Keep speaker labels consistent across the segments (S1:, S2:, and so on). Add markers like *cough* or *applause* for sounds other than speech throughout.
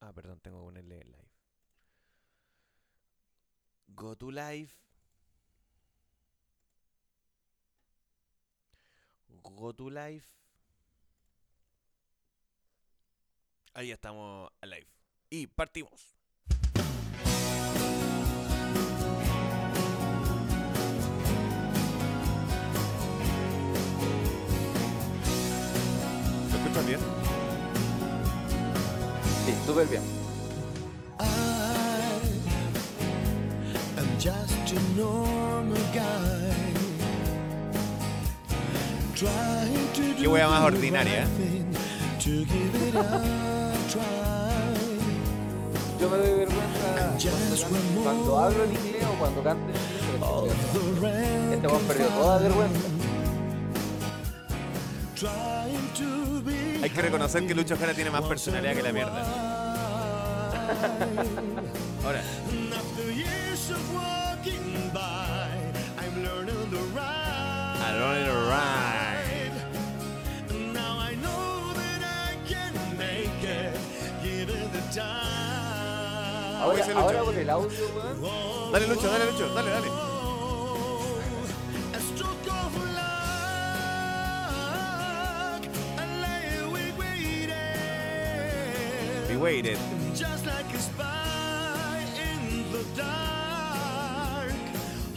S1: Ah, perdón, tengo que ponerle live. Go to live. Go to live. Ahí estamos al live. Y partimos. ¿Se escucha bien?
S2: Sí, súper bien.
S3: I am just a normal guy. Trying to do
S1: Qué wea más
S3: the
S1: ordinaria,
S3: right
S1: eh.
S3: thing, To give it a try.
S2: Yo me doy vergüenza cuando, canto- cuando hablo en inglés o cuando canto en inglés. pero
S3: All
S2: estoy
S3: the rank
S2: Este weón
S3: and
S2: perdió toda
S3: file.
S2: vergüenza.
S3: Trying to be
S1: Hay que reconocer que Lucho Jara tiene más
S3: happy
S1: personalidad que la mierda.
S3: once in a while.
S1: Ahora,
S3: *laughs* After years of walking by, I'm learning the right.
S1: Aaron Ryan.
S3: Now I know that I can make it, give it the time.
S1: Como dice
S2: Ahora,
S1: Lucho.
S2: ahora con el audio, weón.
S1: Dale, Lucho, dale, Lucho, dale, dale.
S3: A stroke of luck, I lay awake waiting.
S1: Be waited.
S3: Just like a spy in the dark,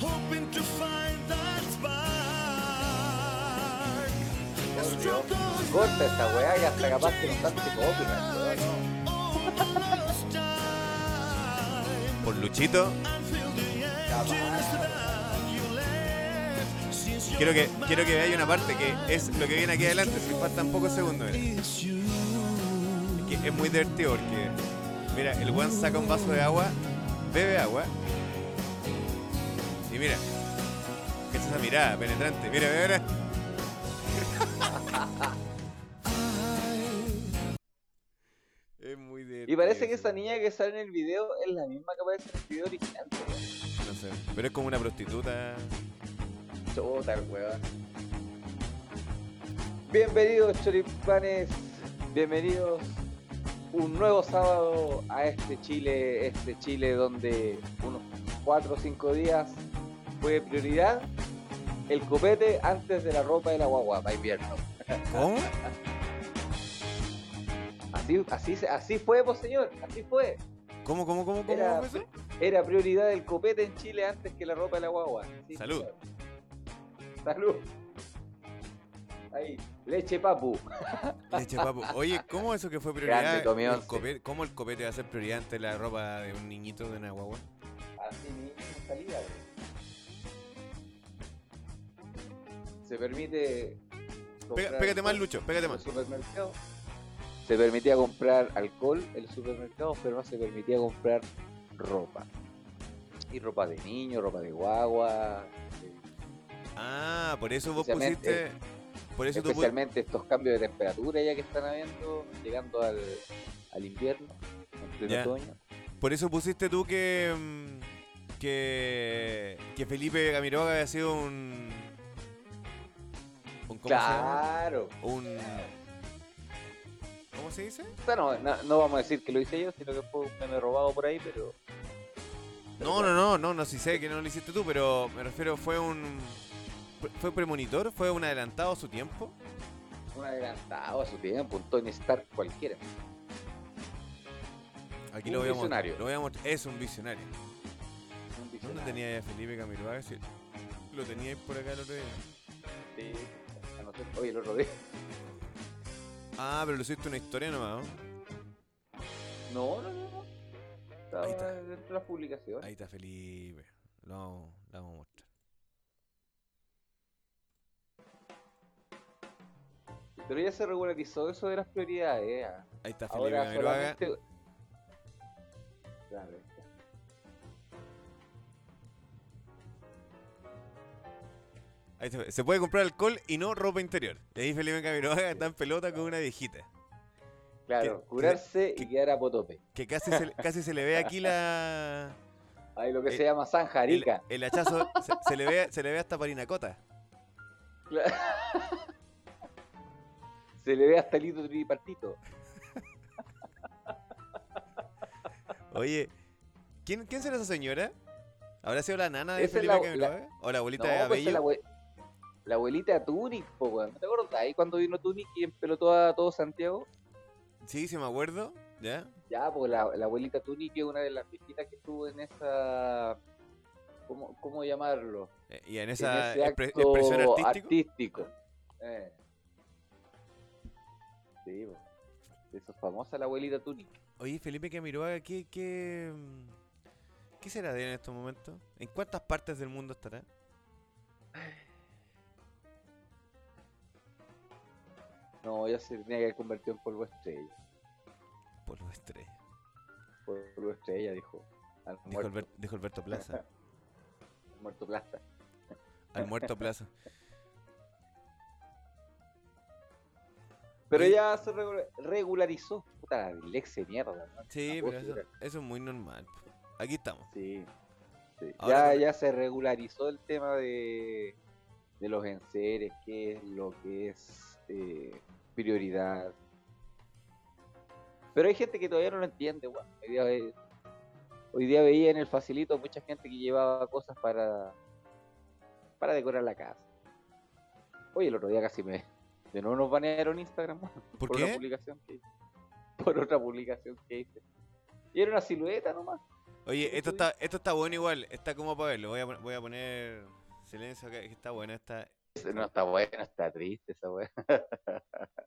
S3: hoping to find that spark. A stroke of
S2: Corta esta weá y hasta capaz que nos salte copyright, weón.
S3: lost time.
S1: Por Luchito.
S3: I feel the emptiness that you left since
S1: Quiero que, quiero que veáis una parte que es lo que viene aquí adelante, si faltan pocos segundos. mira.
S3: it's you.
S1: Que es muy divertido porque, mira, el Juan saca un vaso de agua, bebe agua. Y mira, que es esa mirada penetrante. Mira, mira, mira. *laughs* Es muy divertido.
S2: Y parece que esa niña que sale en el video es la misma que aparece en el video original.
S1: No sé, pero es como una prostituta.
S2: Chota el weón. Bienvenidos choripanes, bienvenidos un nuevo sábado a este Chile, este Chile donde unos 4 o 5 días fue prioridad el copete antes de la ropa de la guagua para invierno.
S1: ¿Cómo?
S2: Así, así, se- así fue, pues señor, así fue.
S1: ¿Cómo, cómo, cómo, cómo?
S2: Era-
S1: fue eso?
S2: Era prioridad el copete en Chile antes que la ropa de la guagua. Sí,
S1: Salud.
S2: señor. Salud. Ahí, leche papu.
S1: Leche papu. Oye, ¿cómo eso que fue prioridad?
S2: Grande, Tommy
S1: el
S2: Once.
S1: copete- ¿Cómo el copete va a ser prioridad ante la ropa de un niñito de una guagua?
S2: Así mismo salida. Se permite.
S1: Pega-
S2: comprar
S1: pégate más,
S2: alcohol
S1: Lucho, pégate
S2: en el
S1: más.
S2: supermercado. Se permitía comprar alcohol en los supermercados, pero no se permitía comprar ropa. Y ropa de niño, ropa de guagua. eh,
S1: Ah, por eso vos pusiste.
S2: Especialmente-
S1: Por eso tú pusiste.
S2: Especialmente estos cambios de temperatura ya que están habiendo, llegando al, al invierno, en pleno
S1: Ya.
S2: otoño.
S1: Por eso pusiste tú que. mm, Que. Que Felipe Gamiroga había sido un. un ¿Cómo
S2: Claro.
S1: se llama? Un. ¿Cómo se dice?
S2: Puta, No, no, no vamos a decir que lo hice yo, sino que fue un meme robado por ahí, pero. pero
S1: No, no, no, no, no, si sé que no lo hiciste tú, pero me refiero, fue un. ¿Fue premonitor? ¿Fue un adelantado a su tiempo?
S2: Un adelantado a su tiempo, un Tony Stark cualquiera.
S1: Aquí
S2: Un
S1: lo voy a
S2: visionario.
S1: mostrar. Lo voy a mostrar. Es un visionario.
S2: Un
S1: ¿Dónde
S2: visionario.
S1: tenía ahí a Felipe Camiroaga? Si lo tenía ahí por acá el otro día.
S2: Sí, a nosotros- Oye, el otro día.
S1: Ah, pero lo hiciste una historia nomás, ¿no?
S2: No, no, no. no. Estaba
S1: Ahí está.
S2: dentro de las publicaciones.
S1: Ahí está Felipe. Lo vamos, lo vamos a mostrar.
S2: Pero ya se regularizó eso de las prioridades. eh.
S1: Ahí está Felipe
S2: Ahora
S1: Camiroaga.
S2: solamente. Claro, ya.
S1: Ahí está. Se puede comprar alcohol y no ropa interior. Y ahí Felipe Camiroaga está en pelota con una viejita.
S2: Claro,
S1: que-
S2: curarse
S1: que-
S2: y quedar a potope.
S1: Que casi se, le- casi se le ve aquí la.
S2: Ahí lo que
S1: Eh,
S2: se llama
S1: El,
S2: Sanjarica.
S1: el hachazo. Se, se le ve, se le ve hasta parinacota.
S2: Se le ve hasta el hito tripartito.
S1: Oye, ¿quién, ¿quién será esa señora? ¿Habrá sido la nana de
S2: Esa es
S1: Felipe
S2: la-
S1: Camiroaga? ¿O la abuelita de
S2: No, pues
S1: Abello?
S2: la, abue- la abuelita de Tunic, po, weón. ¿No te acordás? Ahí cuando vino Tunic y empelotó a todo Santiago.
S1: Sí, sí me acuerdo. ¿Ya?
S2: Ya, pues la, la abuelita Tunic es una de las viejitas que estuvo en esa. ¿Cómo, cómo llamarlo?
S1: Eh, Y en esa
S2: en ese
S1: expre-
S2: acto
S1: expresión artística.
S2: artístico. Eh. Sí, po. Eso es famosa la abuelita Tunic.
S1: Oye, Felipe Camiroaga, ¿qué, qué, mm, ¿qué será de él en estos momentos? ¿En cuántas partes del mundo estará?
S2: No, ella se tenía que haber convertido en polvo estrella.
S1: Polvo estrella.
S2: Polvo estrella, dijo. Al
S1: Dijo,
S2: muerto,
S1: Albert- dijo Alberto Plaza.
S2: al muerto plasta.
S1: Al muerto Plaza.
S2: Pero
S1: Oye.
S2: ella se regu- regularizó. Puta la dislexia, de mierda. ¿no?
S1: Sí,
S2: Ah, vos
S1: pero eso,
S2: dirás.
S1: eso es muy normal. po. Aquí estamos.
S2: Sí. sí.
S1: Ahora
S2: Ya,
S1: con-
S2: ya se regularizó el tema de, de los enseres, qué es lo que es eh, prioridad. Pero hay gente que todavía no lo entiende, weón. Hoy día, ve- hoy día veía en el facilito mucha gente que llevaba cosas para, para decorar la casa. Oye, el otro día casi me... De nuevo nos banearon Instagram, weón
S1: ¿Por,
S2: una
S1: qué?
S2: publicación que hice. *laughs* Por otra publicación que hice. Y era una silueta nomás.
S1: Oye, esto está, esto está bueno igual. Está como para verlo. Voy a, pon- voy a poner silencio acá. que Está bueno. Está...
S2: No está buena, está triste esa weá. *laughs*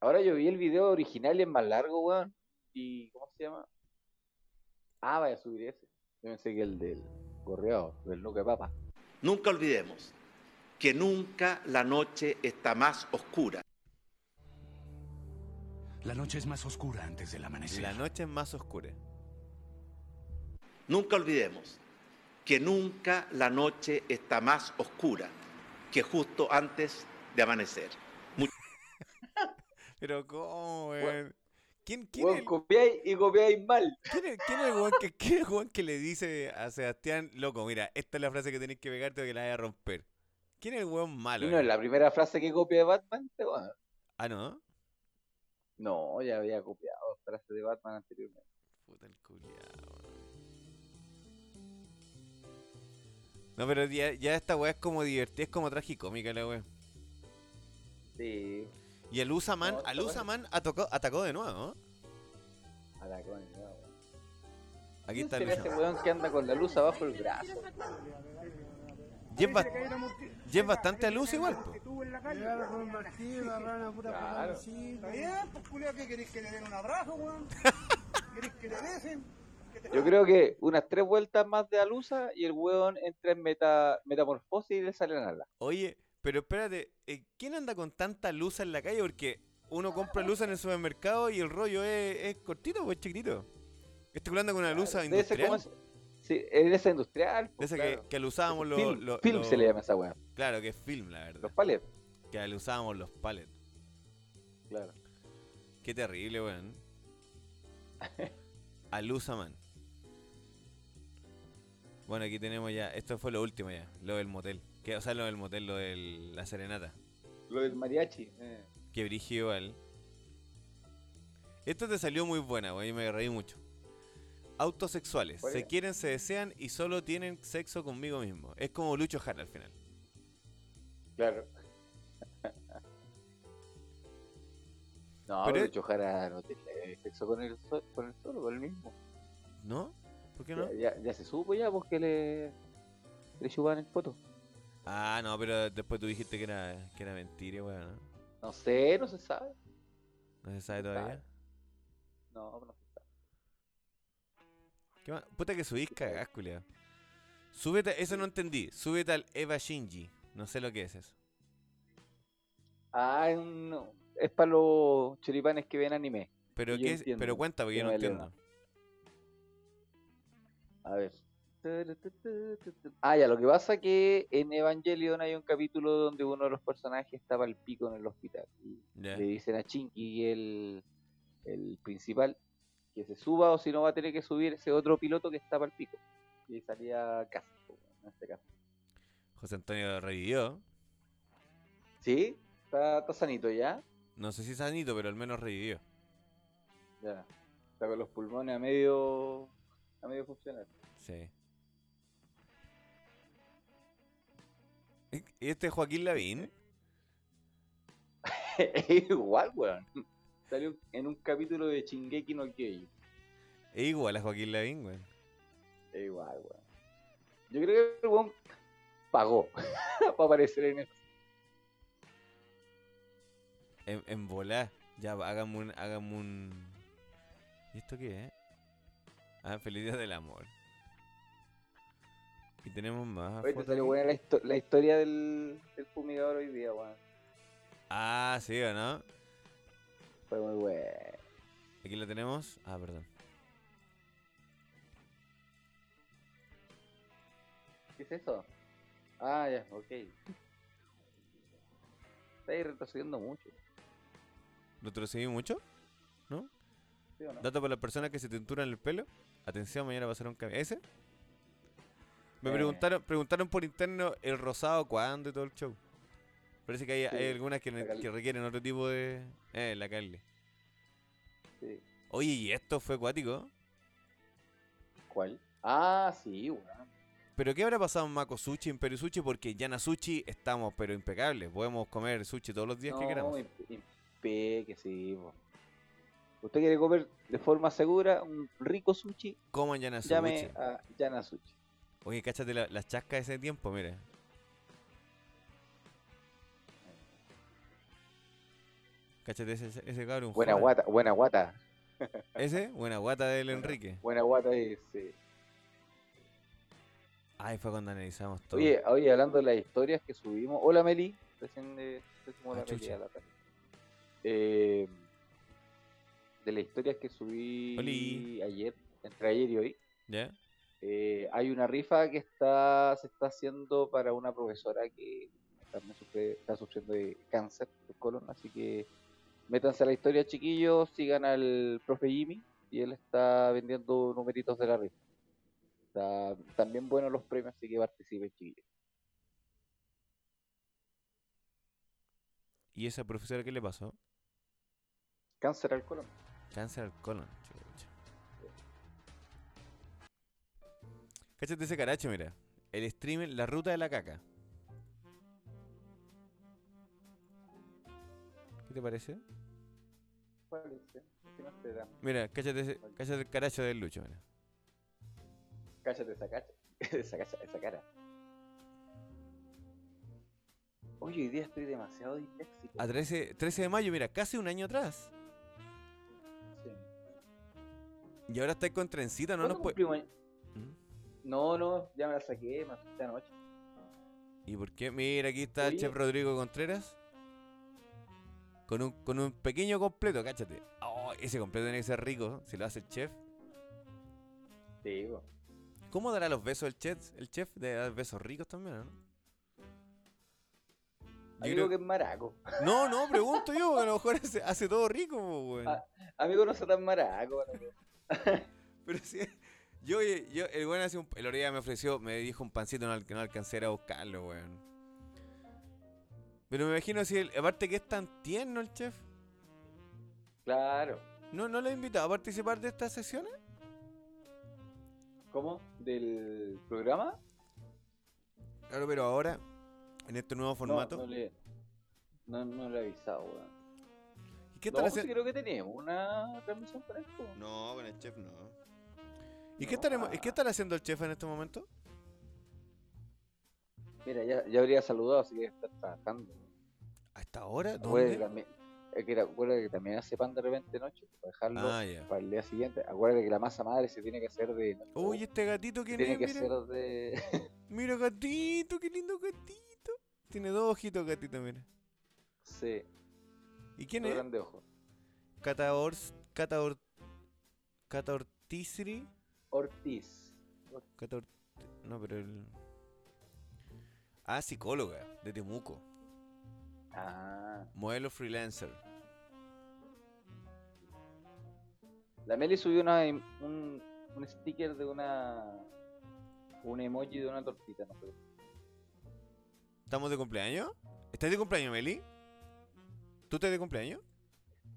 S2: Ahora yo vi el video original y es más largo, weón. ¿Y cómo se llama? Ah, vaya a subir ese. Yo pensé que el del gorreado, del nuca papa.
S4: Nunca olvidemos que nunca la noche está más oscura.
S5: La noche es más oscura antes del amanecer.
S1: La noche es más oscura.
S4: Nunca olvidemos que nunca la noche está más oscura que justo antes de amanecer.
S1: Pero ¿cómo,
S2: Weón.
S1: weón? ¿Quién, quién, es
S2: Weón,
S1: el-
S2: copiáis y copiáis mal.
S1: ¿Quién es, quién es el weón que, quién es el weón que le dice a Sebastián, loco, mira, esta es la frase que tenés que pegarte o que la vaya a romper? ¿Quién es el weón malo?
S2: Y no
S1: eh?
S2: es la primera frase que copia de Batman, este weón.
S1: Ah, ¿no?
S2: No, ya había copiado frases de Batman anteriormente.
S1: Puta el culiao. No, pero ya, ya esta weá es como divertida, es como tragicómica la weá.
S2: Sí,
S1: Y al Usaman,
S2: No,
S1: al
S2: está
S1: Usaman atacó, atacó de nuevo, ¿no?
S2: a la coña, weón.
S1: Aquí
S2: ¿Quién
S1: está el
S2: será ese
S1: Usaman.
S2: weón que anda con la luz abajo del brazo?
S1: Y es, bast- y es bastante a luz igual, po.
S6: Claro, con Martín, agarraron a pura
S2: Claro.
S6: Está bien, pues culiao, ¿qué querés que le den un abrazo,
S1: *laughs*
S6: weón? ¿Querés que le besen?
S2: Yo creo que unas tres vueltas más de alusa y el weón entra en meta, metamorfosis y le salen alas.
S1: Oye, pero espérate, eh, ¿quién anda con tanta luz en la calle? Porque uno compra luz en el supermercado y el rollo es, es cortito o es chiquitito. Este culo anda con una luz
S2: Debe ser
S1: industrial.
S2: como ese- Sí, es de esa industrial.
S1: De
S2: pues,
S1: esa
S2: claro.
S1: que, que alusábamos los.
S2: film,
S1: los-
S2: film
S1: los-
S2: se le llama a esa weón.
S1: Claro, que es film, la
S2: Los
S1: verdad.
S2: palets,
S1: Que alusábamos los pallets.
S2: claro.
S1: Qué terrible,
S2: *laughs*
S1: weón. Alusaman. Bueno, aquí tenemos ya. Esto fue lo último ya. Lo del motel. Que, o sea, lo del motel, lo de la serenata.
S2: Lo del mariachi. eh.
S1: Que brígido igual. Esto te salió muy buena, güey. Me reí mucho. Autosexuales.
S2: ¿Cuál
S1: Se
S2: era?
S1: quieren, se desean y solo tienen sexo conmigo mismo. Es como Lucho Jara al final.
S2: Claro. *laughs* No,
S1: Pero-
S2: pero Lucho Jara no tiene sexo con el, sol- con el solo, con el mismo.
S1: ¿No? ¿Por qué no?
S2: Ya, ya- ya se supo ya porque le, le chupaban el poto.
S1: Ah, no, pero después tú dijiste que era, que era mentira, güey. ¿no?
S2: No sé, no se sabe.
S1: No se sabe
S2: Se
S1: todavía.
S2: No, no se sabe.
S1: ¿Qué más? Puta que subís cagás, culiao. Súbete, eso no entendí. Súbete al Eva Shinji. No sé lo que es eso.
S2: Ah, es un- es para los choripanes que ven anime.
S1: Pero,
S2: Yo
S1: ¿qué es?
S2: entiendo.
S1: pero cuenta, porque yo no
S2: Tiene la
S1: entiendo.
S2: A ver. Ah, ya, lo que pasa que en Evangelion hay un capítulo donde uno de los personajes estaba al pico en el hospital. Y
S1: Ya.
S2: le dicen a Chinky, el, el principal, que se suba o si no va a tener que subir ese otro piloto que estaba al pico. Y salía casi, en este caso.
S1: José Antonio revivió.
S2: ¿Sí? Está, está sanito ya.
S1: No sé si sanito, pero al menos revivió.
S2: Ya. Está con los pulmones a medio. a medio funcionar.
S1: Sí. ¿Y este es Joaquín Lavín?
S2: *laughs* Es igual, weón. Salió en un capítulo de Chingeki no Kyojin.
S1: Es igual a Joaquín Lavín, weón.
S2: Es igual, weón. Yo creo que el weón pagó *laughs* para aparecer en esto.
S1: En, en volar. Ya, hágame un, hágame un... ¿Y esto qué es? Ah, Feliz Día del Amor. Y tenemos más
S2: Oye, te
S1: fotos
S2: salió
S1: aquí.
S2: buena la, histo- la historia del, del fumigador hoy día, weón.
S1: Ah, sí, ¿o no?
S2: Fue muy buena.
S1: Aquí la tenemos. Ah, perdón.
S2: ¿Qué es eso? Ah, ya, ok. Estáis retrocediendo mucho,
S1: ¿Retrocedí mucho?
S2: ¿sí o no?
S1: Dato para las personas que se tinturan el pelo. Atención, mañana va a ser un cambio. ¿Ese? Me
S2: Eh.
S1: preguntaron, preguntaron por interno el rosado cuándo y todo el show. Parece que hay,
S2: Sí,
S1: hay algunas que,
S2: la Carly.
S1: que requieren otro tipo de... Eh, la Carly.
S2: Sí.
S1: Oye, ¿y esto fue acuático?
S2: ¿Cuál? Ah, sí, weón.
S1: ¿Pero qué habrá pasado en Mako Sushi, en Perú Sushi? Porque ya en Sushi estamos, pero impecables. Podemos comer sushi todos los días que queramos.
S2: que sí, po. ¿Usted quiere comer de forma segura un rico sushi?
S1: Coman ya Sushi.
S2: Llame a Yana Sushi.
S1: Oye, cáchate la- las chascas de ese tiempo, mira. Cáchate ese, ese cabrón.
S2: Buena
S1: joven.
S2: guata, buena guata.
S1: Ese, buena guata del Enrique.
S2: Buena guata ese.
S1: Ay, fue cuando analizamos todo.
S2: Oye, oye, hablando de las historias que subimos. Hola Meli, recién de
S1: Ah,
S2: la Meli
S1: chucha.
S2: a la tarde. Eh, de las historias que subí
S1: Oli.
S2: ayer, entre ayer y hoy,
S1: ¿Ya?
S2: eh, hay una rifa que está se está haciendo para una profesora que también sufre- está sufriendo de cáncer de colon, así que métanse a la historia chiquillos, sigan al profe Jimmy y él está vendiendo numeritos de la rifa. Está, también buenos los premios, así que participen chiquillos.
S1: ¿Y esa profesora qué le pasó?
S2: cáncer al colon.
S1: Cáncer al colon. chucha. Cáchate ese caracho, mira. El streamer, la ruta de la caca. ¿Qué te parece? Mira, cáchate, ese- cáchate el caracho del Lucho, mira.
S2: Cállate esa cacha. *laughs* esa cacha, esa cara. Oye, hoy día estoy demasiado disléxico.
S1: A 13, 13 de mayo, mira, casi un año atrás.
S2: Sí.
S1: Y ahora estáis con trencita, no
S2: ¿Cuándo
S1: nos puede. ¿Mm?
S2: cumplimos año? No, no, ya me la saqué, me asusté anoche.
S1: ¿Y por qué? Mira, aquí está el
S2: Oye.
S1: chef Rodrigo Contreras. Con un, con un pequeño completo, cáchate. Oh, ese completo tiene que ser rico, ¿no? si lo hace el chef.
S2: Sí, po.
S1: ¿Cómo dará los besos el chef? El chef de dar besos ricos también, ¿o ¿no? Yo
S2: Amigo
S1: creo-
S2: que es maraco.
S1: No, no, pregunto yo, porque a lo mejor hace, hace todo rico, po, weón.
S2: Ah. Amigo no sea tan maraco. amigo.
S1: Pero sí, *laughs* yo, yo el weón hace un, el otro día me ofreció, me dijo un pancito no al- que no alcancé a ir a buscarlo, weón. Pero me imagino si, el, aparte que es tan tierno el chef,
S2: Claro.
S1: ¿no, no lo he invitado a participar de estas sesiones?
S2: ¿Cómo? ¿Del programa?
S1: Claro, pero ahora, en este nuevo formato,
S2: No, no le, no, no le he avisado, weón.
S1: ¿y qué
S2: No, pues
S1: estará
S2: sí
S1: haciendo?
S2: creo que tenemos una transmisión para esto.
S1: No, con el chef no. ¿Y
S2: No,
S1: qué, estaremos, y
S2: ah.
S1: qué estará haciendo el chef en este momento?
S2: Mira, ya, ya habría saludado, así que debe estar trabajando.
S1: ¿Hasta ahora?
S2: Acuérdate que
S1: ¿Dónde?
S2: también, es que, acuérdate que también hace pan de repente de noche, para dejarlo
S1: Ah, ya.
S2: para el día siguiente. Acuérdate que la masa madre se tiene que hacer de noche.
S1: Uy, este gatito que
S2: tiene que
S1: mira.
S2: ser de. *laughs*
S1: Mira, gatito, qué lindo gatito. Tiene dos ojitos, gatito, mira.
S2: sí,
S1: ¿Y quién
S2: de
S1: es?
S2: grande ojo.
S1: Cataor. Cataor. Cataortisri.
S2: Ortiz.
S1: Cataor. No, pero el. Ah, psicóloga de Temuco.
S2: Ah.
S1: Modelo freelancer.
S2: La Meli subió una, em- un, un sticker de una. Un emoji de una tortita, no sé.
S1: ¿Estamos de cumpleaños? ¿Estás de cumpleaños, Meli? ¿Tú estás de cumpleaños?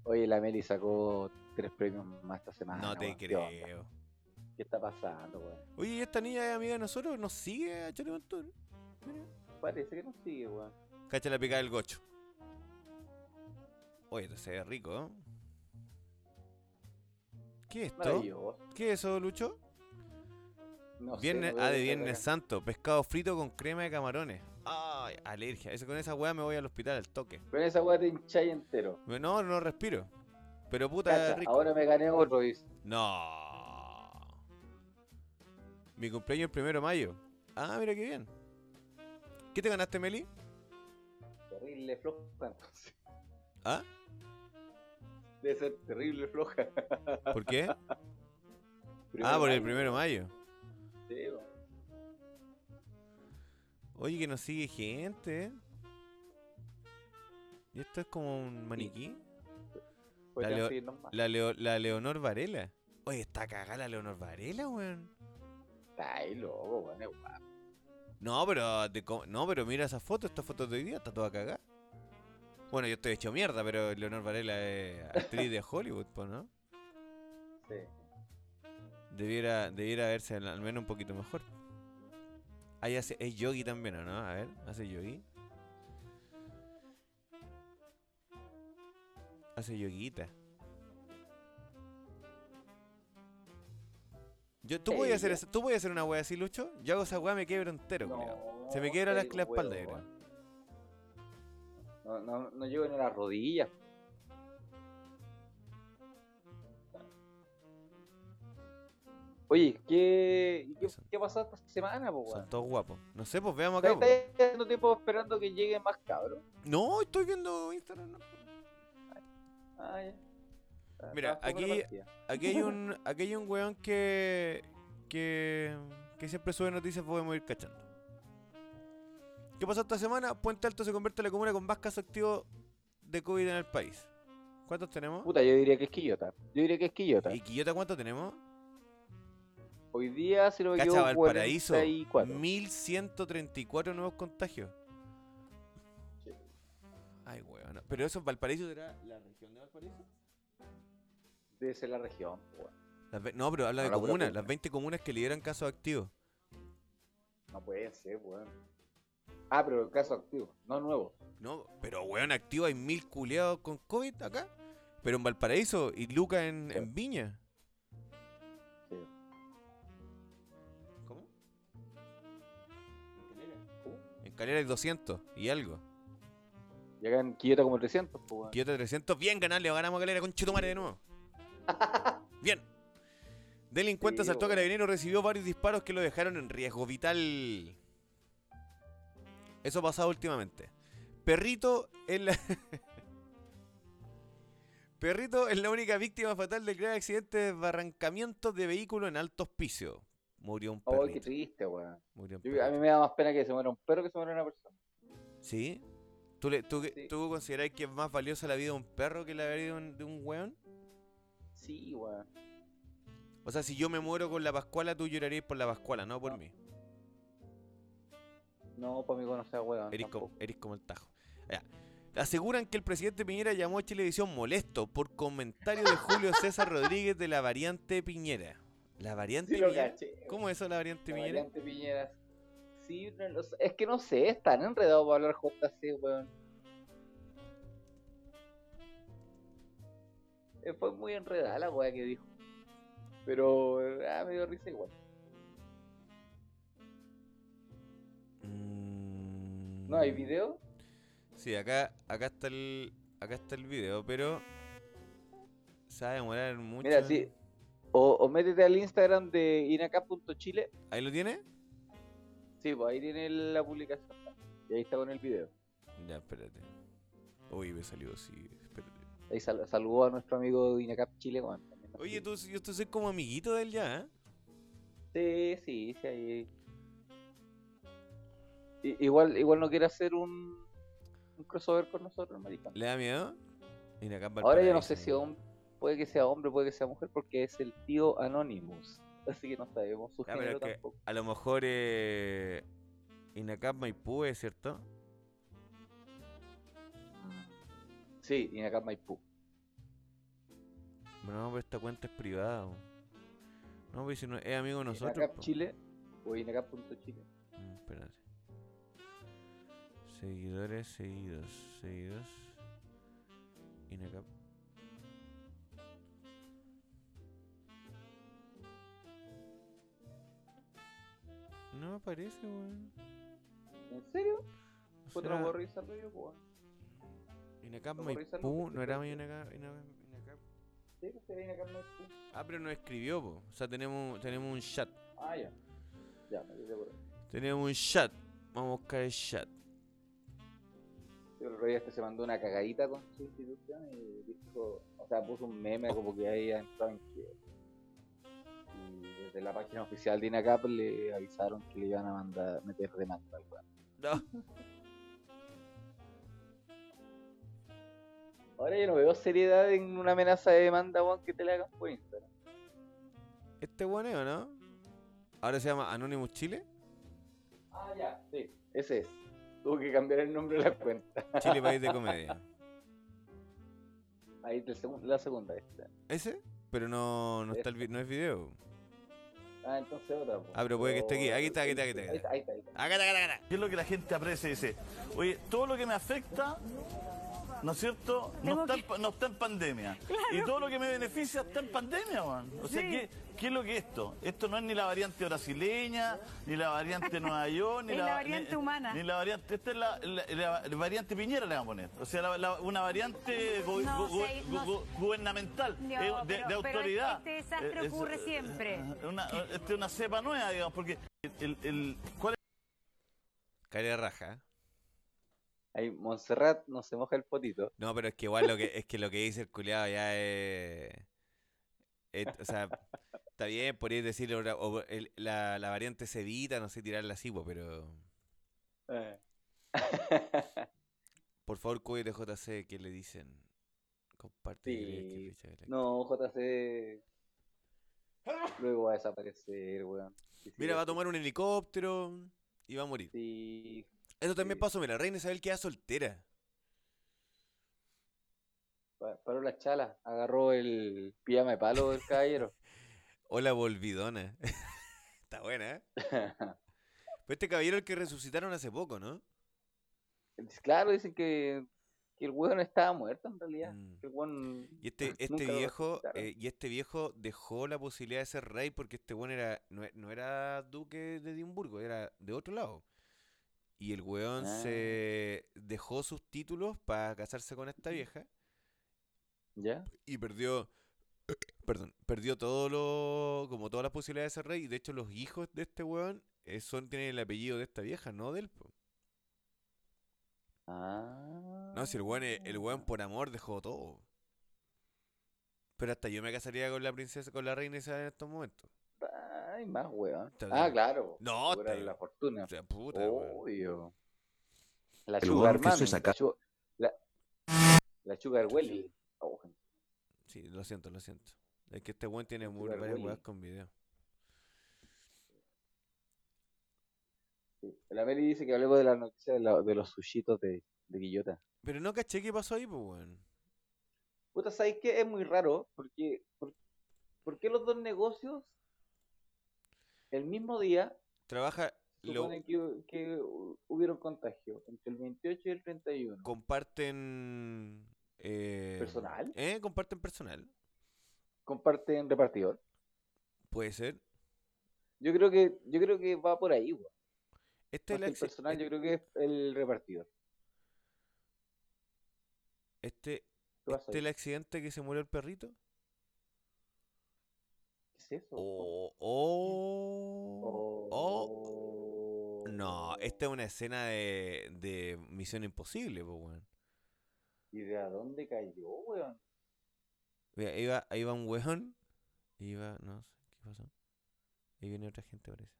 S2: Oye, la Meli sacó tres premios más esta semana.
S1: No te
S2: weón. Ah, ¿Qué onda?
S1: creo.
S2: ¿Qué está pasando, weón?
S1: Oye, ¿y esta niña es amiga de nosotros? ¿Nos sigue a Charlie Montón?
S2: Parece que no sigue, weón.
S1: Cacha la picada del gocho. Oye, esto se ve rico, ¿eh? ¿Qué es esto?
S2: Maravilloso.
S1: ¿Qué es eso, Lucho?
S2: No sé,
S1: Viernes,
S2: weón,
S1: ah, de
S2: esta
S1: Viernes
S2: weá.
S1: Santo. Pescado frito con crema de camarones. Ay, alergia. Ese- con esa weá me voy al hospital al toque.
S2: Con esa weá te hincháis entero.
S1: No, no respiro. Pero puta,
S2: Cacha,
S1: rico.
S2: ahora me gané otro, dice.
S1: No. Mi cumpleaños el primero de mayo. Ah, mira qué bien. ¿Qué te ganaste, Meli?
S2: Terrible floja, entonces.
S1: ¿Ah?
S2: Debe ser terrible floja.
S1: ¿Por qué? ah,
S2: Primero
S1: por el *laughs*
S2: año,
S1: primero de mayo.
S2: sí, weón.
S1: Oye, que nos sigue gente. ¿eh? ¿Y esto es como un maniquí?
S2: Podrían
S1: Leo-
S2: seguirnos más.
S1: La, Leo- la Leonor Varela. Oye, está cagada la Leonor Varela, weón.
S2: Ay, loco, weón. es guapo.
S1: No, pero te co- no, pero mira esa foto, esta foto de hoy día está toda cagada. Bueno, yo estoy hecho mierda, pero Leonor Varela es actriz de Hollywood, po, ¿no?
S2: Sí.
S1: Debiera, debiera verse al- al menos un poquito mejor. Ahí hace, es yogi también, ¿o no? A ver, hace yogi. Hace yoguita. Yo, ¿tú, podías hacer,
S2: Ella.
S1: esa- ¿Tú podías hacer una wea así, Lucho? Yo hago esa wea, me quebro entero, culiao.
S2: No,
S1: Se me quiebra la,
S2: serio,
S1: la espalda, yo
S2: weón.
S1: creo.
S2: No, no, no llego ni a las rodillas. Oye, ¿qué, qué,
S1: Son-
S2: qué pasó esta semana, po,
S1: Son
S2: weón?
S1: todos guapos. No sé, pues veamos acá.
S2: ¿Estáis
S1: po.
S2: estáis haciendo tiempo esperando que lleguen más cabros?
S1: No, estoy viendo Instagram. no.
S2: Ah, ya. Ah,
S1: Mira,
S2: estaba jugando
S1: aquí-
S2: la partida.
S1: Aquí hay
S2: *laughs*
S1: un, aquí hay un weón que, que. que siempre sube noticias, podemos ir cachando. ¿Qué pasó esta semana? Puente Alto se convierte en la comuna con más casos activos de COVID en el país. ¿Cuántos tenemos?
S2: Puta, yo diría que es Quillota. Yo diría que es Quillota.
S1: ¿Y Quillota cuántos tenemos?
S2: Hoy día, si no me
S1: Cacha
S2: equivoco,
S1: Valparaíso.
S2: 44.
S1: 1134 nuevos contagios.
S2: Sí.
S1: Ay, weón. ¿Pero eso en Valparaíso será la región de Valparaíso?
S2: Debe ser la región, po, weón.
S1: Las ve- no, pero habla
S2: No,
S1: de
S2: la pura
S1: comunas,
S2: comuna.
S1: las 20 comunas que lideran casos activos.
S2: No puede ser, weón. Ah, pero el caso activo, no nuevo.
S1: No, pero weón, activo hay mil culiados con COVID acá. Pero en Valparaíso y Luca en, en Viña.
S2: Sí.
S1: ¿Cómo? En Calera hay 200 y algo.
S2: Llegan Quillota como 300, po, weón.
S1: Quillota 300. Bien, ganarle, ganamos a Calera con Chetumare de
S2: *laughs*
S1: nuevo. Bien. Delincuente
S2: Sí,
S1: asaltó a
S2: weón.
S1: Carabinero, recibió varios disparos que lo dejaron en riesgo vital. Eso ha pasado últimamente. Perrito es la. *laughs* Perrito es la única víctima fatal del grave accidente de barrancamiento de vehículo en alto hospicio. Murió un
S2: Oh, qué
S1: perrito.
S2: triste, weón.
S1: Murió un
S2: Yo-
S1: perrito.
S2: a mí me da más pena que se muera un perro que se muera una persona.
S1: ¿Sí? ¿Tú, le, tú,
S2: Sí.
S1: tú considerás que es más valiosa la vida de un perro que la vida de un, de un weón?
S2: Sí, weón.
S1: O sea, si yo me muero con la Pascuala, tú llorarías por la Pascuala, no por
S2: No,
S1: mí.
S2: No, para mí no sea weón.
S1: Eres
S2: tampoco.
S1: como, eres como el tajo. Ya. Aseguran que el presidente Piñera llamó a Chilevisión molesto por comentario de Julio
S2: *laughs*
S1: César Rodríguez de la variante Piñera. ¿La variante
S2: Sí, lo
S1: Piñera?
S2: caché. weón.
S1: ¿Cómo es eso, la variante
S2: La
S1: Piñera?
S2: variante Piñera. Sí, no lo sé. es que no sé, están enredados para hablar juntas, sí, weón. Eh, Fue muy enredada la weá que dijo. Pero eh, ah, me dio risa igual.
S1: Mm.
S2: ¿No hay video?
S1: Sí, acá, acá está el. Acá está el video, pero. Se va a demorar mucho.
S2: Mira, sí. O, o métete al Instagram de inacá.chile.
S1: ¿Ahí lo tiene?
S2: Sí, pues ahí tiene la publicación. Y ahí está con el video.
S1: Ya, espérate. Uy, me salió así. Espérate.
S2: Ahí sal- saludó a nuestro amigo de Inacap Chile, weón.
S1: Oye, tú, yo tú soy como amiguito de él ya, ¿eh?
S2: Sí, sí, sí, ahí. I- igual, igual no quiere hacer un, un crossover con nosotros, maricón.
S1: ¿Le da miedo? Mira, acá en
S2: Ahora yo no
S1: Valparaíso,
S2: sé si hom- puede que sea hombre, puede que sea mujer, porque es el tío Anonymous. *laughs* Así que no sabemos su
S1: Ya, pero
S2: género
S1: es que-
S2: tampoco.
S1: A lo mejor eh, Inacap Maipú es cierto.
S2: Sí, Inacap Maipú.
S1: Bueno, no, pero esta cuenta es privada. po. No, pero si no, es amigo de nosotros.
S2: Inacap
S1: po.
S2: Chile o Inacap.chile.
S1: Mm, espérate. Seguidores, seguidos, seguidos. Inacap. No me aparece, weón.
S2: ¿En serio?
S1: O
S2: ¿Puedo no
S1: sea,
S2: puedo revisarlo yo, po, weón?
S1: Inacap
S2: ¿Lo borré, Salvo?
S1: Maipú,
S2: Porque
S1: no era
S2: creo que-
S1: Inacap, Inacap- Inacap.
S2: Sí, pues era Inacap no es tú.
S1: Ah, pero no escribió, po. O sea, tenemos, tenemos un chat.
S2: Ah, ya. Ya, me quedé por ahí.
S1: Tenemos un chat. Vamos a buscar el chat.
S2: Sí, El rey este se mandó una cagadita con su institución y dijo, o sea, puso un meme como que ahí entrado en quiebra. Y desde la página oficial de INACAP le avisaron que le iban a mandar meter demanda al weón.
S1: No.
S2: *laughs* Ahora yo no veo seriedad en una amenaza de demanda, weón, que te la hagan por Instagram.
S1: Este guaneo, ¿no? Ahora se llama Anonymous Chile.
S2: Ah, ya, sí, ese es. Tuvo que cambiar el nombre de la cuenta.
S1: Chile País de Comedia.
S2: Ahí el segun- la segunda, esta.
S1: ¿Ese? Pero no, no, está el vi- no es video.
S2: Ah, entonces otra. po.
S1: Ah, pero puede que esté aquí. Aquí está, aquí está, aquí está,
S2: Ahí está, ahí está. Ahí está.
S1: Acá, acá, acá, acá.
S7: ¿Qué es lo que la gente aprecia? Dice, oye, todo lo que me afecta, ¿no es cierto? No
S8: Tengo
S7: está, en pa- no está en pandemia. Y todo lo que me beneficia está en pandemia, weón. O sea,
S8: Sí.
S7: ¿qué, qué es lo que es esto? Esto no es ni la variante brasileña, ni la variante de Nueva York, ni
S8: Es la
S7: va-
S8: variante
S7: ni-
S8: humana.
S7: Ni la variante, esta es la, la- la- la variante Piñera le vamos a poner. O sea, la- la- una variante go-
S8: No,
S7: go- go-
S8: sí, no.
S7: go- gubernamental,
S8: No,
S7: eh, de, de
S8: pero- pero
S7: autoridad.
S8: este desastre
S7: Eh, es-
S8: ocurre siempre.
S7: Una, este, una cepa nueva, digamos, porque el, el- ¿cuál
S1: Cara de raja. ¿eh?
S2: Ahí, Montserrat no se moja el potito.
S1: No, pero es que igual lo que, es que lo que dice el culiado ya es. es- o sea, está bien, podrías decirle ahora- o el- la, la variante cedita, no sé, tirarla así, po, pero.
S2: Eh.
S1: Por favor, cuídate, JC, ¿qué le dicen? Comparte. que crees que
S2: Sí,
S1: fecha de la-
S2: No, JC. Luego va a desaparecer, weón. Sí, sí,
S1: Mira, va a
S2: sí,
S1: tomar un helicóptero y va a morir.
S2: Sí.
S1: Eso también
S2: Sí.
S1: pasó, mira, Reina Isabel queda soltera.
S2: pa- Paró la chala, agarró el pijama de palo del caballero. *laughs*
S1: Hola, volvidona. *laughs* Está buena, ¿eh?
S2: *laughs*
S1: Pero este caballero es el que resucitaron hace poco, ¿no?
S2: claro, dicen que, que el weón estaba muerto en realidad.
S1: Mm.
S2: que el weón
S1: Y este,
S2: *laughs*
S1: este
S2: nunca lo
S1: viejo,
S2: resucitaron.
S1: eh, y este viejo dejó la posibilidad de ser rey porque este weón era, no, e- no era duque de Edimburgo, era de otro lado. Y el weón
S2: Ah. Mm.
S1: se dejó sus títulos para casarse con esta vieja
S2: ¿Ya?
S1: y perdió, *clears throat* perdón, perdió todo lo, como todas las posibilidades de ser rey. Y de hecho los hijos de este weón eh, son, tienen el apellido de esta vieja, no del... po.
S2: Ah.
S1: No, si el weón, e- el weón por amor dejó todo. Pero hasta yo me casaría con la princesa, con la reina Isabel en estos momentos.
S2: Ah. Ay, más weón.
S1: Está
S2: Ah,
S1: bien.
S2: claro.
S1: No,
S2: asegurar
S1: te-
S2: la Oh. fortuna.
S1: O sea, puta, weón.
S2: Obvio. La
S9: El
S2: Sugar
S9: weón que se
S2: Mami,
S9: saca-
S2: La, Sugar- la, la Sugar Welly. Oh,
S1: Sí, lo siento, lo siento. Es que este weón tiene
S2: Este
S1: muy
S2: Bad
S1: varias
S2: Bunny.
S1: weas con video.
S2: sí. La Meli dice que hablemos de la noticia de, la- de los sushitos de, de Guillota.
S1: Pero no caché qué pasó ahí, pues weón.
S2: Puta, ¿sabes qué? Es muy raro porque, por, ¿por qué los dos negocios el mismo día
S1: Trabaja, lo
S2: suponen que, que hu- hubieron contagio entre el 28 y el 31?
S1: comparten. eh,
S2: ¿Personal?
S1: ¿Eh? Comparten personal.
S2: Comparten repartidor.
S1: Puede ser.
S2: Yo creo que yo creo que va por ahí, weón.
S1: Este es
S2: Más que
S1: el
S2: el
S1: acci-
S2: personal, yo creo que es el repartidor.
S1: Este,
S2: ¿Qué pasa
S1: este
S2: ahí?
S1: el accidente que se murió el perrito.
S2: ¿Qué es eso?
S1: Oh, oh, oh.
S2: Oh.
S1: No, esta es una escena de, de Misión Imposible, pues weón.
S2: ¿Y de a dónde cayó, weón?
S1: Mira, ahí va, ahí va un weón. Y va, no sé, ¿qué pasó? Ahí viene otra gente, parece.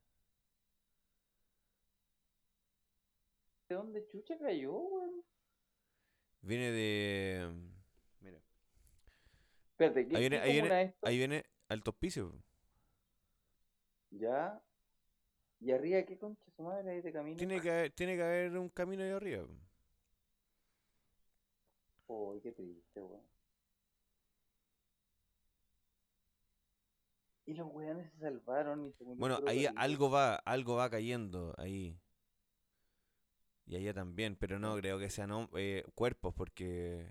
S2: ¿De dónde chucha cayó, weón?
S1: Viene de. mm, Mira.
S2: Espérate, ¿qué,
S1: Ahí viene,
S2: qué
S1: ahí
S2: comuna
S1: viene,
S2: es esto?
S1: ahí viene alto hospicio. po.
S2: Ya. ¿Y arriba qué concha su madre ahí de camino?
S1: Tiene que, haber, tiene que haber un camino ahí arriba. po.
S2: Oh, qué triste, weón. Y los weones se salvaron. Y se murió
S1: Bueno,
S2: puro
S1: ahí
S2: París.
S1: algo va, algo va cayendo ahí. Y allá también, pero no creo que sean hom- eh, cuerpos porque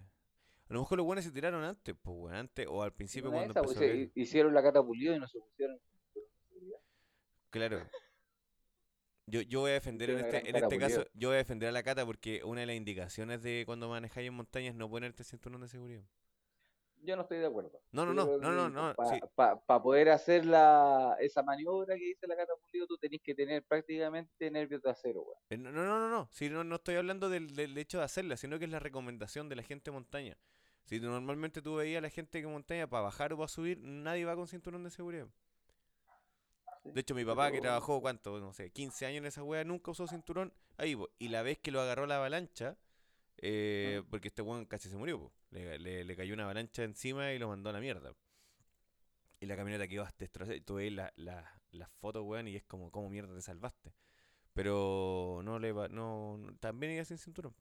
S1: a lo mejor los buenos se tiraron antes, pues weón, antes o al principio
S2: Una
S1: cuando
S2: esa,
S1: empezó a
S2: pues,
S1: abrir.
S2: Hicieron la cata pulido y no se pusieron.
S1: Claro. Yo, yo voy a defender en
S2: Tiene una
S1: este, en
S2: gran
S1: este
S2: cara, pues,
S1: caso, yo voy a defender a la cata porque una de las indicaciones de cuando manejáis en montañas es no ponerte cinturón de seguridad.
S2: Yo no estoy de acuerdo.
S1: No, no,
S2: Yo
S1: no,
S2: creo
S1: no, no,
S2: que
S1: no,
S2: pa-
S1: sí.
S2: pa- pa poder hacer la, esa maniobra que dice la cata pulido, tú tenés que tener prácticamente nervio trasero, weón.
S1: Eh, No, no, no, no, no. Si no, no estoy hablando del, del hecho de hacerla, sino que es la recomendación de la gente de montaña. Si tú- normalmente tú veías a la gente que montaña para bajar o para subir, nadie va con cinturón de seguridad. De hecho, mi papá que
S2: pero-
S1: trabajó, ¿cuánto? No sé, 15 años en esa wea, nunca usó cinturón. Ahí, po. y la vez que lo agarró la avalancha, eh, porque este weón casi se murió, po. Le, le- le cayó una avalancha encima y lo mandó a la mierda. Y la camioneta quedó hasta destrozada. Y Tú ves la- la- las fotos, weón, y es como, ¿cómo mierda te salvaste? Pero no le va, no, no- también iba sin cinturón.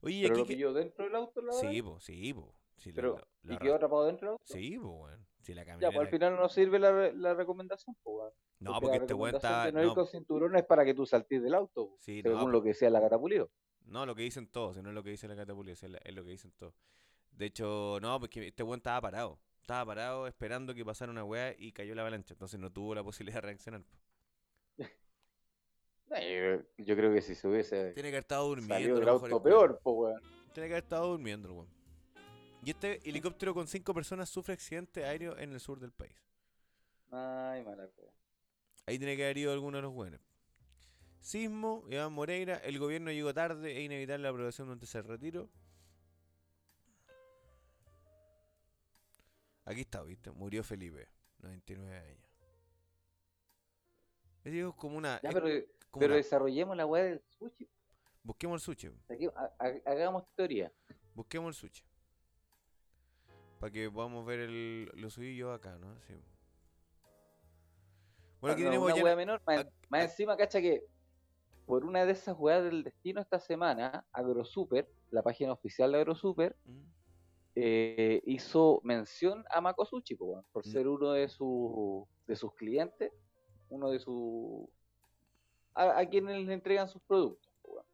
S1: Oye, y
S2: Pero
S1: aquí
S2: lo
S1: que-
S2: pilló dentro del auto, la
S1: Sí,
S2: verdad.
S1: po, sí, po. Sí, lo-
S2: Pero,
S1: lo- lo
S2: ¿Y quedó
S1: arras-
S2: atrapado dentro del auto?
S1: Sí, po, weón. Sí, la
S2: Ya, pues
S1: camioneta-
S2: al final no sirve la, re- la recomendación, pues, weón.
S1: No, porque
S2: la
S1: este weón está.
S2: recomendación de no ir
S1: no,
S2: con cinturones para que tú saltes del auto,
S1: sí, no, pues.
S2: según lo que sea la catapulido.
S1: No, lo que dicen todos, si no es lo que dice la catapulta, es, la- es lo que dicen todos. De hecho, no, porque este weón estaba parado. Estaba parado esperando que pasara una weá y cayó la avalancha. Entonces no tuvo la posibilidad de reaccionar. po.
S2: Eh, Yo creo que si se hubiese
S1: Tiene que haber estado durmiendo.
S2: salido
S1: a
S2: del
S1: lo mejor el
S2: auto
S1: weón.
S2: peor, pues, weón.
S1: Tiene que haber estado durmiendo el weón. Y este helicóptero con cinco personas sufre accidente aéreo en el sur del país.
S2: Ay, mala wea.
S1: Ahí tiene que haber ido alguno de los buenos. Sismo, Iván Moreira, el gobierno llegó tarde, es inevitable la aprobación de un tercer retiro. Aquí está, ¿viste? Murió Felipe, 99 años. Es digo, como una...
S2: Ya,
S1: es
S2: pero,
S1: como
S2: pero
S1: una-
S2: desarrollemos la weá del sushi.
S1: Busquemos el sushi,
S2: Aquí, ha- ha- hagamos teoría.
S1: busquemos el sushi. Para que podamos ver el... Lo subí yo acá, ¿no? Sí. Bueno, aquí
S2: Ah, No,
S1: tenemos
S2: una
S1: ya...
S2: wea menor, más,
S1: ah,
S2: más encima, cacha que por una de esas weas del destino esta semana, AgroSuper, la página oficial de AgroSuper,
S1: Mm.
S2: eh, hizo mención a Makosuchi po, weón, por
S1: Mm.
S2: ser uno de sus de sus clientes, uno de sus a, a quienes le entregan sus productos. po, weón.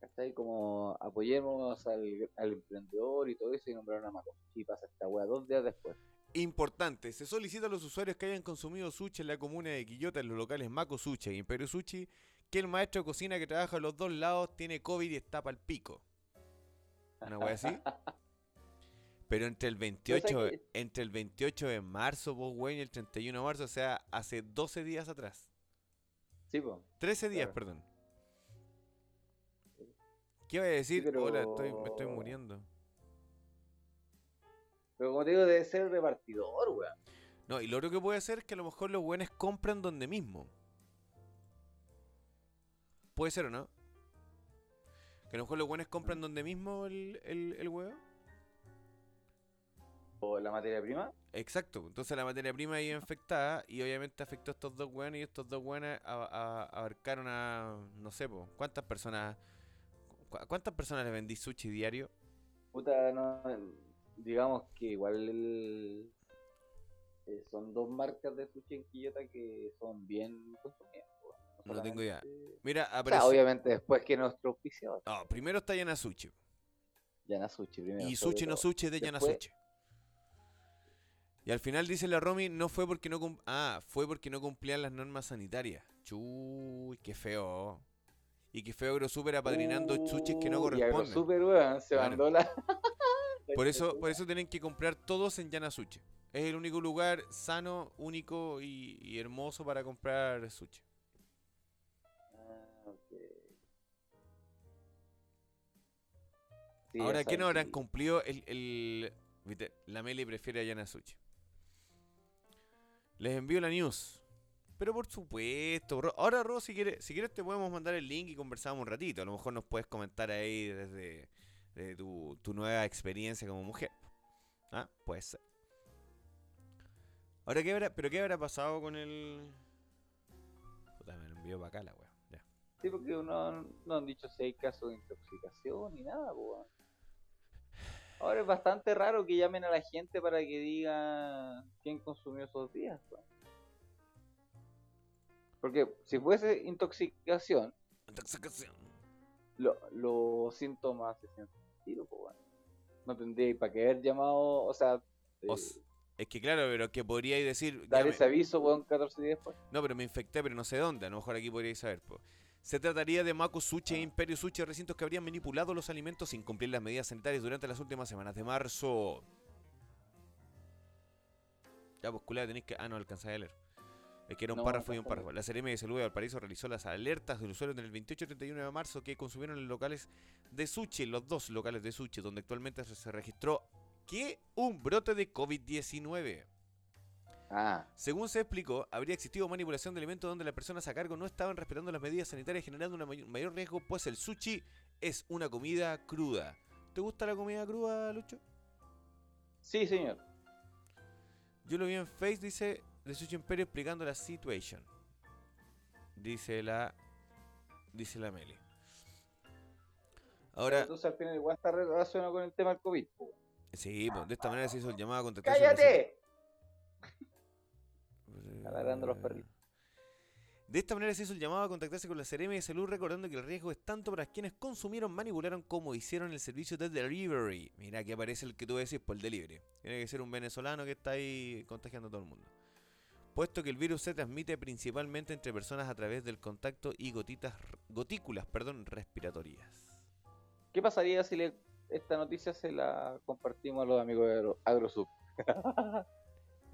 S2: ¿Cachai? Como apoyemos al, al emprendedor y todo eso y nombraron a Makosuchi y pasa esta weá dos días después.
S1: Importante, se solicita a los usuarios que hayan consumido sushi en la comuna de Quillota, en los locales Mako Sushi e Imperio Sushi, que el maestro de cocina que trabaja a los dos lados tiene COVID y está pa'l pico. Una wea
S2: *laughs*
S1: así. Pero entre el 28,
S2: que-
S1: entre el 28 de marzo, vos, güey, y el 31 de marzo, o sea, hace 12 días atrás.
S2: Sí, po.
S1: 13 días,
S2: Claro.
S1: perdón. ¿Qué voy a decir?
S2: pero-
S1: Hola, estoy, me estoy muriendo.
S2: Pero como te digo, debe ser repartidor, weón.
S1: No, y lo otro que puede hacer es que a lo mejor los buenos compran donde mismo. Puede ser o no. Que a lo mejor los buenos
S2: Mm.
S1: compran donde mismo el, el, el huevo.
S2: O la materia prima.
S1: Exacto, entonces la materia prima iba infectada y obviamente afectó a estos dos hueones y estos dos hueones a- a- abarcaron a, no sé, po, ¿cuántas personas cu- cuántas personas les vendí sushi diario?
S2: Puta, no, digamos que igual el- eh, son dos marcas de sushi en Quillota que son bien consumidas. po,
S1: No tengo idea.
S2: solamente-
S1: Mira,
S2: O sea,
S1: apareció...
S2: obviamente después que nuestro auspiciador,
S1: No, Ah, primero está Yanasuchi.
S2: Yanasushi primero.
S1: Y
S2: sobre
S1: Sushi no
S2: todo.
S1: Sushi es de
S2: Después-
S1: Yanasuchi. Y al final dice la Romy, no fue porque no cum- ah, fue porque no cumplían las normas sanitarias. Chuy, qué feo. Y qué feo AgroSuper apadrinando sushis que no
S2: Uh, y
S1: corresponden.
S2: Agrosuper, weón, se
S1: Claro.
S2: mandó la.
S1: *laughs* Por eso, por eso tienen que comprar todos en Yanasuchi. Es el único lugar sano, único y, y hermoso para comprar sushi.
S2: Ah, ok. Sí,
S1: Ahora,
S2: esa-
S1: ¿qué no habrán
S2: sí.
S1: cumplido? El, el- viste, la Meli prefiere a Yanasuchi. Les envío la news. Pero por supuesto, Ro- ahora Ro, si quieres, si quieres te podemos mandar el link y conversamos un ratito. A lo mejor nos puedes comentar ahí desde, desde tu, tu nueva experiencia como mujer. Ah, puede ser. Ahora, ¿qué habrá, ¿pero qué habrá pasado con el...? Puta, me lo envió para acá la wea. Ya.
S2: Sí, porque no, han- no han dicho si hay casos de intoxicación ni nada, po, weón. Ahora es bastante raro que llamen a la gente para que diga quién consumió esos días. pues. Porque si fuese intoxicación,
S1: Intoxicación.
S2: lo- los síntomas se sienten al tiro, pues, weón. No tendría para qué haber llamado, o sea, eh,
S1: O s- Es que claro, pero que podríais decir.
S2: dar
S1: ya me-
S2: ese aviso, weón, 14 días después.
S1: No, pero me infecté, pero no sé dónde. A lo mejor aquí podríais saber. po. Se trataría de Mako Suche e Imperio Suche, recintos que habrían manipulado los alimentos sin cumplir las medidas sanitarias durante las últimas semanas de marzo. Ya, pues culada, tenéis que. Ah, no, alcanzáis a leer. Es que era un
S2: No,
S1: párrafo y un
S2: alcanza a
S1: párrafo. La Seremi de Salud de Valparaíso realizó las alertas del usuario en el 28 y 31 de marzo que consumieron en locales de Suche, los dos locales de Suche, donde actualmente se- se registró que un brote de COVID-19.
S2: Ah,
S1: Según se explicó, habría existido manipulación de alimentos donde las personas a cargo no estaban respetando las medidas sanitarias, generando un mayor, mayor riesgo, pues el sushi es una comida cruda. ¿Te gusta la comida cruda, Lucho?
S2: sí, señor.
S1: Yo lo vi en Face, dice de Sushi Imperio explicando la situation. Dice la. Dice la Meli. Ahora,
S2: Entonces al final igual está relacionado con el tema del COVID. po.
S1: sí, pues, de esta manera se hizo el llamado a contactar.
S2: *laughs* ¡Cállate! ladrando los perritos.
S1: Eh, De esta manera se hizo el llamado a contactarse con la CRM de salud, recordando que el riesgo es tanto para quienes consumieron, manipularon como hicieron el servicio de delivery. Mira que aparece el que tú decís por el delivery. Tiene que ser un venezolano que está ahí contagiando a todo el mundo. Puesto que el virus se transmite principalmente entre personas a través del contacto y gotitas, gotículas, perdón, respiratorias.
S2: ¿Qué pasaría si le- esta noticia se la compartimos a los amigos de Agro- AgroSub?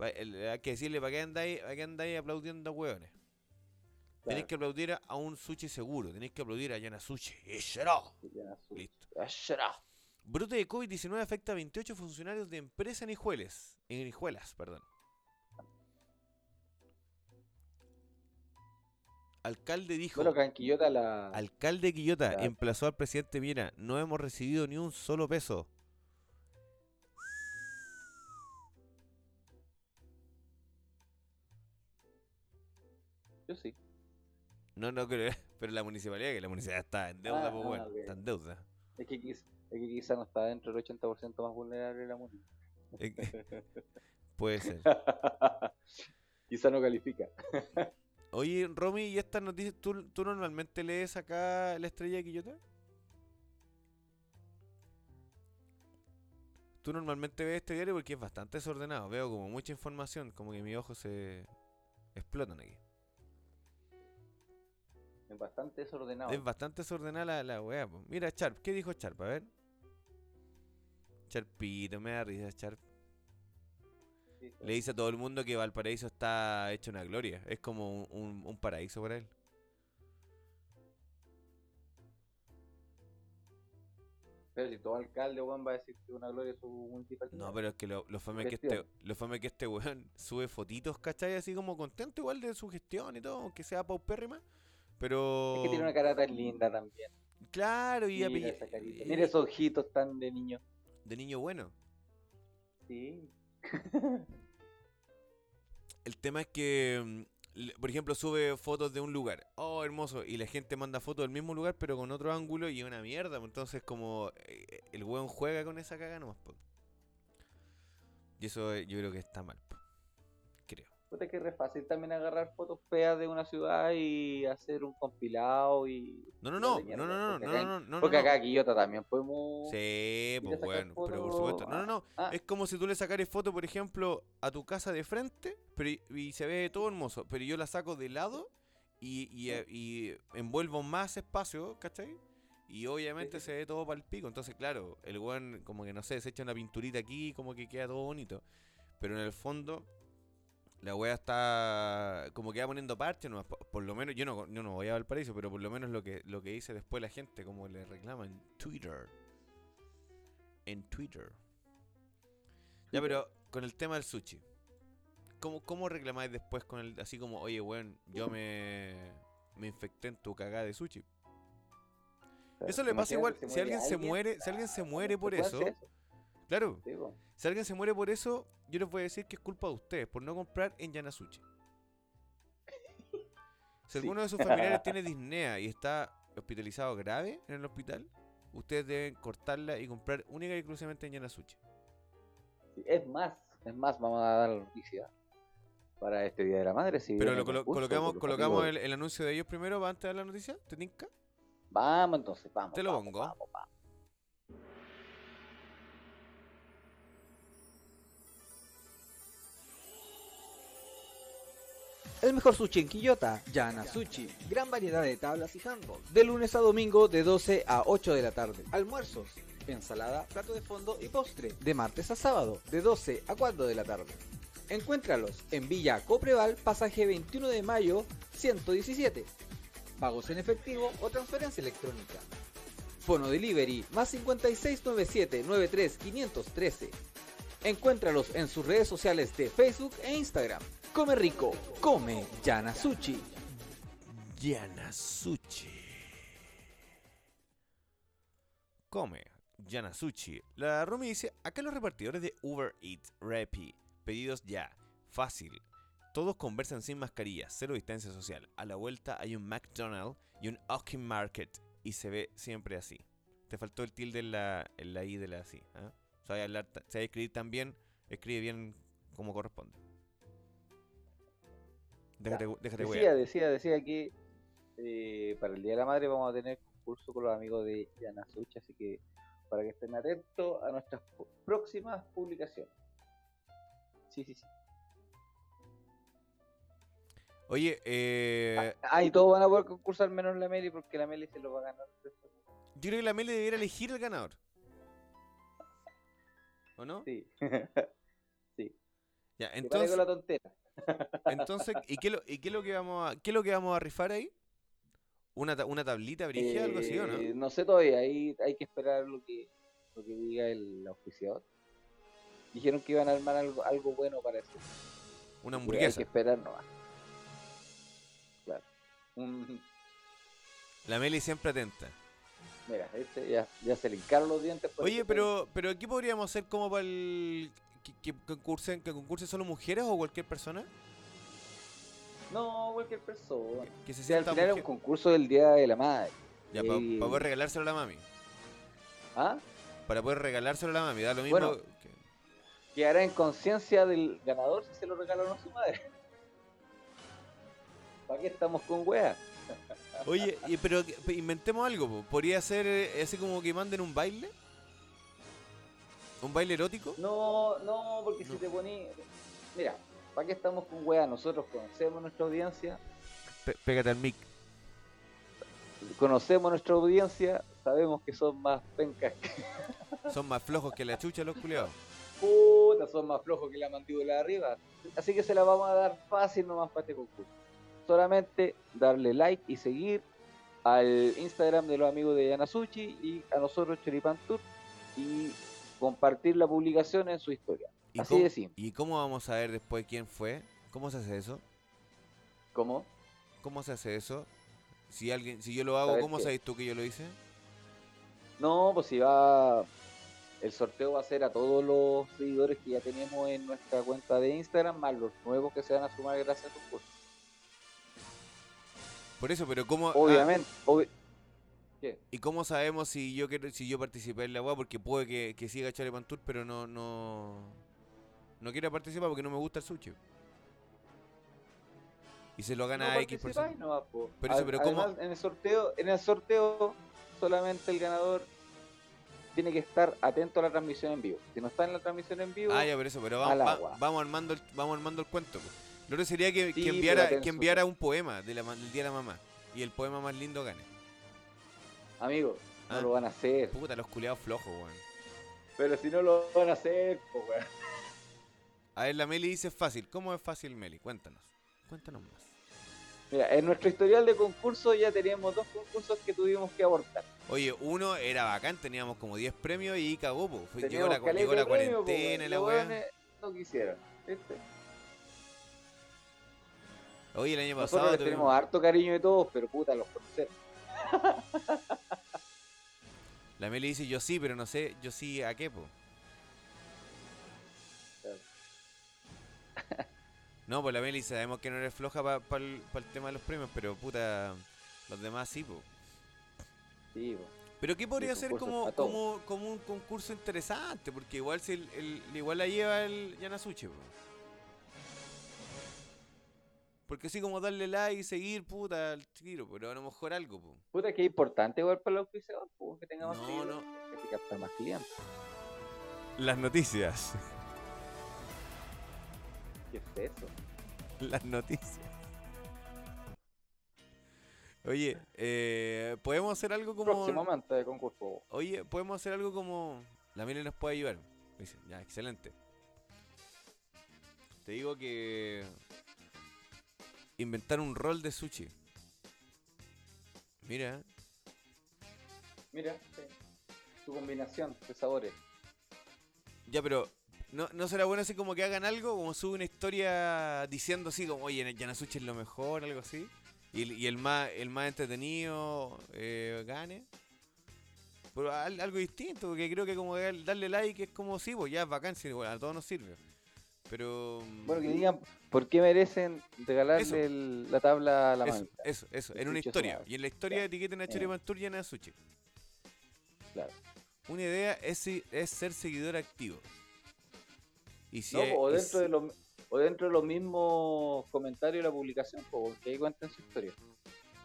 S1: Va- el- eh, Hay que decirle, ¿para qué andáis, para qué andáis aplaudiendo a hueones? Tenéis
S2: Claro.
S1: que aplaudir a- a un sushi seguro, tenéis que aplaudir a Yana Sushi. ¡Y será! Listo.
S2: Ah,
S1: Brote de COVID-19 afecta a 28 funcionarios de empresa en Hijueles. En Hijuelas, perdón. Alcalde dijo.
S2: Bueno, Canquillota la...
S1: Alcalde Quillota
S2: Ya.
S1: emplazó al presidente Viera. No hemos recibido ni un solo peso.
S2: Yo sí.
S1: No, no creo. *laughs* Pero la municipalidad, que la municipalidad está en deuda,
S2: Ah,
S1: pues bueno.
S2: ok.
S1: Está en deuda.
S2: Es que, quiz- es que quizá no está dentro del 80% más vulnerable de la mundo.
S1: Eh, que- *laughs* Puede ser.
S2: *laughs* quizá no califica.
S1: Oye, Romy, ¿y estas noticias tú, tú normalmente lees acá la estrella de Quillota? Tú normalmente ves este diario porque es bastante desordenado. Veo como mucha información, como que mis ojos se explotan aquí.
S2: Es bastante desordenado.
S1: Es bastante desordenada la, la weá. po. Mira, Sharp, ¿qué dijo Sharp? A ver. Sharpito, me da risa, Sharp.
S2: Sí, sí.
S1: Le dice a todo el mundo que Valparaíso está hecho una gloria. Es como un, un- un paraíso para él.
S2: Pero si todo alcalde, weón, va a decir que una gloria es su municipalidad.
S1: No, pero es que lo, lo fome que este,
S2: gestión.
S1: lo fome que este weón *laughs* sube fotitos, ¿cachai? Así como contento igual de su gestión y todo, aunque sea paupérrima. Pero.
S2: Es que tiene una cara tan linda también.
S1: Claro, y
S2: Mira,
S1: apelli-
S2: esa carita.
S1: y-
S2: Mira esos ojitos tan de niño.
S1: De niño bueno.
S2: Sí.
S1: El tema es que, mm, le- por ejemplo, sube fotos de un lugar. Oh, hermoso. Y la gente manda fotos del mismo lugar, pero con otro ángulo y es una mierda. pues, Entonces, como eh, el weón juega con esa caga nomás. po. Y eso eh, yo creo que está mal. po. Creo.
S2: Puta que es re fácil también agarrar fotos feas de una ciudad y hacer un compilado y...
S1: No, no, no. No,
S2: Mierda,
S1: no, no. No,
S2: porque
S1: no,
S2: acá en-
S1: no, no, no,
S2: Porque
S1: no.
S2: acá en Quillota también podemos...
S1: Sí,
S2: ir a
S1: pues
S2: sacar
S1: bueno, pero por
S2: fotos
S1: supuesto. No, no, no.
S2: a-
S1: Es como si tú le sacares foto, por ejemplo, a tu casa de frente pero, y- y se ve todo hermoso, pero yo la saco de lado y, y, eh, y envuelvo más espacio, ¿cachai? Y obviamente se ve todo para el pico. Entonces, claro, el weón, como que no sé, se echa una pinturita aquí, como que queda todo bonito. Pero en el fondo, la wea está como que va poniendo parche nomás. Por, por lo menos, yo no, yo no voy a Valparaíso, pero por lo menos lo que, lo que dice después la gente, como le reclama en Twitter. En Twitter. Ya, pero con el tema del sushi. ¿Cómo, cómo reclamáis después con el. Así como, oye, weón, yo me. Me infecté en tu cagada de sushi.
S2: Claro,
S1: Eso le pasa
S2: imagínate,
S1: igual.
S2: se
S1: Si
S2: muere
S1: alguien se muere, si alguien se muere por eso.
S2: puede hacer
S1: Claro.
S2: sí, po.
S1: Si alguien se muere por eso, yo les voy a decir que es culpa de ustedes por no comprar en Yanasuchi. Si
S2: Sí.
S1: alguno de sus familiares tiene disnea y está hospitalizado grave en el hospital, ustedes deben cortarla y comprar única y exclusivamente en Yanasuchi.
S2: Es más, es más, vamos a dar la noticia para este Día de la Madre. Si
S1: Pero
S2: viene
S1: lo colo-
S2: el concurso,
S1: colocamos,
S2: por los
S1: colocamos el,
S2: amigos.
S1: el anuncio de ellos primero va antes de dar la noticia. ¿Te tinca?
S2: Vamos entonces, vamos.
S1: Te lo
S2: vamos,
S1: pongo.
S2: vamos, vamos.
S8: El mejor sushi en Quillota, Yana Sushi. Gran variedad de tablas y handballs. De lunes a domingo de 12 a 8 de la tarde. Almuerzos, ensalada, plato de fondo y postre. De martes a sábado de 12 a 4 de la tarde. Encuéntralos en Villa Copreval, pasaje 21 de mayo 117. Pagos en efectivo o transferencia electrónica. Fono Delivery más 5697-93513. Encuéntralos en sus redes sociales de Facebook e Instagram. Come rico, come Yanasuchi.
S1: Yanasuchi. Come. Yanasuchi. La Rumi dice, acá los repartidores de Uber Eats, Rappi, pedidos ya, fácil. Todos conversan sin mascarilla, cero distancia social. A la vuelta hay un McDonald's y un Oki Market y se ve siempre así. Te faltó el tilde en la, en la I de la así. ¿ah? Sabe hablar, ta- sabe escribir tan bien, escribe bien como corresponde. Déjate, déjate wear.
S2: Decía, decía, decía que eh, para el Día de la Madre vamos a tener concurso con los amigos de Yanasuchi, así que para que estén atentos a nuestras pu- próximas publicaciones. Sí, sí, sí.
S1: Oye, eh,
S2: Ah, y todos van a poder concursar menos la Meli porque la Meli se lo va a ganar.
S1: yo creo que la Meli debiera elegir el ganador. ¿O no?
S2: Sí.
S1: Ya,
S2: Que pare
S1: entonces,
S2: con la tontera.
S1: entonces ¿y, qué, lo, y qué, es lo que vamos a, qué es lo que vamos a rifar ahí? ¿Una, ta- una tablita brigida, algo así o no?
S2: Eh, No sé todavía, ahí hay que esperar lo que, lo que diga el auspiciador. Dijeron que iban a armar algo, algo bueno para eso.
S1: Una
S2: Hay que
S1: hamburguesa.
S2: esperar nomás. Claro. Un-
S1: La Meli siempre atenta.
S2: Mira, este ya, ya se le hincaron los dientes. por
S1: Oye,
S2: este
S1: pero, pero aquí podríamos hacer como para el... Que, que concursen, que concursen solo mujeres o cualquier persona
S2: tema. No, cualquier persona.
S1: que se
S2: O sea, al
S1: sienta
S2: final era un
S1: mujer.
S2: concurso del Día de la Madre.
S1: Ya, para
S2: eh,
S1: poder regalárselo a la mami.
S2: ¿Ah?
S1: Para poder regalárselo a la mami, da lo mismo.
S2: Bueno.
S1: que-
S2: Quedará en conciencia del ganador si se lo regalaron a su madre. *laughs* ¿Para qué estamos con weas?
S1: Oye, y- pero que- pe- inventemos algo, po. podría ser eh, así como que manden un baile. ¿Un baile erótico?
S2: No, no, porque
S1: No.
S2: si te poní. Mira, ¿para qué estamos con weas? Nosotros conocemos nuestra audiencia,
S1: pégate al mic.
S2: conocemos nuestra audiencia, sabemos que son más pencas que
S1: Son más flojos que la chucha los culiados.
S2: puta, son más flojos que la mandíbula de arriba. Así que se la vamos a dar fácil nomás para este concurso. Solamente darle like y seguir al Instagram de los amigos de Yanasuchi y a nosotros Choripan Tour y compartir la publicación en su historia.
S1: ¿Y,
S2: Así
S1: cómo,
S2: de simple.
S1: ¿Y cómo vamos a ver después quién fue? ¿Cómo se hace eso?
S2: ¿Cómo?
S1: ¿Cómo se hace eso? Si alguien, si yo lo hago,
S2: ¿Saber
S1: ¿cómo
S2: qué?
S1: sabes tú que yo lo hice?
S2: No, pues si va. El sorteo va a ser a todos los seguidores que ya tenemos en nuestra cuenta de Instagram, más los nuevos que se van a sumar gracias al concurso.
S1: Por eso, pero ¿cómo, ah,
S2: Obviamente, obvi-
S1: ¿y cómo sabemos si yo quiero, si yo participé en la weá? Porque puede que, que siga Chale Pantur, pero no, no. No quiera participar porque no me gusta el sushi. Y se lo gana
S2: no
S1: X
S2: participáis
S1: persona.
S2: nomás, po.
S1: Pero eso,
S2: Ad-
S1: pero ¿cómo?
S2: además, en el sorteo, en el sorteo solamente el ganador tiene que estar atento a la transmisión en vivo. Si no está en la transmisión en vivo,
S1: Ah, ya, pero eso, pero
S2: al
S1: vamos, va-
S2: agua.
S1: vamos armando el, vamos armando el cuento. pues. Lo otro sería que, que
S2: Sí,
S1: enviara,
S2: pero tenso.
S1: que enviara un poema de la ma- del Día de la Mamá. Y el poema más lindo gane.
S2: amigo,
S1: Ah.
S2: no lo van a hacer.
S1: Puta, los culeados flojos, weón.
S2: Pero si no lo van a hacer, po, weón.
S1: A ver, la Meli dice fácil. ¿Cómo es fácil, Meli? Cuéntanos. Cuéntanos más.
S2: Mira, en nuestro historial de concurso ya teníamos dos concursos que tuvimos que abortar.
S1: Oye, uno era bacán, teníamos como 10 premios y cagó, po. Fue- Pues Llegó
S2: Teníamos
S1: la,
S2: caleta
S1: llegó la
S2: de premio, po,
S1: cuarentena, y
S2: weón.
S1: la
S2: Los
S1: weá.
S2: weones No quisieron. ¿viste?
S1: Oye, el año
S2: Nosotros
S1: pasado
S2: les tenemos
S1: tuvimos...
S2: harto cariño de todos, pero puta, los conocemos.
S1: La Meli dice yo sí, pero no sé, yo sí a qué,
S2: *laughs*
S1: po.
S2: Claro.
S1: No, pues la Meli sabemos que no eres floja para el tema de los premios, pero puta, los demás sí, po.
S2: Sí, po.
S1: Pero ¿qué podría
S2: Hay
S1: ser
S2: concursos
S1: como,
S2: para todo.
S1: como, como un concurso interesante? Porque igual si el, el- igual la lleva el Yanasuche, po. Porque así como darle like y seguir, puta, al tiro, pero a lo mejor algo, po.
S2: Puta, que es importante igual para el auspiciador, pues, que tenga más
S1: No,
S2: seguidores,
S1: no.
S2: que se capta más clientes.
S1: Las noticias. *laughs*
S2: ¿Qué es eso?
S1: Las noticias. Oye, eh, ¿podemos hacer algo como...
S2: Próximo momento de concurso.
S1: Oye, podemos hacer algo como. La Mile nos puede ayudar. Dice, ya, excelente. Te digo que. Inventar un rol de sushi. Mira,
S2: Mira, sí. tu combinación de sabores.
S1: ya, pero. ¿No, ¿No será bueno así como que hagan algo? Como sube una historia diciendo así, como, oye, Yanasuchi es lo mejor, algo así. Y, el- y el más el más entretenido eh, gane. Pero al- algo distinto, porque creo que como dar- darle like es como, sí, pues ya es bacán, sí, bueno, a todos nos sirve. Pero. mm,
S2: Bueno, que digan por qué merecen
S1: Eso.
S2: regalarle el- la tabla a la
S1: Eso,
S2: mano.
S1: eso, eso, en
S2: El
S1: una
S2: chucho
S1: historia.
S2: suave.
S1: Y en la historia
S2: Ya.
S1: etiqueten a
S2: Ya.
S1: Chori Pantur y a Natsuchi.
S2: Claro.
S1: Una idea es, si- es ser seguidor activo. Y si
S2: No,
S1: hay-
S2: o,
S1: y
S2: dentro
S1: si-
S2: de los, o dentro de los mismos comentarios de la publicación, po, que ahí cuenten su historia.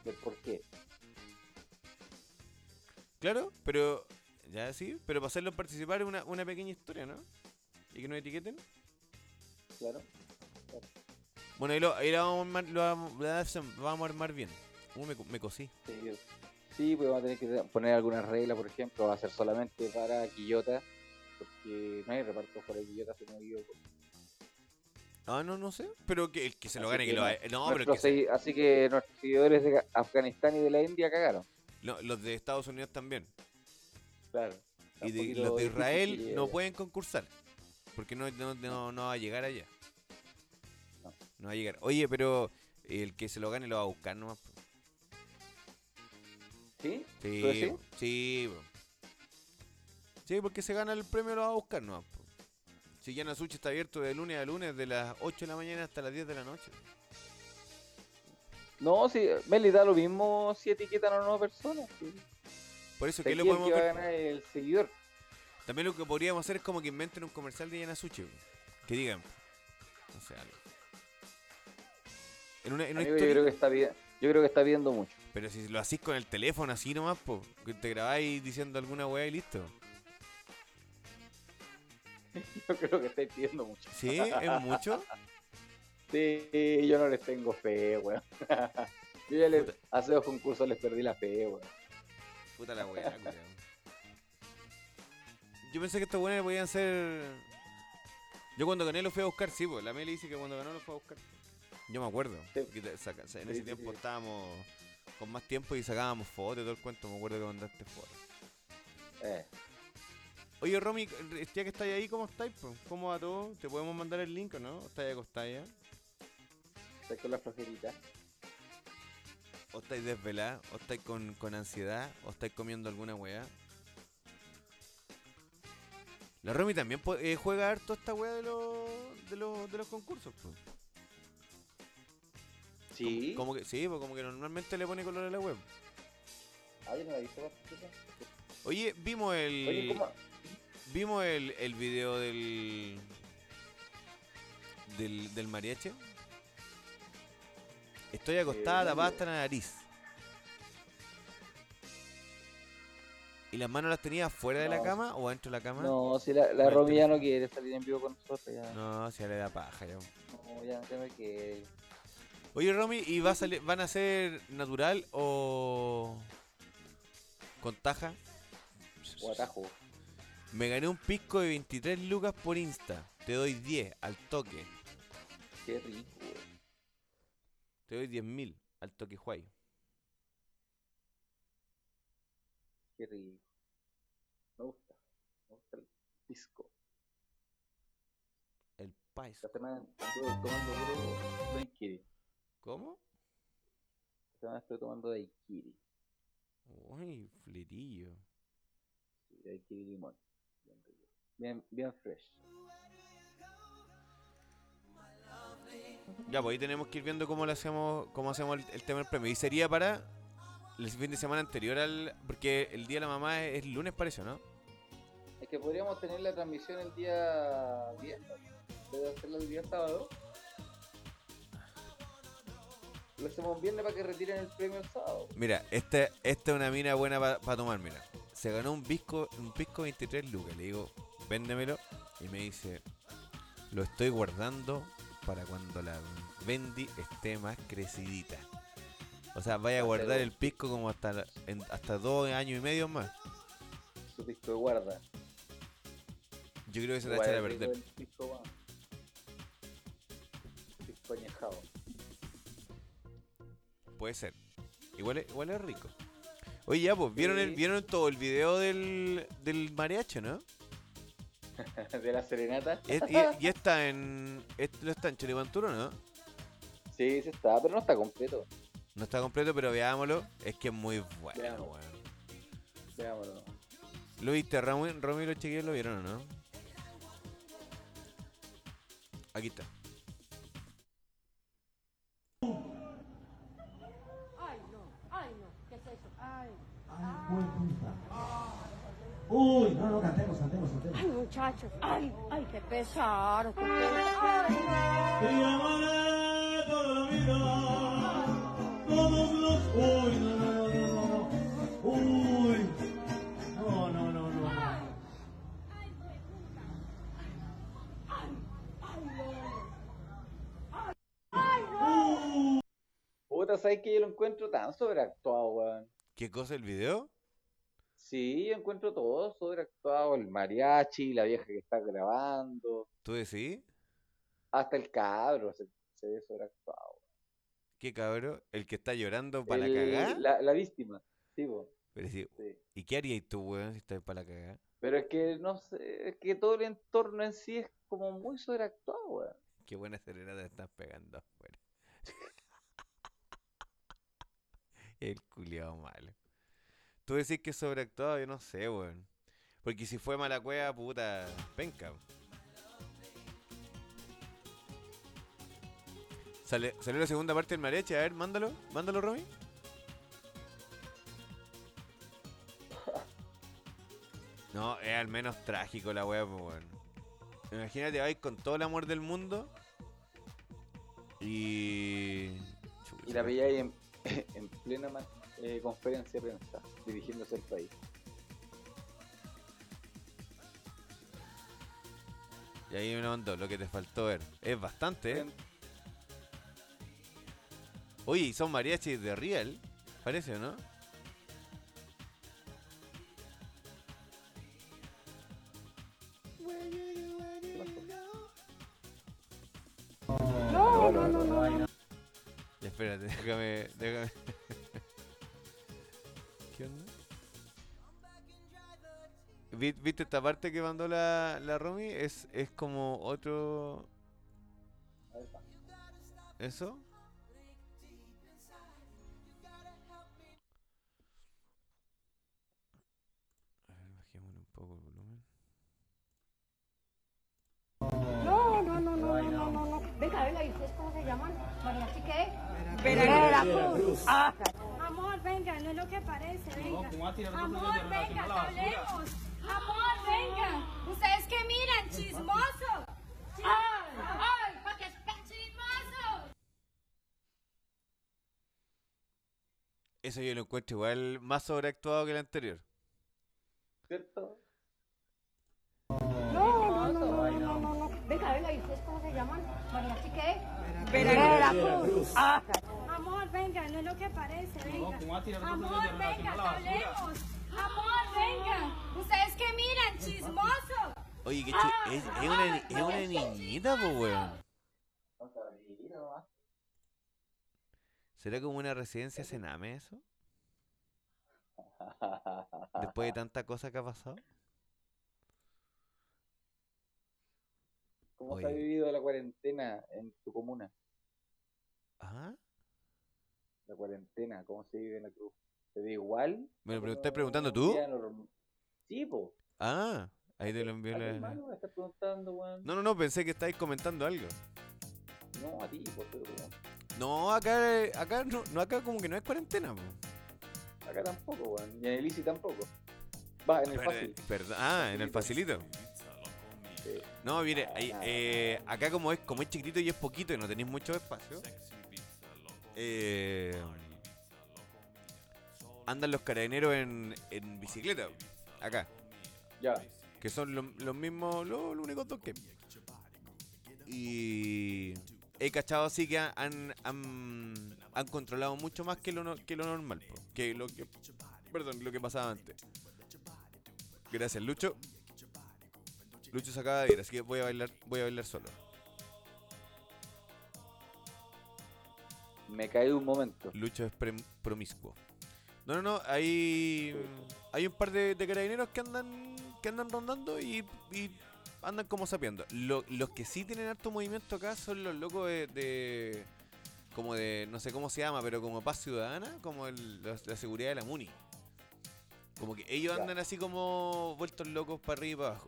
S2: Del por qué.
S1: Claro, pero. Ya sí, pero para hacerlos participar es una, una pequeña historia, ¿no? Y que nos etiqueten.
S2: Claro.
S1: Bueno, ahí lo, ahí lo vamos, a armar, lo vamos, lo vamos a armar bien. Uh, me, co- me cosí.
S2: Sí, este, yo- sí, pues vamos a tener que poner algunas reglas, por ejemplo, va a ser solamente para Quillota, porque no hay reparto fuera de Quillota, si no me equivoco.
S1: Ah, no, no sé. Pero que el que se lo
S2: Así
S1: gane, que,
S2: que
S1: lo.
S2: no.
S1: ha- No, pero
S2: Nuestros
S1: el que se-
S2: segui- Así que nuestros seguidores de Ga- Afganistán y de la India cagaron.
S1: no, los de Estados Unidos también.
S2: Claro.
S1: Y de- los *laughs* de Israel no pueden concursar. Porque no, no, no- no va a llegar allá.
S2: No.
S1: No va a llegar. Oye, pero el que se lo gane lo va a buscar nomás. po.
S2: ¿Sí?
S1: Sí,
S2: ¿Tú decís?
S1: po. sí, po. Sí, porque se gana el premio lo va a buscar nomás. po. Si ya Nasuche está abierto de lunes a lunes, de las 8 de la mañana hasta las 10 de la noche.
S2: No, sí, Meli da lo mismo si etiquetan a nuevas personas. Sí.
S1: Por eso
S2: Aquí
S1: que lo
S2: el
S1: podemos
S2: que va a
S1: ver-
S2: ganar es el seguidor.
S1: También lo que podríamos hacer es como que inventen un comercial de Yanasuche. po. Que digan. No sé, algo. En una, en una
S2: Amigo, yo
S1: historia-
S2: creo que está bien. Yo creo que está viendo mucho. *laughs*
S1: Pero si lo hacís con el teléfono así nomás, po, que te grabáis diciendo alguna weá y listo.
S2: Yo creo que estáis pidiendo mucho.
S1: ¿Sí? ¿Es mucho?
S2: Sí, yo no les tengo fe, weón. *laughs* Yo ya les, hace dos concursos les perdí la fe, weón.
S1: Puta la weá, culiao. Yo pensé que estos weones podían ser. Yo cuando gané los fui a buscar, sí, pues. La Meli dice que cuando ganó los fue a buscar. Yo me acuerdo.
S2: Sí.
S1: que te saca- en
S2: Sí,
S1: ese
S2: sí,
S1: tiempo
S2: sí.
S1: estábamos con más tiempo y sacábamos fotos y todo el cuento. Me acuerdo que mandaste fotos.
S2: Eh,
S1: Oye, Romy, ya que estáis ahí, ¿cómo estáis? po? ¿Cómo va todo? ¿Te podemos mandar el link o no? ¿Estáis acostados ya?
S2: estoy con la flojerita.
S1: ¿O estáis desvelados? ¿O estáis con, con ansiedad? ¿O estáis comiendo alguna weá? La Romy también po- eh, juega harto esta weá de los, de los, de los concursos. po.
S4: Sí.
S1: Como que, sí, po, como que normalmente le pone color a la web.
S2: Ah, yo no la he visto.
S1: Oye, vimos el.
S2: Oye, ¿cómo?
S1: Vimos el, el video del, del. del mariachi. Estoy acostada,
S2: Eh,
S1: tapada hasta la nariz. ¿Y las manos las tenía fuera de la
S2: No.
S1: cama o dentro de la cama?
S2: No, si la,
S1: Con
S2: la
S1: el
S2: Romy ya no quiere salir en vivo con nosotros, ya. No,
S1: No, si ya le da paja ya.
S2: ya no me quiere.
S1: Oye, Romy, ¿y va a salir- van a ser natural o. con taja?
S2: O atajo.
S1: Me gané un pisco de 23 lucas por Insta. Te doy 10 al toque.
S2: Qué rico, weón.
S1: Te doy 10.000 al toque Juay.
S2: qué rico. Me gusta. Me gusta el pisco.
S1: El país.
S2: Esta semana estuve tomando puro daiquiri. Esta
S1: ¿Cómo?
S2: semana estuve tomando daiquiri.
S1: Uy, fletillo.
S2: Daiquiri limón. Bien rico. Bien, bien fresh.
S1: Ya, pues ahí tenemos que ir viendo cómo le hacemos, cómo hacemos el, el tema del premio. Y sería para el fin de semana anterior al. Porque el día de la mamá es, es lunes, parece, ¿no?
S2: Es que podríamos tener la transmisión el día viernes. Debe hacerla el día sábado. Lo hacemos viernes para que retiren el premio el sábado.
S1: Mira, esta esta es una mina buena para tomar, mira. Se ganó un pisco, un pisco 23 lucas. Le digo, véndemelo. Y me dice, lo estoy guardando para cuando la vendi esté más crecidita. O sea, vaya a guardar el pisco como hasta, la- en- hasta dos años y medio más.
S2: Su disco de guarda.
S1: Yo creo que se la
S2: Guarda
S1: echará a
S2: el
S1: perder.
S2: disco del disco, va. Disco añejado. *laughs*
S1: Puede ser. Igual, es- igual es rico. Oye, ya, pues, ¿vieron, el,
S2: Sí.
S1: ¿vieron todo el video del, del mariachi, no?
S2: De la serenata.
S1: Es- y, y está en. es- ¿Lo está en Chilipantura, no?
S2: Sí, sí está, pero no está completo.
S1: No está completo, pero veámoslo. Es que es muy bueno,
S2: Veamos.
S1: weón.
S2: Veámoslo.
S1: ¿Lo viste, Ramón? Romeo y los chiquillos lo vieron, ¿o no? Aquí está.
S9: Ay, no, ay, no, ¿qué es eso? Ay,
S6: Uy, no, no, cantemos, cantemos, cantemos.
S9: ay, muchachos, ay, ay, qué pesar, qué pesar, ay, no.
S3: Te llamaré toda la vida. Todos los. Uy, no, no, no, no, no, no. Uy. No, no, no, no. no.
S2: Puta, ¿sabes que yo lo encuentro tan sobreactuado, weón?
S1: ¿Qué cosa el video?
S2: Sí, yo encuentro todo sobreactuado, el mariachi, la vieja que está grabando,
S1: ¿Tú decís?
S2: hasta el cabro se, se ve sobreactuado.
S1: ¿Qué cabrón? ¿El que está llorando para
S2: El-
S1: la cagada?
S2: la, la víctima, sí, po,
S1: Pero sí,
S2: sí.
S1: ¿Y qué harías tú, weón, si estás para la cagada?
S2: Pero es que no sé, es que todo el entorno en sí es como muy sobreactuado, weón.
S1: Qué buena serenata estás pegando afuera. *laughs* El culiao malo. Tú decís que es sobreactuado, yo no sé, weón. Porque si fue mala cueva, puta, penca. Sale, salió la segunda parte del mareche, a ver, mándalo, mándalo, Romy. No, es al menos trágico la wea, pues, weón. Imagínate, vais con todo el amor del mundo y.
S2: Y la
S1: Chucha.
S2: veía ahí en, *laughs* en plena ma- eh, conferencia de prensa, dirigiéndose al país. *laughs*
S1: Y ahí me lo mandó, lo que te faltó ver. Es bastante, ¿eh?
S2: En-
S1: Oye, y son mariachis de Real, parece, ¿o ¿no?
S9: No, no, no, no, no.
S1: Ya, espérate, déjame, déjame. *laughs* ¿Qué onda? Vi- ¿Viste esta parte que mandó la, la Romy? Es, es como otro... ¿Eso? A ver, bajémosle un poco el volumen.
S9: No, no, no, no, no, no, no, no. Venga, venga, ¿y ustedes cómo se llaman? ¿Mariachi qué? Veracruz. Ah, amor, venga, no es lo que parece, venga. Amor, venga, hablemos. Amor, venga. ¿Ustedes qué miran, chismoso? ¡Ay, ay, para que están chismosos!
S1: Eso yo lo encuentro igual más sobreactuado que el anterior.
S2: ¿Cierto?
S9: No, no, no, no, no, no. Venga, venga, ¿y ustedes cómo se llaman? ¿Mariachi qué? Veracruz. Ah, amor, venga, no es lo que parece, venga. Amor, venga, hablemos. Amor, venga. ¿Ustedes qué miran, chismoso?
S1: Oye, que chi- es, es una, ni- es una niñita, po, weón.
S2: No sabría, nomás.
S1: ¿Será como una residencia Sename eso?
S2: Ah,
S1: Después de tanta cosa que ha pasado.
S2: ¿Cómo se ha
S1: Oye.
S2: vivido la cuarentena en tu comuna?
S1: ¿Ah?
S2: La cuarentena, ¿cómo se vive en la cruz? ¿Se ve igual?
S1: ¿Me lo
S2: Como
S1: pre- estás preguntando
S2: un
S1: tú?
S2: día norm- Sí, po.
S1: Ah, ahí te lo envió
S2: ¿A
S1: la...
S2: tu hermano me estás preguntando, weón?
S1: No, no, no, pensé que estáis comentando algo.
S2: No, a ti, po, pero, weón.
S1: No, acá, acá no, no, acá como que no es cuarentena, po.
S2: Acá tampoco, weón. Y en el Easy tampoco. Va, en el
S1: Pero,
S2: fácil.
S1: eh, perdón. Ah, en el facilito.
S2: Sí.
S1: No, mire, ahí, eh, acá como es, como es chiquitito y es poquito y no tenéis mucho espacio. eh, andan los carabineros en, en bicicleta. Acá.
S2: Ya.
S1: Que son lo- los mismos, lo- los únicos dos que. Y he cachado así que han, han, han- han controlado mucho más que lo, no- que lo normal. po. Que lo que, perdón, lo que pasaba antes. Gracias, Lucho. Lucho se acaba de ir, así que voy a bailar, voy a bailar solo.
S2: Me caí un momento.
S1: Lucho es prem- promiscuo. No, no, no, hay, hay un par de, de carabineros que andan que andan rondando y, y andan como sapeando. Lo- los que sí tienen harto movimiento acá son los locos de, de- como de, no sé cómo se llama, pero como paz ciudadana, como el- la, la seguridad de la MUNI. Como que ellos
S2: Ya.
S1: andan así como vueltos locos para arriba y para abajo.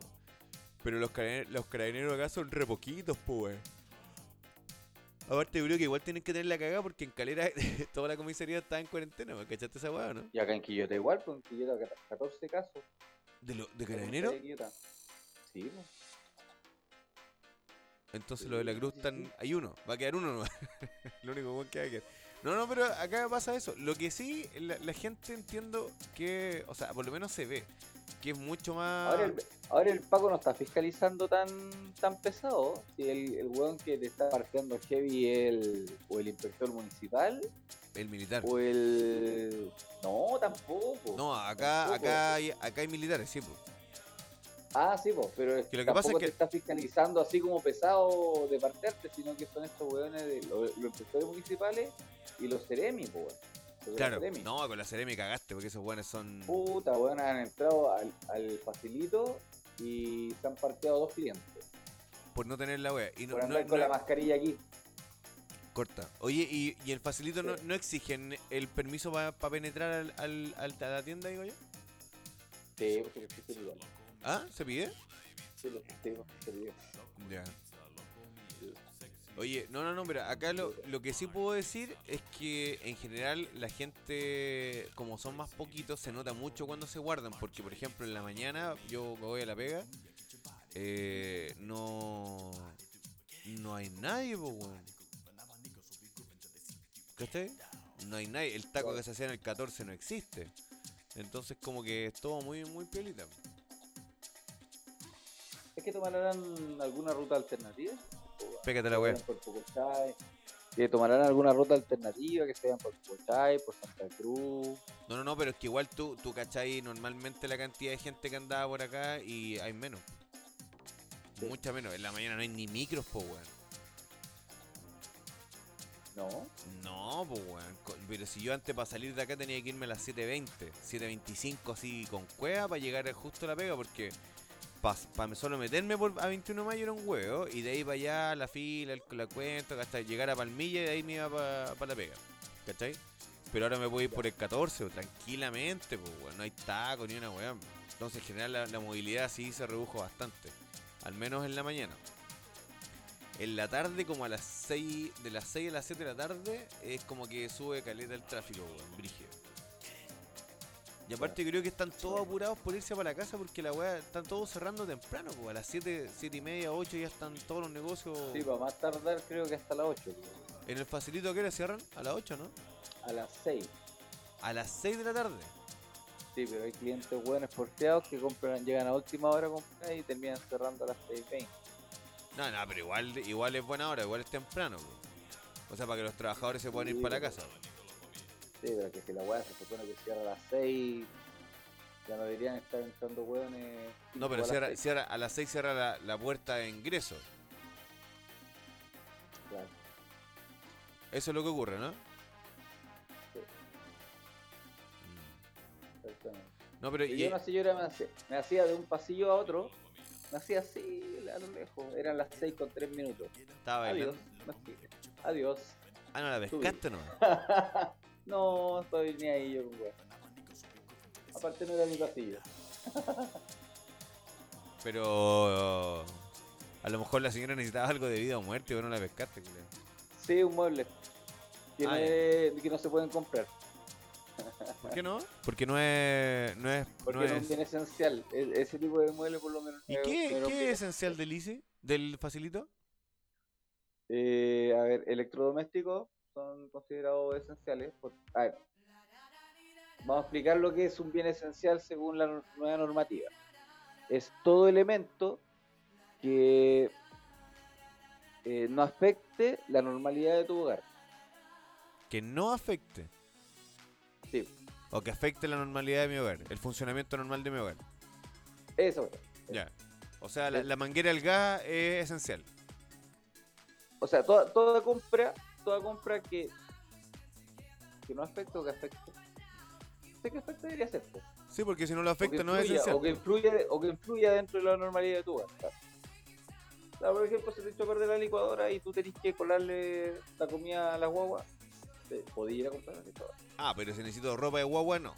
S1: Pero los carabineros, los carabineros acá son re poquitos, pues. Aparte, yo creo que igual tienen que tener la cagada porque en Calera *laughs* toda la comisaría está en cuarentena, ¿me cachaste esa hueá, no?
S2: Y acá en Quillota igual, pues en Quillota ca- 14 casos.
S1: ¿De, lo, de
S2: La
S1: Carabineros?
S2: comité de Quillota. Sí, pues.
S1: Entonces lo de la cruz están. Hay uno, va a quedar uno nomás. *laughs* lo único buen que va a quedar. No, no, pero acá pasa eso. Lo que sí, la, la gente entiendo que. O sea, por lo menos se ve. Que es mucho más.
S2: Ahora el, ahora el Paco no está fiscalizando tan tan pesado. Si el, el weón que te está parqueando heavy es el, o el inspector municipal
S1: el militar.
S2: o el... No, tampoco.
S1: No, acá,
S2: tampoco.
S1: acá hay, acá hay militares, sí, pues.
S2: Ah, sí, pues, pero
S1: Que lo que
S2: tampoco
S1: pasa es que-
S2: te está fiscalizando así como pesado de partearte, sino que son estos weones de lo- los, inspectores municipales y los Ceremi, pues. weón. Los de la
S1: Claro.
S2: Ceremi. Uh.
S1: No, con la Ceremi cagaste, porque esos buenos son.
S2: Puta, weón, han entrado al, al facilito y se han parteado dos clientes.
S1: Por no tener la wea. Y no,
S2: por
S1: no,
S2: andar con
S1: no-
S2: la mascarilla aquí.
S1: Corta. Oye, ¿y, y el facilito no,
S2: Sí.
S1: no exigen el permiso para penetrar al, al- al- a la tienda, digo yo?
S2: Sí, porque existe el lugar.
S1: ¿Ah? ¿Se pide?
S2: Sí, lo- sí, lo- sí, lo-
S1: Ya. Oye, no, no, no, pero acá lo, lo que sí puedo decir es que en general la gente, como son más poquitos, se nota mucho cuando se guardan. Porque, por ejemplo, en la mañana yo me voy a la pega, eh, no. No hay nadie, po, weón. ¿Cachai? No hay nadie. El taco que se hacía en el 14 no existe. Entonces, como que es todo muy, muy piolita.
S2: Es que tomarán alguna ruta alternativa.
S1: Pégate la
S2: Que
S1: wea.
S2: vayan por Pucochay, Que tomarán alguna ruta alternativa, que se vayan por Pucochay, por Santa Cruz.
S1: No, no, no, pero es que igual tú, tú cachai normalmente la cantidad de gente que andaba por acá y hay menos.
S2: Sí.
S1: Mucha menos. En la mañana no hay ni micros, po, weón.
S2: No,
S1: No, po, weón. Co- Pero si yo antes para salir de acá tenía que irme a las 7.20, 7.25 así con cueva para llegar justo a la pega porque para solo meterme por, a 21 de mayo era un huevo y de ahí para allá la fila, el- la cuenta, hasta llegar a Palmilla y de ahí me iba para la pega. ¿Cachai? Pero ahora me voy a ir por el 14, tranquilamente, pues, weón. No hay taco ni una weón. Entonces, en general, la, la movilidad sí se redujo bastante. Al menos en la mañana. En la tarde, como a las 6, de las 6 a las 7 de la tarde, es como que sube caleta el tráfico, weón, brígido. Y aparte creo que están todos apurados por irse para la casa porque la weá, están todos cerrando temprano, pues a las 7, 7 y media, 8 ya están todos los negocios.
S2: sí, para más tardar creo que hasta las 8,
S1: En el facilito que era cierran a las 8, ¿no?
S2: a las 6.
S1: A las 6 de la tarde.
S2: Sí, pero hay clientes buenos porteados que compran, llegan a última hora a comprar y terminan cerrando a las 6.20.
S1: No, no, pero igual, igual es buena hora, igual es temprano. po. O sea, para que los trabajadores se puedan ir para la casa.
S2: Sí, pero que si la weá se supone que cierra a las 6, ya no deberían estar entrando weones.
S1: No, pero
S2: cinco a las
S1: cierra,
S2: seis.
S1: cierra- a las 6 cierra la, la puerta de ingreso.
S2: Claro.
S1: Eso es lo que ocurre, ¿no?
S2: Sí.
S1: Mm.
S2: Exactamente.
S1: No, pero...
S2: Y
S1: y- eh,
S2: yo una señora me hacía, me hacía de un pasillo a otro, me hacía así, a lo lejos, eran las 6 con 3 minutos.
S1: estaba
S2: Adiós,
S1: bailando.
S2: me hacía, adiós.
S1: Ah, no, la
S2: Subí.
S1: pescaste,
S2: *laughs*
S1: ¿no?
S2: no, estoy ni ahí yo, weón. Aparte no era mi pasillo.
S1: Pero... A lo mejor la señora necesitaba algo de vida o muerte, pero no la pescaste, culiao. Ah,
S2: Sí, un mueble. Tiene- que no se pueden comprar.
S1: ¿Por qué no? Porque no es. No es,
S2: Porque
S1: no
S2: no
S1: es.
S2: es bien esencial. E- ese tipo de mueble por lo menos.
S1: ¿Y
S2: eh, me- me
S1: qué,
S2: lo
S1: qué es
S2: pide.
S1: esencial del ICE? ¿Del facilito?
S2: Eh, a ver, electrodomésticos son considerados esenciales. por- a ver, vamos a explicar lo que es un bien esencial según la nor- nueva normativa. Es todo elemento que eh, no afecte la normalidad de tu hogar.
S1: Que no afecte.
S2: Sí.
S1: O que afecte la normalidad de mi hogar. El funcionamiento normal de mi hogar.
S2: Eso.
S1: Ya. O sea, la, la manguera del gas es esencial.
S2: O sea, toda, toda compra, toda compra que que no afecte o que afecte. Sé que afecte debería ser. po.
S1: Sí, porque si no lo
S2: O que
S1: afecta, no es
S2: influya-
S1: esencial.
S2: O que, influya, o que influya dentro de la normalidad de tu hogar. claro. Claro, por ejemplo, se te echó a perder la licuadora y tú tenés que colarle la comida a la guagua. eh, Podías ir a comprar la licuadora.
S1: Ah, pero si necesito ropa de guagua, no.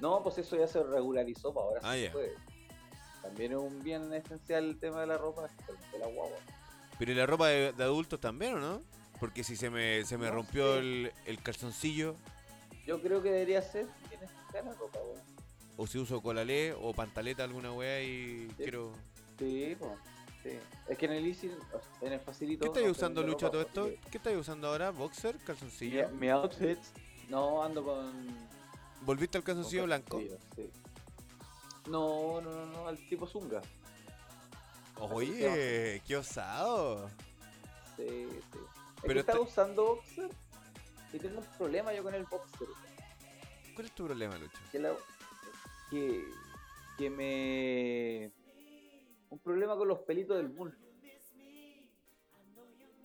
S2: No, pues eso ya se regularizó para ahora.
S1: Ah,
S2: sí
S1: ya.
S2: puede. También es un bien esencial el tema de la ropa, especialmente la guagua.
S1: Pero ¿y la ropa de, de adultos también, ¿o no? Porque si se me, se me
S2: No
S1: rompió
S2: sé.
S1: el, el calzoncillo,
S2: Yo creo que debería ser bien esencial la ropa, weón.
S1: o si uso colalé o pantaleta alguna weá y quiero...
S2: Sí, po, sí. Es que en el Easy, o sea, en el facilito.
S1: ¿Qué estáis
S2: no eh.
S1: usando,
S2: venden
S1: Lucha,
S2: ropa,
S1: todo
S2: así
S1: esto?
S2: que-
S1: ¿Qué estáis usando ahora? ¿Boxer? ¿Calzoncillo?
S2: Mi, mi outfit. No, ando con.
S1: ¿Volviste al calzoncillo
S2: con
S1: blanco?
S2: calzoncillo, sí. No, no, no, no, al tipo Zunga.
S1: Oye, qué osado.
S2: Sí, sí. Es
S1: Pero
S2: que estaba
S1: te-
S2: usando boxer y tengo un problema yo con el boxer.
S1: ¿Cuál es tu problema, Lucha?
S2: Que, la- que, que me. Un problema con los pelitos del muslo.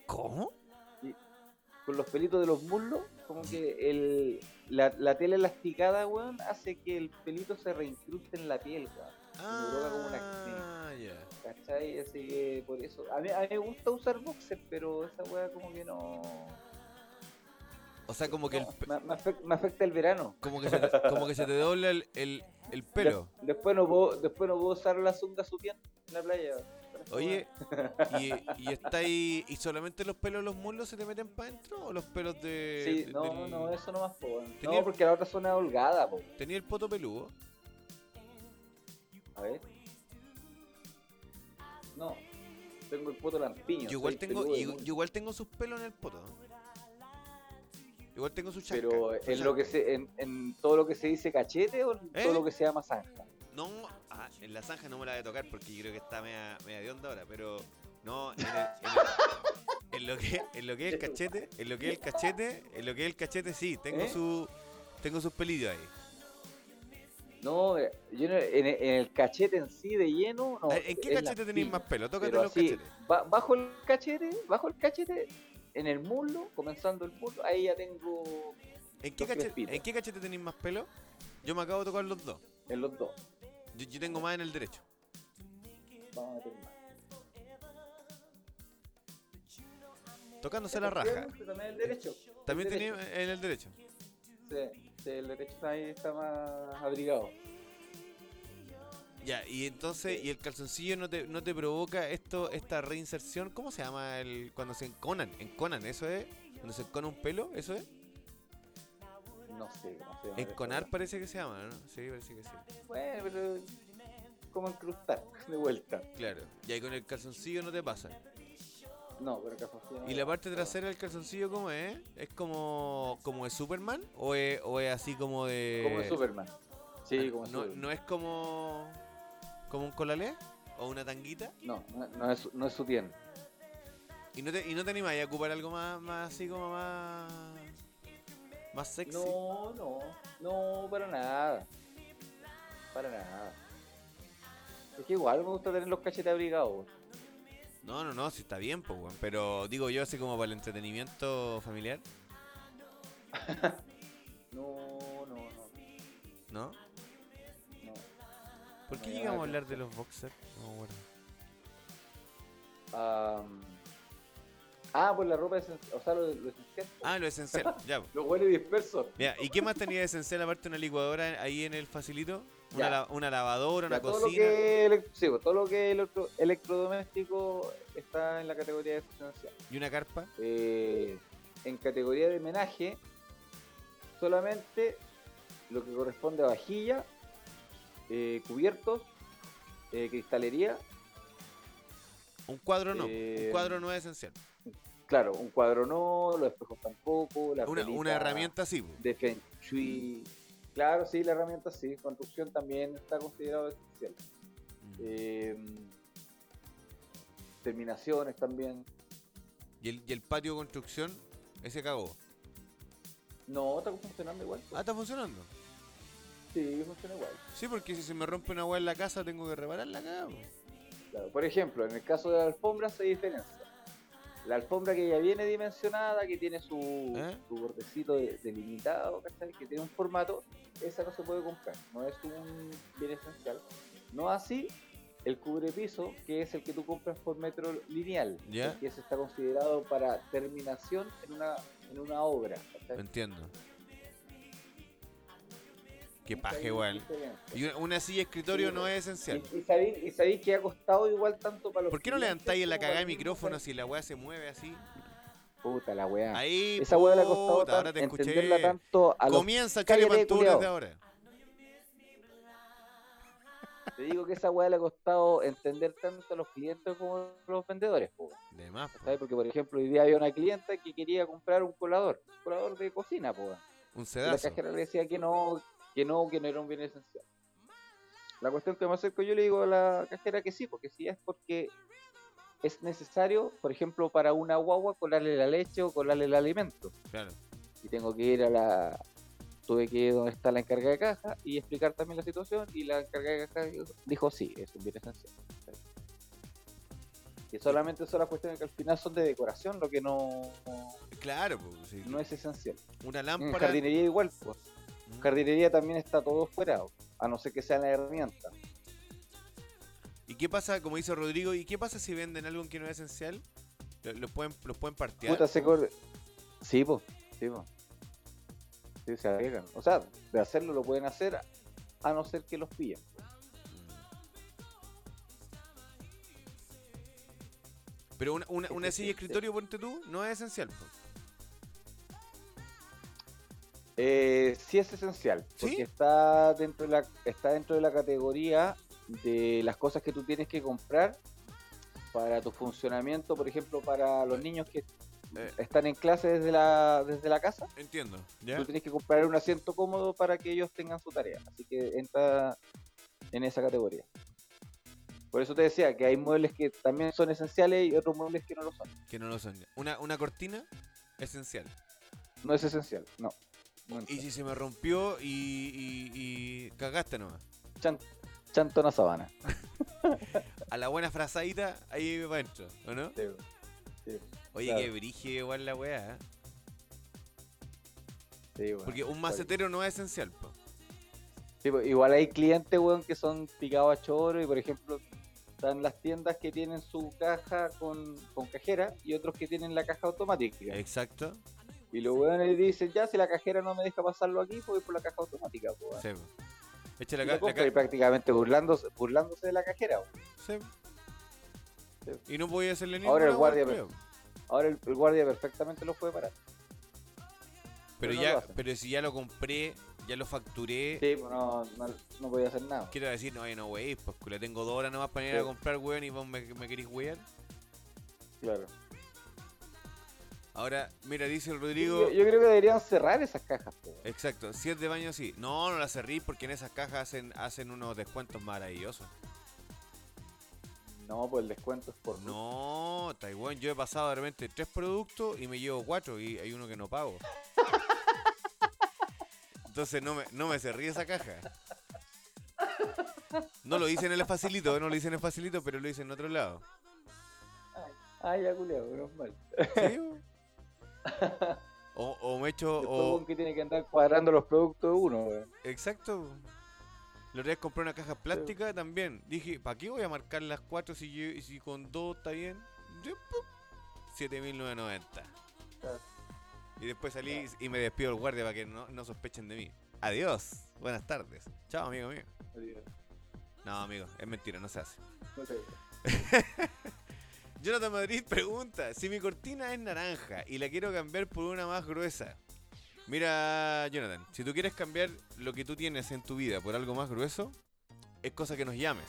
S1: ¿Cómo?
S2: con los pelitos de los muslos, como que el, la, la tela elasticada, weón, hace que el pelito se reincruste en la piel, weón. provoca como una acné.
S1: Ah, ya.
S2: ¿Cachai? Así que por eso. A mí, a mí me gusta usar boxer, pero esa weá como que no.
S1: O sea, como que, el
S2: no,
S1: pe-
S2: me, me afec- me afecta el verano.
S1: como que, se, te, como que se te dobla el, el, el pelo.
S2: De- después, no puedo, después no puedo usar la zunga supián en la playa. weón. *laughs*
S1: Oye, ¿y, y está ahí y solamente los pelos de los muslos se te meten para adentro o los pelos de...
S2: Sí,
S1: de-
S2: no,
S1: del-
S2: no, eso no más, po, weón.
S1: Eh, Tenía-
S2: No, porque la otra zona es holgada, po.
S1: ¿Tenía el poto peludo?
S2: A ver. No. Tengo el puto lampiño.
S1: Yo igual,
S2: soy
S1: tengo,
S2: peludo de
S1: yo,
S2: muslo.
S1: yo igual tengo sus pelos en el poto. Igual tengo sus chancas.
S2: Pero
S1: sus
S2: en lo que
S1: chancas.
S2: se, en, en todo lo que se dice cachete o en
S1: ¿Eh?
S2: todo lo que se llama zanja.
S1: No, ah, en la zanja no me la voy a tocar porque yo creo que está media, media de onda ahora, pero no, en, el- en el- en lo que, en lo que es el cachete, en lo que es el cachete, en lo que es el cachete sí, tengo
S2: ¿Eh?
S1: su tengo sus pelillos ahí.
S2: No, eh, yo no- en, en el cachete en sí de lleno. No,
S1: A ver, ¿En qué
S2: es
S1: cachete tenéis
S2: lampiño.
S1: más pelo? Tócate
S2: Pero
S1: los
S2: así,
S1: cachetes.
S2: ba- bajo el cachete, bajo el cachete, en el muslo, comenzando el muslo, ahí ya tengo
S1: ¿En qué
S2: los
S1: cachete,
S2: crespitos.
S1: ¿En qué cachete tenéis más pelo? Yo me acabo de tocar los dos.
S2: en los dos.
S1: Yo, yo tengo más en el derecho.
S2: Vamos a meter más.
S1: Tocándose la raja.
S2: Efectivamente, También el derecho.
S1: También
S2: el
S1: tenía
S2: derecho.
S1: en el derecho.
S2: Sí, sí, el derecho ahí está más abrigado.
S1: Ya, y entonces, ¿y el calzoncillo no te, no te provoca esto, esta reinserción? ¿Cómo se llama el cuando se enconan? ¿Enconan? ¿Eso es? ¿Cuando se encona un pelo? ¿Eso es?
S2: No sé cómo se llama.
S1: Enconar parece que se llama, ¿no? Sí, parece que sí.
S2: Bueno, pero. Como incrustar, de vuelta.
S1: Claro. Y ahí con el calzoncillo no te pasa.
S2: No, pero calzoncillo no
S1: ¿Y
S2: me
S1: la
S2: gusta,
S1: parte
S2: no.
S1: trasera del calzoncillo cómo es? ¿Es como, como de Superman? ¿O es, o es así como de. Ah,
S2: Como de Superman. Sí, como
S1: Eh, no,
S2: Superman.
S1: ¿No es como. como un colalé? ¿O una tanguita?
S2: No, no, no es, no es su bien.
S1: ¿Y no te, y no te animáis a ocupar algo más, más así como más. más sexy?
S2: No, no, no, para nada. Para nada. Es que igual me gusta tener los cachetes abrigados.
S1: No, no, no, sí está bien, pues, weón. Pero digo yo, así como para el entretenimiento familiar,
S2: No, no, no,
S1: ¿no?
S2: no.
S1: ¿Por qué
S2: No, ya,
S1: llegamos a
S2: ya.
S1: hablar de los boxers? No, bueno.
S2: *laughs* Am, ah, pues la ropa esencial, o sea, lo, lo esencial.
S1: Ah, lo esencial, ya. po.
S2: Los hueles dispersos.
S1: Mira, ¿y qué más tenía de esencial aparte de una licuadora ahí en el facilito? Una,
S2: Ya.
S1: la- una lavadora, una
S2: Ya, todo, lo
S1: cocina.
S2: que, elec- sí, pues, todo lo que electro- electrodoméstico está en la categoría de esencial.
S1: ¿Y una carpa?
S2: Eh, en categoría de homenaje solamente lo que corresponde a vajilla, eh, cubiertos, eh, cristalería,
S1: Un cuadro no.
S2: Eh,
S1: Un cuadro no es esencial.
S2: claro, un cuadro no, los espejos tampoco, la
S1: Una,
S2: pelita
S1: una herramienta sí. po.
S2: de Feng Shui. Claro, sí, la herramienta sí, construcción también está considerado esencial. Eh, terminaciones también.
S1: Y el, y el patio de construcción, ese cagó.
S2: No, está funcionando igual. pues.
S1: Ah, está funcionando. Ah.
S2: Sí, funciona igual.
S1: Sí, porque si se me rompe una hueá en la casa, tengo que repararla acá. po.
S2: Claro, Por ejemplo, en el caso de la alfombra se diferencia. La alfombra que ya viene dimensionada, que tiene su,
S1: ¿Eh?
S2: su bordecito de- delimitado, ¿cachai? que tiene un formato, esa no se puede comprar, no es un bien esencial. No así el cubrepiso, que es el que tú compras por metro lineal,
S1: Ya.
S2: el que ese está considerado para terminación en una, en una obra. ¿cachai?
S1: Entiendo. Qué
S2: Ahí
S1: paje,
S2: hay
S1: weón.
S2: diferencia.
S1: Y una, una silla de escritorio no es esencial.
S2: Y, y sabéis y sabéis que ha costado igual tanto para los
S1: ¿Por qué no
S2: clientes
S1: levantáis en la
S2: como
S1: cagada de
S2: para el mismo
S1: micrófono
S2: país?
S1: si la weá se mueve así?
S2: Puta la weá.
S1: Ahí.
S2: Esa hueá le ha
S1: puta,
S2: costado
S1: ahora
S2: tanto,
S1: te escuché.
S2: entenderla tanto a los...
S1: Comienza Chole
S2: Cállate,
S1: Panturas
S2: culiao.
S1: de ahora.
S2: Te digo que esa hueá le ha costado entender tanto a los clientes como a los vendedores. po,
S1: De más. po.
S2: ¿sabes? Porque, por ejemplo, hoy día había una clienta que quería comprar un colador, un colador de cocina. po,
S1: Un
S2: y la
S1: sedazo.
S2: cajera le decía que no, que no, que no era un bien esencial. La cuestión que me acerco yo le digo a la cajera que sí, porque sí es porque es necesario, por ejemplo, para una guagua colarle la leche o colarle el alimento.
S1: Claro.
S2: y tengo que ir a la tuve que ir donde está la encargada de caja y explicar también la situación y la encargada de caja dijo- dijo sí, es un bien esencial. Y solamente son las cuestiones que al final son de decoración, lo que no,
S1: Claro, po, sí.
S2: no es esencial.
S1: Una
S2: En
S1: lámpara.
S2: jardinería igual, pues.
S1: Mm.
S2: Jardinería también está todo fuera, a no ser que sea la herramienta.
S1: ¿Y qué pasa, como dice Rodrigo, y qué pasa si venden algo que no es esencial? Lo- Los pueden, los pueden partear.
S2: Puta, se cor- Sí, pues, sí, po. Sí, se arriesgan. O sea, de hacerlo lo pueden hacer a no ser que los pillen.
S1: Pero una, una, una
S2: Este,
S1: silla de
S2: este.
S1: escritorio, ponte tú, no es esencial. po.
S2: Eh, sí es esencial,
S1: ¿Sí?
S2: porque está dentro de la está dentro de la categoría de las cosas que tú tienes que comprar para tu funcionamiento, por ejemplo, para los niños que
S1: Eh.
S2: están en clase desde la desde la casa,
S1: Entiendo. ¿Ya?
S2: tú tienes que comprar un asiento cómodo para que ellos tengan su tarea, así que entra en esa categoría. Por eso te decía que hay muebles que también son esenciales y otros muebles que no lo son.
S1: Que no lo son. Una, una cortina, esencial.
S2: No es esencial, no. No
S1: Y
S2: entra.
S1: si se me rompió y, y, y cagaste nomás.
S2: Chan- chanto en la sabana.
S1: A la buena frazadita, ahí va adentro, ¿o no? Oye,
S2: claro.
S1: que brige igual la weá. ¿eh?
S2: Sí, bueno,
S1: Porque un
S2: está bien.
S1: macetero no es esencial. po.
S2: Sí, pues, igual hay clientes, weón, que son picados a choro y, por ejemplo, están las tiendas que tienen su caja con, con cajera y otros que tienen la caja automática.
S1: Exacto.
S2: Y los weones dicen, ya, si la cajera no me deja pasarlo aquí, pues voy por la caja automática, po, weón.
S1: Sí, po. Echa
S2: Y
S1: la,
S2: lo
S1: ca- la
S2: compra
S1: ca-
S2: y prácticamente burlándose, burlándose de la cajera. weón.
S1: Sí. Y no podía hacerle ninguna
S2: Ahora el
S1: weá al
S2: guardia,
S1: culiao.
S2: Ahora el, el guardia perfectamente lo puede parar.
S1: Pero,
S2: pero no
S1: ya,
S2: lo hacen.
S1: pero si ya lo compré, ya lo facturé,
S2: Sí, pues no, no, no podía hacer nada.
S1: quiero decir, no, oye, no, wey, pues le tengo dos horas nomás para ir a
S2: Sí.
S1: comprar, weón, y vos me, me querés wear.
S2: Claro.
S1: Ahora, mira, dice el
S2: Yo,
S1: Rodrigo,
S2: yo creo que deberían cerrar esas cajas, po, weón.
S1: exacto, si es de baño, sí. No, no la cerrís porque en esas cajas hacen, hacen unos descuentos maravillosos.
S2: No, pues el descuento es por no.
S1: No, Taiwán, yo he pasado de repente tres productos y me llevo cuatro y hay uno que no pago. Entonces no me, no me cerrí esa caja. No lo hice en el facilito, no lo hice en el facilito, pero lo hice en otro lado.
S2: Ah, ya, culiao, menos mal.
S1: ¿Sí? *laughs* O, o me echo.
S2: Después,
S1: O,
S2: weón, que tiene que andar cuadrando los productos de uno, weón.
S1: exacto. La otra vez compré una caja plástica también. Dije, ¿para qué voy a marcar las cuatro si, yo- si con dos está bien? Ya, pum, 7.990.
S2: Claro.
S1: Y después salí y me despido del guardia para que no, no sospechen de mí. Adiós. Buenas tardes. Chao, amigo mío. No, amigo, es mentira, no se hace. Jonathan Madrid pregunta, si mi cortina es naranja y la quiero cambiar por una más gruesa, Mira, Jonathan, si tú quieres cambiar lo que tú tienes en tu vida por algo más grueso, es cosa que nos llames.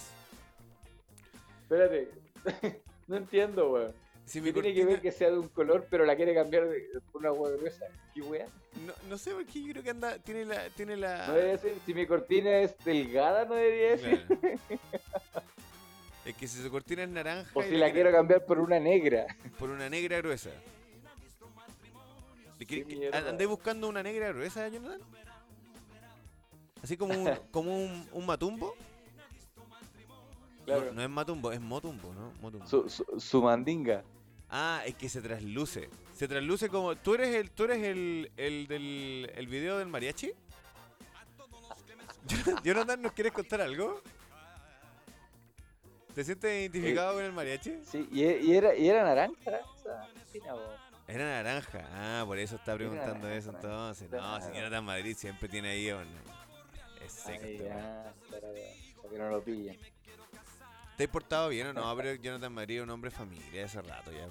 S2: Espérate. *laughs* no entiendo, weón.
S1: Si mi
S2: Que tiene que
S1: cortina-
S2: ver que sea de un color, pero la quiere cambiar de por una agua gruesa. ¿Qué weá?
S1: no, no sé por qué yo creo que anda. Tiene la. Tiene la...
S2: No debería ser, si mi cortina es delgada, no debería decir.
S1: Claro. Es que si su cortina es naranja
S2: O
S1: y
S2: si la
S1: quiere-
S2: quiero cambiar por una negra.
S1: por una negra gruesa. ¿Le quiere-
S2: Qué
S1: que-
S2: mierda.
S1: ¿Andáis buscando una negra gruesa, Jonathan? Así como un, como un, un matumbo.
S2: Claro.
S1: No, no es matumbo, es motumbo, ¿no? Motumbo.
S2: Su, su, su mandinga.
S1: Ah, es que se trasluce. Se trasluce como. ¿Tú eres el, tú eres el, el del el video del mariachi? *laughs* Jonathan, ¿nos quieres contar algo? ¿Te sientes identificado
S2: Eh.
S1: con el mariachi?
S2: Sí, y, e- y era, y era naranja esa cortina, weón.
S1: Era naranja. Ah, por eso está
S2: Era
S1: preguntando
S2: naranja.
S1: eso entonces. No,
S2: Claro.
S1: señora Tan Madrid siempre tiene ahí un. Es seco
S2: Ay,
S1: este weón.
S2: ya, para, para que no lo pillen.
S1: ¿Te has portado bien o
S2: *laughs*
S1: no? Pero Jonathan Madrid es un hombre familia hace rato ya.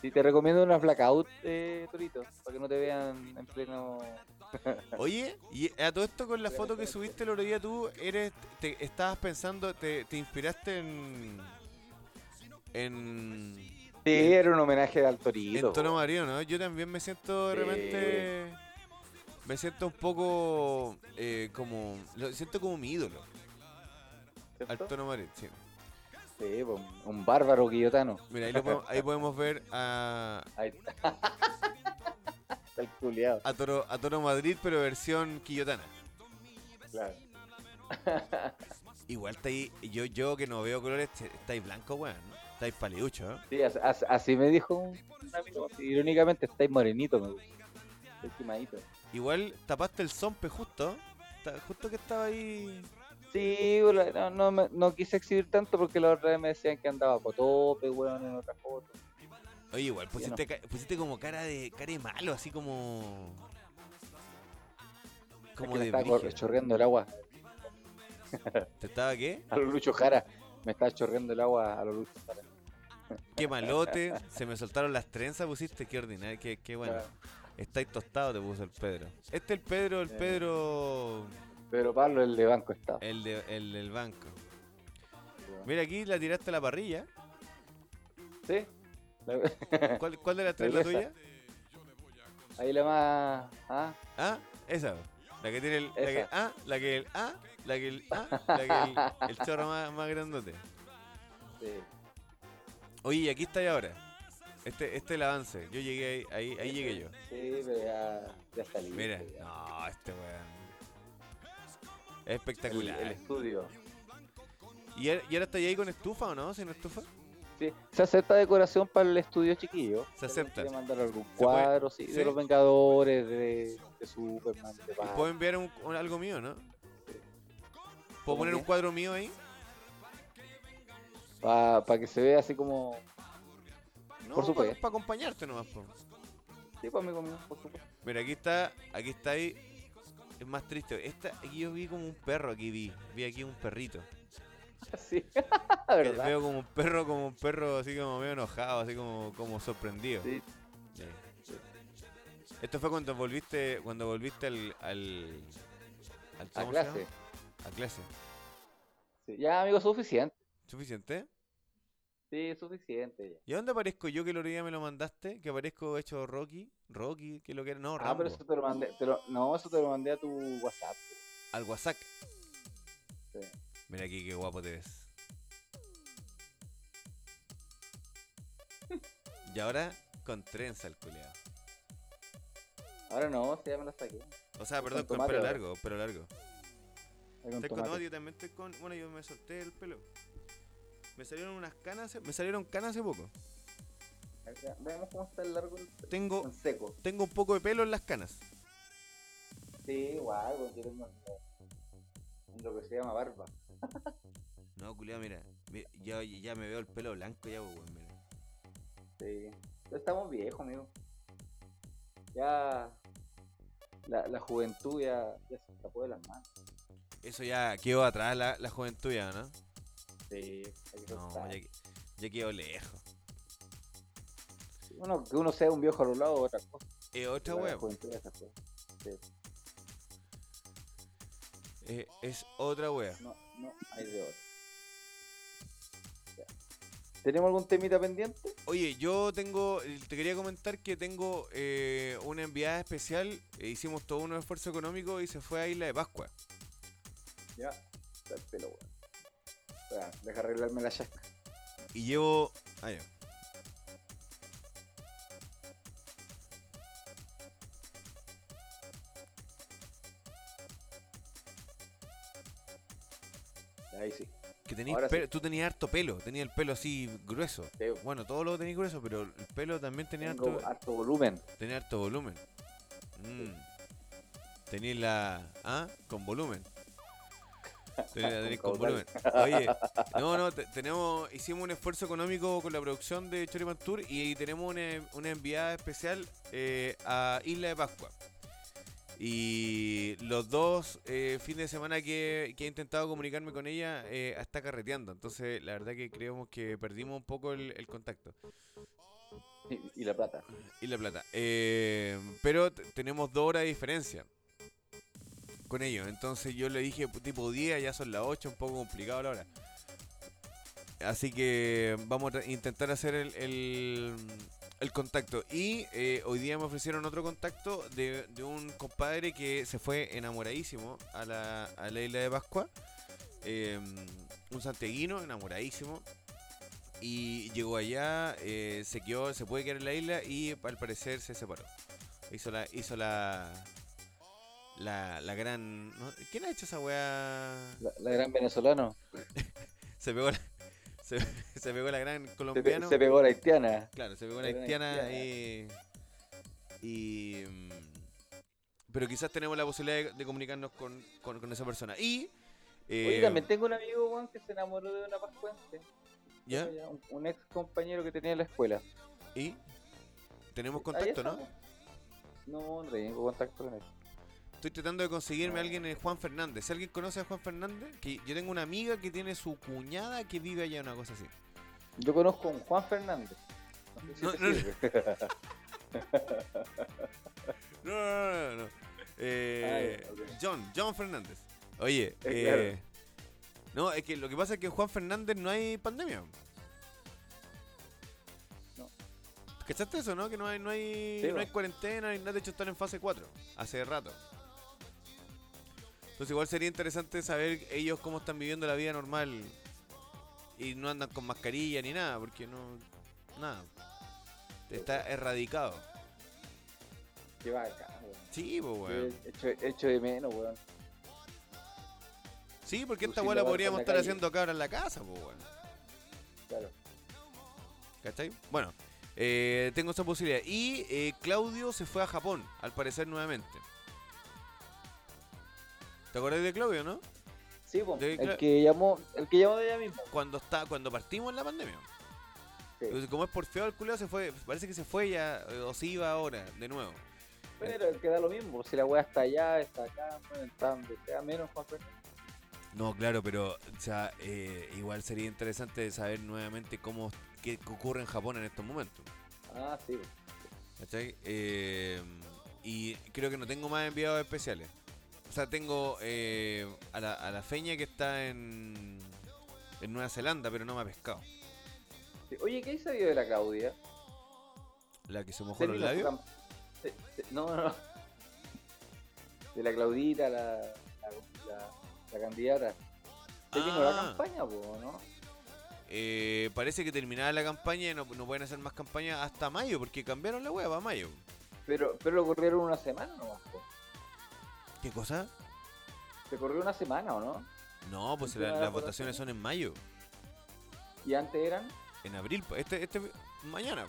S2: Sí, te recomiendo unas blackout, eh, Torito, para que no te vean en pleno...
S1: Oye, y a todo esto con la foto que subiste el otro día tú, eres, te, estabas pensando, te, te inspiraste en... En...
S2: Sí, era un homenaje al
S1: En
S2: Torito.
S1: tono
S2: po.
S1: marido, ¿no? Yo también me siento de
S2: Sí.
S1: repente... Me siento un poco eh, como... Lo siento como mi ídolo, al
S2: ¿Cierto?
S1: tono marido, sí.
S2: Sí, po, un bárbaro guillotano.
S1: Mira, ahí, lo podemos, ahí podemos ver a,
S2: Ahí está. *laughs* Está el culiado,
S1: a, Toro, a Tono Madrid, pero versión quillotana.
S2: claro.
S1: *laughs* Igual está ahí, yo, yo que no veo colores, estáis blanco, weón. ¿no? Estáis paliducho, ¿eh?
S2: Sí, as- as- así, me dijo un un amigo. así, Irónicamente, estáis morenito, me gusta. Estáis quemadito.
S1: Igual tapaste el zompe justo. Ta- Justo que estaba ahí.
S2: Sí, hola, no, no, me- no quise exhibir tanto porque la otra vez me decían que andaba cotope, weón, en otra foto.
S1: Oye, igual,
S2: Sí,
S1: pusiste, ca- pusiste como cara de cara de malo, así como. Como
S2: que me
S1: de
S2: estaba cor-
S1: brígido.
S2: chorreando el agua
S1: ¿Te estaba qué?
S2: a los Lucho Jara. Me estaba chorreando el agua a los Lucho Jara.
S1: Qué malote. se me soltaron las trenzas, pusiste. Qué ordinario, qué, qué bueno.
S2: Claro.
S1: Estáis tostado, te puso el Pedro. Este el Pedro, el
S2: Sí.
S1: Pedro.
S2: Pero Pablo, el de Banco Estado.
S1: El, de, el del banco.
S2: weón.
S1: Mira, aquí la tiraste a la
S2: *laughs*
S1: parrilla.
S2: ¿Sí?
S1: ¿Cuál, cuál de las tres la
S2: Cerveza.
S1: tuya?
S2: *laughs* Ahí la más. Ah,
S1: Ah, esa. La que tiene el. La que,
S2: Esa.
S1: ah, la que el. Ah, la que el. Ah, la que el. El chorro más, más grandote.
S2: sí.
S1: Oye, y aquí está ya ahora. Este, este es el avance. Yo llegué ahí, ahí, ahí llegué yo.
S2: Sí, pero ya, ya está listo.
S1: Mira,
S2: ya.
S1: no, este weón. Es
S2: el,
S1: espectacular.
S2: el estudio.
S1: ¿Y ahora y ahora está ya ahí con estufa o no? ¿Sin estufa?
S2: Sí, se acepta decoración para el estudio chiquillo.
S1: Se acepta.
S2: Quiere mandar algún
S1: Se puede-
S2: cuadro, sí,
S1: sí.
S2: de los Vengadores, de, de Superman, de Batman.
S1: ¿Puedo enviar un- un- algo mío, no? ¿Puedo
S2: ¿Cómo
S1: poner un
S2: que?
S1: cuadro mío ahí?
S2: Para que se vea así como.
S1: No,
S2: Por supuesto.
S1: Para acompañarte nomás, po.
S2: Sí, pues amigo mío, por supuesto. *laughs*
S1: Mira, aquí está, aquí está ahí. Es más triste. Esta, aquí yo vi como un perro, aquí vi. Vi aquí un perrito.
S2: Sí,
S1: Que
S2: ¿verdad?
S1: Veo como un perro, como un perro así como medio enojado, así como, como sorprendido.
S2: Sí.
S1: Sí. Esto fue cuando volviste, cuando volviste al, al, al-
S2: A
S1: ¿cómo se llama?
S2: clase.
S1: A clase.
S2: Sí, Ya, amigo, suficiente.
S1: ¿Suficiente?
S2: Sí, suficiente. Ya.
S1: ¿Y a dónde aparezco yo que el otro día me lo mandaste? Que aparezco hecho Rocky, Rocky, que lo que era. No,
S2: Ah,
S1: Rambo.
S2: pero eso te lo mandé. te lo- no, eso te lo mandé a tu WhatsApp.
S1: Al WhatsApp.
S2: Sí.
S1: Mira aquí qué guapo te ves. y ahora con trenza el culeado.
S2: Ahora no, si ya me lo saqué.
S1: O sea,
S2: Con
S1: perdón, con
S2: tomate
S1: pelo
S2: ahora.
S1: largo, pelo largo.
S2: Ahí con
S1: Estoy con
S2: tomate.
S1: tomate, yo también estoy con. Bueno, yo me solté el pelo. Me salieron unas canas. hace- Me salieron canas hace poco.
S2: Ahí está. Veamos cómo está el largo en
S1: Tengo,
S2: seco.
S1: tengo un poco de pelo en las canas.
S2: Sí, igual, porque eres más- lo que se llama barba.
S1: No, culiado, mira. mi- Ya, ya me veo el pelo blanco ya, pues, weón, mira.
S2: Sí. Pero Estamos viejos, amigo. Ya. La, la juventud ya, ya se escapó de las manos.
S1: Eso ya quedó atrás la, la juventud ya, ¿no?
S2: Sí, hay que
S1: No,
S2: soltar.
S1: ya, que- ya quedó lejos.
S2: Uno, que uno sea un viejo arrulado es otra cosa.
S1: Es otra
S2: Para la
S1: wea. po.
S2: juventud de esa fe. Sí.
S1: Eh, es otra wea.
S2: No, no, hay de otro. Ya. ¿Tenemos algún temita pendiente?
S1: Oye, yo tengo, eh, te quería comentar que tengo eh, una enviada especial. e hicimos todo un esfuerzo económico y se fue a Isla de Pascua.
S2: Ya. Está el pelo, weón. Espera, Deja arreglarme la chasca.
S1: Y llevo. Ah, ya.
S2: Ahí sí.
S1: Que tenéis
S2: Ahora sí.
S1: pelo- Tú tenías harto pelo, tenías el pelo así grueso.
S2: Sí.
S1: Bueno, todo lo tenías grueso, pero el pelo también tenía
S2: Tengo
S1: harto,
S2: harto volumen.
S1: tenía harto volumen. Mm. Tenías la. ¿Ah? Con volumen. Tenías, la tenéis con volumen.
S2: caudal.
S1: Oye, no, no, te- tenemos, hicimos un esfuerzo económico con la producción de Choripan Tour y, tenemos una, una enviada especial eh, a Isla de Pascua. Y los dos eh, fines de semana que, que he intentado comunicarme con ella eh, está carreteando. Entonces, la verdad que creemos que perdimos un poco el, el contacto
S2: Y, y la plata.
S1: y la plata. Eh, pero t- tenemos dos horas de diferencia con ellos. Entonces, yo le dije, pu- tipo 10, ya son las 8, un poco complicado la hora. Así que vamos a tra- intentar hacer el, el- el contacto. Y eh, hoy día me ofrecieron otro contacto de, de un compadre que se fue enamoradísimo a la, a la isla de Pascua. Eh, un santiaguino enamoradísimo. Y llegó allá, eh, se quedó, se puede quedar en la isla y al parecer se separó. Hizo la. Hizo la la, la gran. ¿no? ¿Quién ha hecho esa weá?
S2: La, la gran venezolano.
S1: Se pegó la, *laughs* se, se pegó la gran
S2: Se, pe-
S1: colombiana.
S2: se pegó la haitiana.
S1: Claro, se pegó una
S2: Pero una
S1: haitiana
S2: haitiana.
S1: eh, y... mm, pero quizás tenemos la posibilidad de, de comunicarnos con, con- con esa persona. Y...
S2: Oye,
S1: eh,
S2: también tengo un amigo, weón, que se enamoró de una pascuense. Eh,
S1: ¿ya?
S2: Un, un ex compañero que tenía en la escuela.
S1: Y... Tenemos
S2: Ahí
S1: contacto,
S2: está,
S1: ¿no?
S2: po. No, no tengo contacto con él.
S1: Estoy tratando de conseguirme a alguien en Juan Fernández. Si alguien conoce a Juan Fernández, que yo tengo una amiga que tiene su cuñada que vive allá, una cosa así.
S2: Yo conozco a un Juan Fernández. No sé si
S1: No,
S2: te
S1: no, no.
S2: sirve. *laughs*
S1: No, no, no, no, no. Eh,
S2: Ah, ya, ok.
S1: John, John Fernández. Oye,
S2: Eh, claro.
S1: eh, no, es que lo que pasa es que en Juan Fernández no hay pandemia.
S2: No.
S1: ¿Cachaste eso, no? Que no hay, no hay,
S2: Sí,
S1: no
S2: po.
S1: hay cuarentena ni nada. De hecho, están en fase 4 hace rato. Entonces, igual sería interesante saber ellos cómo están viviendo la vida normal y no andan con mascarilla ni nada, porque no. Nada. Está
S2: pues.
S1: erradicado.
S2: Qué bacán, weón.
S1: Sí, pues,
S2: Yo
S1: weón.
S2: he Hecho, he hecho de menos, weón.
S1: Sí, porque esta
S2: Lucila
S1: weá la
S2: va por
S1: podríamos
S2: la
S1: estar
S2: calle.
S1: haciendo acá ahora en la casa, pues weón.
S2: Claro.
S1: ¿Cachai? Bueno, eh, tengo esa posibilidad. Y eh, Claudio se fue a Japón, al parecer nuevamente. ¿Te acordás de Claudio, no?
S2: Sí, po,
S1: De-
S2: el
S1: claro.
S2: que llamó, el que llamó de ella misma.
S1: Cuando está, cuando partimos la pandemia.
S2: Sí.
S1: Entonces, Como es por feo el culo, se fue, parece que se fue ya, eh, o se iba ahora, de nuevo.
S2: Pero el que da lo mismo, si la weá está allá, está acá, bueno, está donde sea, menos Juan Fernández.
S1: No, claro, pero o sea, eh, igual sería interesante saber nuevamente cómo qué ocurre en Japón en estos momentos.
S2: Ah, sí, po.
S1: ¿Cachai? Eh, y creo que no tengo más enviados especiales. O sea, tengo eh, a, la, a la feña que está en, en Nueva Zelanda, pero no me ha pescado.
S2: Sí. Oye, ¿qué sabía de la Claudia?
S1: La que se mojó
S2: Se
S1: los
S2: vino su
S1: labios.
S2: cam- se- se- No, no, no. De la Claudita, la, la, la- la candidata. Se vino la
S1: Ah.
S2: campaña, po, ¿no?
S1: Eh, parece que terminada la campaña y no, no pueden hacer más campaña hasta mayo, porque cambiaron la hueva a mayo.
S2: Pero, pero lo corrieron una semana nomás, po.
S1: ¿Qué cosa?
S2: Se corrió una semana, ¿o no?
S1: No, pues
S2: ¿Empezaron
S1: la-
S2: las
S1: las votaciones
S2: votaciones?
S1: son en mayo,
S2: Y antes eran,
S1: en abril. pues, Este, este mañana.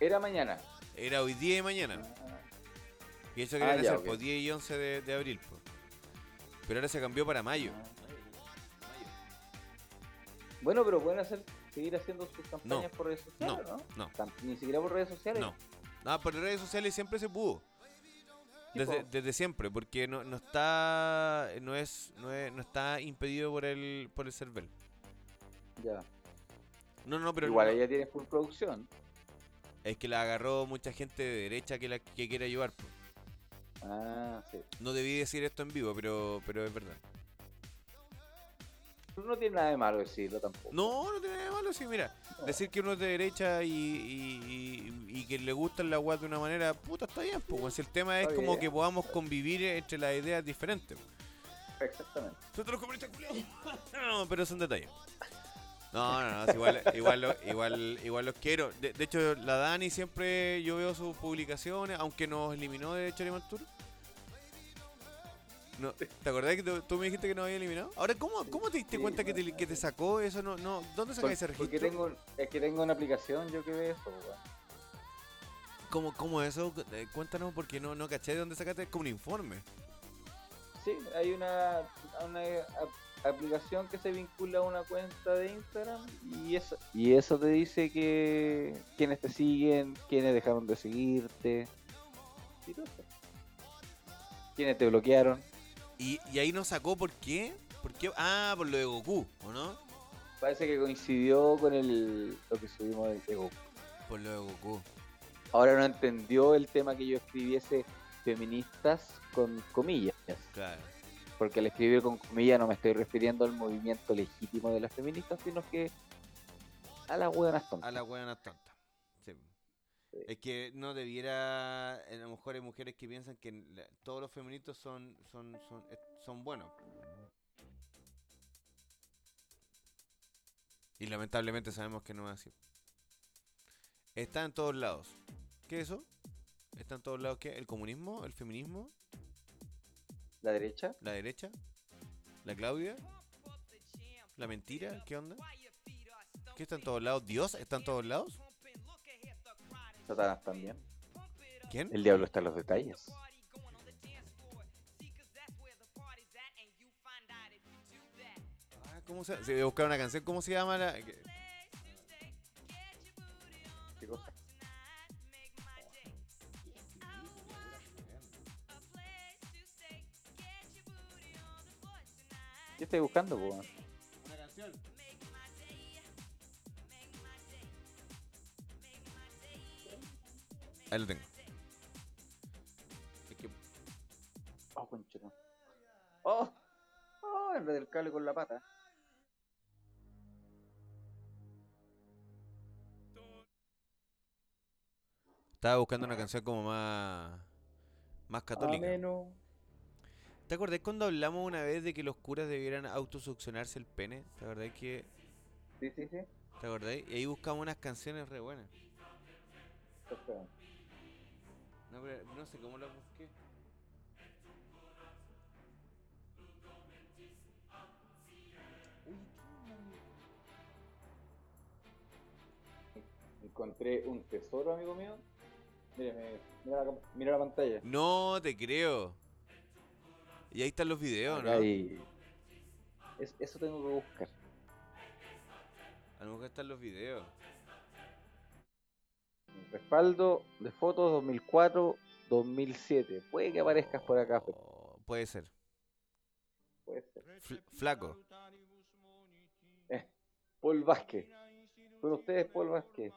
S2: era mañana.
S1: Era hoy día y mañana.
S2: Ah,
S1: Y eso
S2: Ah,
S1: querían
S2: ya,
S1: hacer,
S2: ok.
S1: pues 10 y 11 de, de abril. pues. Pero ahora se cambió para mayo.
S2: ah. Bueno, pero pueden hacer, seguir haciendo sus campañas por redes sociales, ¿no?
S1: No,
S2: Tam- Ni siquiera por redes sociales.
S1: no. No, por redes sociales siempre se pudo.
S2: Sí,
S1: Desde,
S2: po.
S1: desde siempre, porque no, no está no es, no es- no está impedido por el por el CERVEL.
S2: Ya.
S1: No, no, pero
S2: Igual
S1: no,
S2: ella tiene full producción.
S1: Es que la agarró mucha gente de derecha que, la, que quiere ayudar. po.
S2: Ah, sí.
S1: No debí decir esto en vivo, pero, pero es verdad.
S2: No tiene nada de malo decirlo tampoco.
S1: No, no tiene nada de malo, sí, mira. Decir que uno es de derecha y, y- y- y que le gustan las weas de una manera, puta, está bien, pues. Si el tema es
S2: Está
S1: como
S2: bien.
S1: que podamos convivir entre las ideas diferentes. po.
S2: Exactamente.
S1: Nosotros los comunistas culiados. *laughs* No, pero son detalles. No, no, no, es igual, igual, lo- igual, igual los quiero. De, de hecho, la Dani siempre yo veo sus publicaciones, aunque nos eliminó de Chorimantur. No, ¿Te acordás que tú, tú me dijiste que nos había eliminado? Ahora, ¿cómo, cómo te diste
S2: Sí,
S1: cuenta que te, que te sacó eso? No, no, ¿Dónde
S2: Por-
S1: sacáis ese registro?
S2: porque tengo, es que tengo una aplicación yo que veo eso, weón.
S1: ¿Cómo, cómo eso? Eh, cuéntanos porque no, no caché de dónde sacaste. Es como un informe.
S2: Sí, hay una, una ap- aplicación que se vincula a una cuenta de Instagram y eso, y eso te dice que quienes te siguen, quienes dejaron de seguirte, y todo eso. quienes te bloquearon.
S1: Y, y ahí nos sacó, ¿por qué? ¿por qué? Ah, por lo de Goku, ¿o no?
S2: Parece que coincidió con el, lo que subimos de Goku.
S1: Por lo de Goku.
S2: Ahora no entendió el tema que yo escribiese feministas con comillas.
S1: Claro.
S2: porque al escribir con comillas no me estoy refiriendo al movimiento legítimo de las feministas, sino que a las hueonas tontas.
S1: A la hueá tonta. Sí. Es que no debiera. A lo mejor hay mujeres que piensan que la- todos los femenitos son, son, son, eh, son buenos. Y lamentablemente sabemos que no es así. Está en todos lados. ¿Qué es eso? Está en todos lados. ¿Qué? ¿El comunismo? ¿El feminismo?
S2: ¿La derecha?
S1: ¿La derecha? ¿La Claudia? ¿La mentira? ¿Qué onda? ¿Qué está en todos lados? ¿Dios está en todos lados?
S2: Satanás también.
S1: ¿Quién?
S2: El diablo está en los detalles.
S1: Ah, ¿Cómo se Se voy a buscar una canción, ¿cómo se llama la? eh, que-
S2: ¿Qué cosa? Yo estoy buscando, po, weón.
S1: Ahí lo tengo. Es que-
S2: Oh, conchetum. Oh, oh, en vez del cable con la pata.
S1: Estaba buscando una canción como más. más católica.
S2: menos.
S1: ¿Te acordás cuando hablamos una vez de que los curas debieran autosuccionarse el pene? ¿Te acordás que.?
S2: Sí, sí, sí.
S1: ¿Te acordás? Y ahí buscamos unas canciones re buenas.
S2: Perfecto.
S1: No, pero no sé cómo las busqué.
S2: Encontré un tesoro, amigo mío. Mírame, mira, la, mira la pantalla.
S1: No te creo. Y ahí están los videos, ¿no?
S2: Ahí. Es- eso tengo que buscar.
S1: A lo mejor están los videos.
S2: Respaldo de fotos 2004-2007. Puede que aparezcas por acá, pero
S1: Oh, puede ser.
S2: puede ser.
S1: Fl- flaco.
S2: Paul Vázquez. Eh, Con ustedes, Paul Vázquez.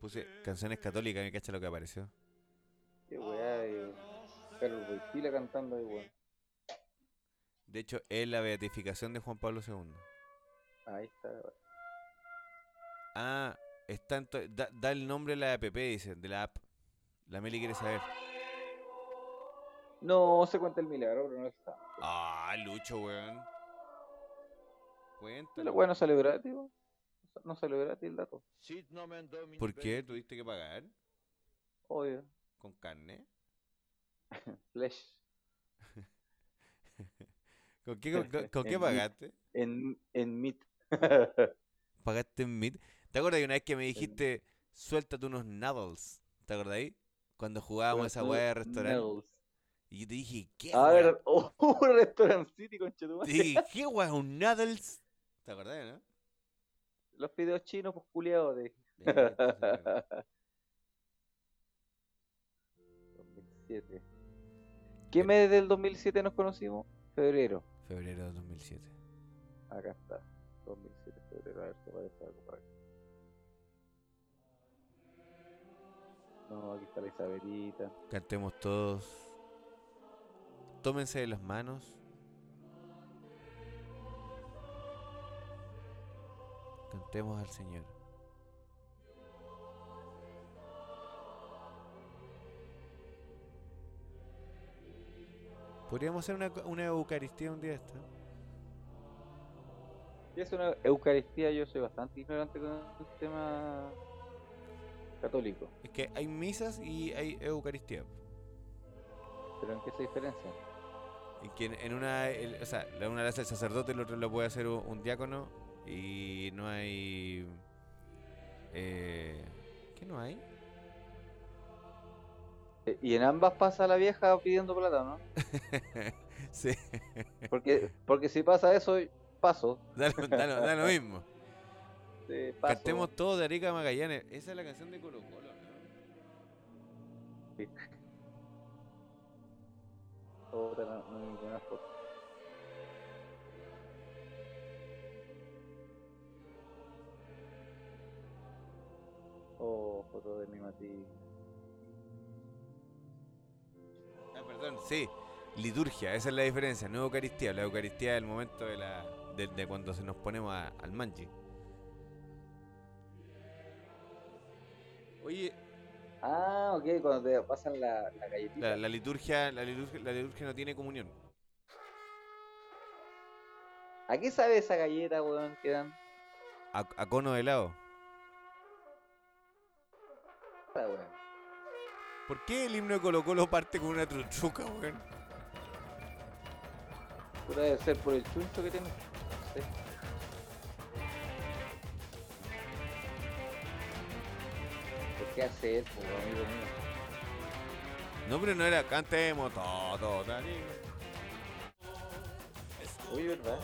S1: Puse canciones católicas, me cacha lo que apareció.
S2: Qué weá, eh. Carlos Boitila cantando ahí, weón.
S1: De hecho, es la beatificación de Juan Pablo II.
S2: Ahí está.
S1: Ah, está en to- da, da el nombre de la app, dice, de la app. La Meli quiere saber.
S2: No se cuenta el milagro, pero no está.
S1: Ah, Lucho, weón.
S2: La
S1: Cuéntalo.
S2: weá no salió gratis, weón. No salió gratis el dato.
S1: ¿Por qué tuviste que pagar?
S2: Obvio.
S1: ¿Con carne?
S2: Flash.
S1: ¿Con qué, con-
S2: *laughs*
S1: con- con qué pagaste?
S2: En, en Meet.
S1: ¿Pagaste en Meet? ¿Te acuerdas que una vez que me dijiste, suéltate unos Nuddles? ¿Te acordás ahí? Cuando jugábamos a esa weá de restaurante.
S2: Nails.
S1: Y yo te dije, ¿qué?
S2: A
S1: Eh, weón?
S2: ver, oh, *laughs* un restaurancito con
S1: Te dije, ¿qué weón? ¿Un Nuddles? ¿Te acordás,
S2: *laughs*
S1: no?
S2: Los videos chinos, pues culiados de
S1: Vete, weón.
S2: 2007. ¿Qué mes del 2007 nos conocimos? Febrero.
S1: Febrero de 2007.
S2: Acá está. 2007, febrero. A ver si aparece algo por acá. No, aquí está la Isabelita.
S1: Cantemos todos. Tómense de las manos. Cantemos al Señor. Podríamos hacer una, co- una Eucaristía un día esta.
S2: Y es una Eucaristía, yo soy bastante ignorante con el tema católico.
S1: Es que hay misas y hay Eucaristía.
S2: ¿Pero en qué se diferencia?
S1: Y que en- en una, el- o sea, la una la hace el sacerdote, el otro lo puede hacer un, un diácono. Y no hay. Eh, ¿Qué no hay? *laughs*
S2: Eh, Y en ambas pasa la vieja pidiendo
S1: *laughs*
S2: plata, ¿no?
S1: sí,
S2: Porque, porque si pasa eso, paso.
S1: da lo, da lo- da lo mismo.
S2: Sí, paso.
S1: Cantemos todos de Arica a Magallanes. Esa es la canción de Colo Colo. ¿no?
S2: Puta, no- no me conozco. Oh, foto de mi Mati.
S1: Ah, perdón, sí. Liturgia, esa es la diferencia. No Eucaristía. La Eucaristía es el momento de, la, de, de cuando se nos ponemos a- al manji. Oye,
S2: Ah, ok, cuando te pasan la, la galletita.
S1: La, la liturgia, la liturgia, la liturgia no tiene comunión.
S2: ¿A qué sabe esa galleta, weón, que dan?
S1: A, a cono de helado.
S2: Ah, weón.
S1: ¿Por qué el himno de Colo Colo parte con una truchuca, weón?
S2: Pura debe ser por el chuncho que tiene. No sé. ¿Por qué hace eso, amigo mío?
S1: No, pero no era cantemos todo, todo, tal, y-
S2: Uy, ¿verdad?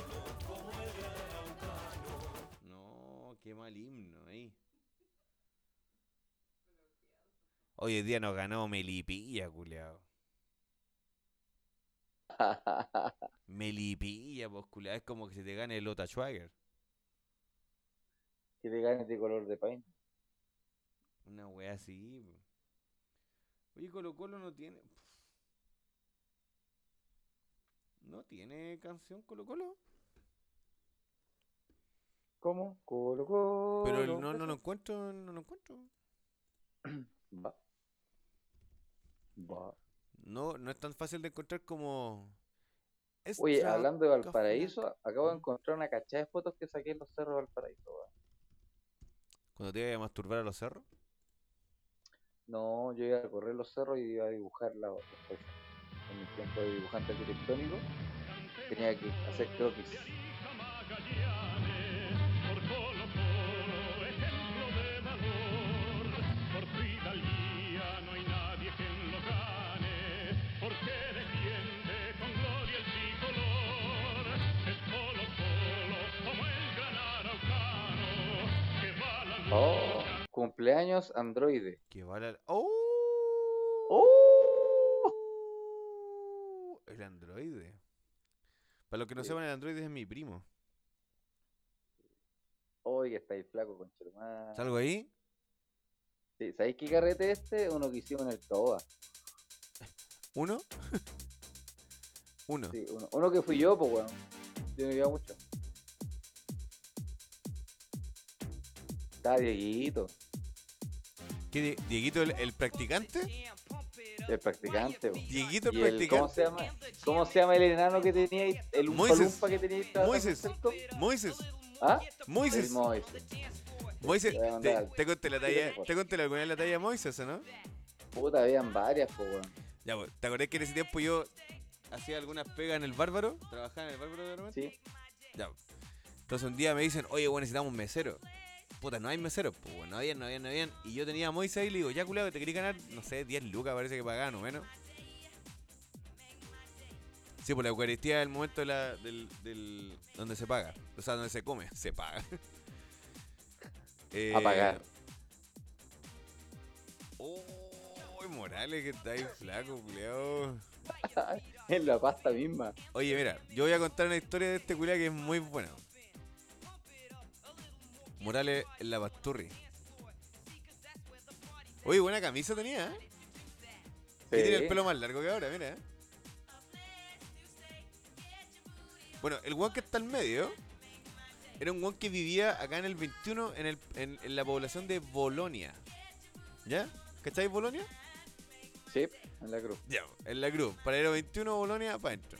S1: No, qué mal himno ahí. Hoy en día nos ganó Melipilla, *laughs* culiao. Melipilla, pues, culiao. Es como que se te gane el Lota Schwager.
S2: que le ganes de color de paint.
S1: Una wea así. po. Oye, Colo Colo no tiene. ¿No tiene canción Colo Colo?
S2: ¿Cómo? Colo, colo.
S1: Pero el- no, no lo encuentro, no lo encuentro.
S2: Va. Va.
S1: No, no es tan fácil de encontrar como.
S2: Oye,
S1: Extra
S2: hablando de
S1: Café
S2: Valparaíso,
S1: Latte.
S2: acabo de
S1: ¿Mm?
S2: encontrar una cachada de fotos que saqué en los cerros de Valparaíso. weón.
S1: Cuando te iba a masturbar a los cerros.
S2: No, yo iba a correr los cerros y iba a dibujar la otra cosa. En mi tiempo de dibujante arquitectónico tenía que hacer croquis. Oh, cumpleaños androide.
S1: Que va la. ¡Oh! El androide. Para los que no
S2: ¡Oh! Sí.
S1: sepan, el androide es mi primo.
S2: Oye, estáis flaco con Chermán.
S1: ¿Salgo ahí?
S2: Sí, ¿Sabéis qué carrete este? Uno que hicimos en el Caoba.
S1: Ah. ¿Uno? *laughs* Uno.
S2: Sí, uno, uno que fui yo, pues weón. Yo no iba mucho. Estaba Dieguito,
S1: ¿Qué, Die- Dieguito el, el practicante?
S2: el practicante, po.
S1: Dieguito el
S2: Y el- ¿cómo
S1: practicante.
S2: se llama? ¿Cómo se llama el enano que tenía ahí? El Umpa
S1: Moisés.
S2: Lumpa que tenía ahí trabajando
S1: Moisés.
S2: en el cerco.
S1: Moises,
S2: ¿Ah? El
S1: Moises,
S2: Moisés.
S1: Moises.
S2: Voy a
S1: Te,
S2: mandar.
S1: te conté la talla, te conté alguna de la talla de Moises, ¿o no?
S2: Puta, habían varias, pues weón.
S1: Ya, pues, ¿te acordás que en ese tiempo yo hacía algunas pegas en el Bárbaro? Trabajaba en el Bárbaro de repente.
S2: Sí.
S1: Ya. pues. Entonces un día me dicen, oye, bueno, necesitamos un mesero. Puta, no hay mesero. Pues bueno, no habían, no habían, no habían. Y yo tenía a Moisés ahí y le digo, ya culado, que te quería ganar, no sé, 10 lucas parece que pagaban o menos. Sí, pues la Eucaristía es el momento de la- del, del- donde se paga. O sea, donde se come, se paga. *laughs* Eh,
S2: A pagar.
S1: Oh, Morales, que está ahí flaco, culiao.
S2: En la pasta misma.
S1: Oye, mira, yo voy a contar una historia de este culiao que es muy buena. Morales en la Pasturri. Oye, buena camisa tenía, ¿eh? Y tiene el pelo más largo que ahora, mira. ¿eh? Bueno, el guan que está al medio era un guan que vivía acá en el 21 en, el, en, en la población de Bolonia. ¿Ya? ¿Cacháis Bolonia?
S2: Sí, en la cruz.
S1: Ya, en la cruz. Para ir a 21 Bolonia, para adentro.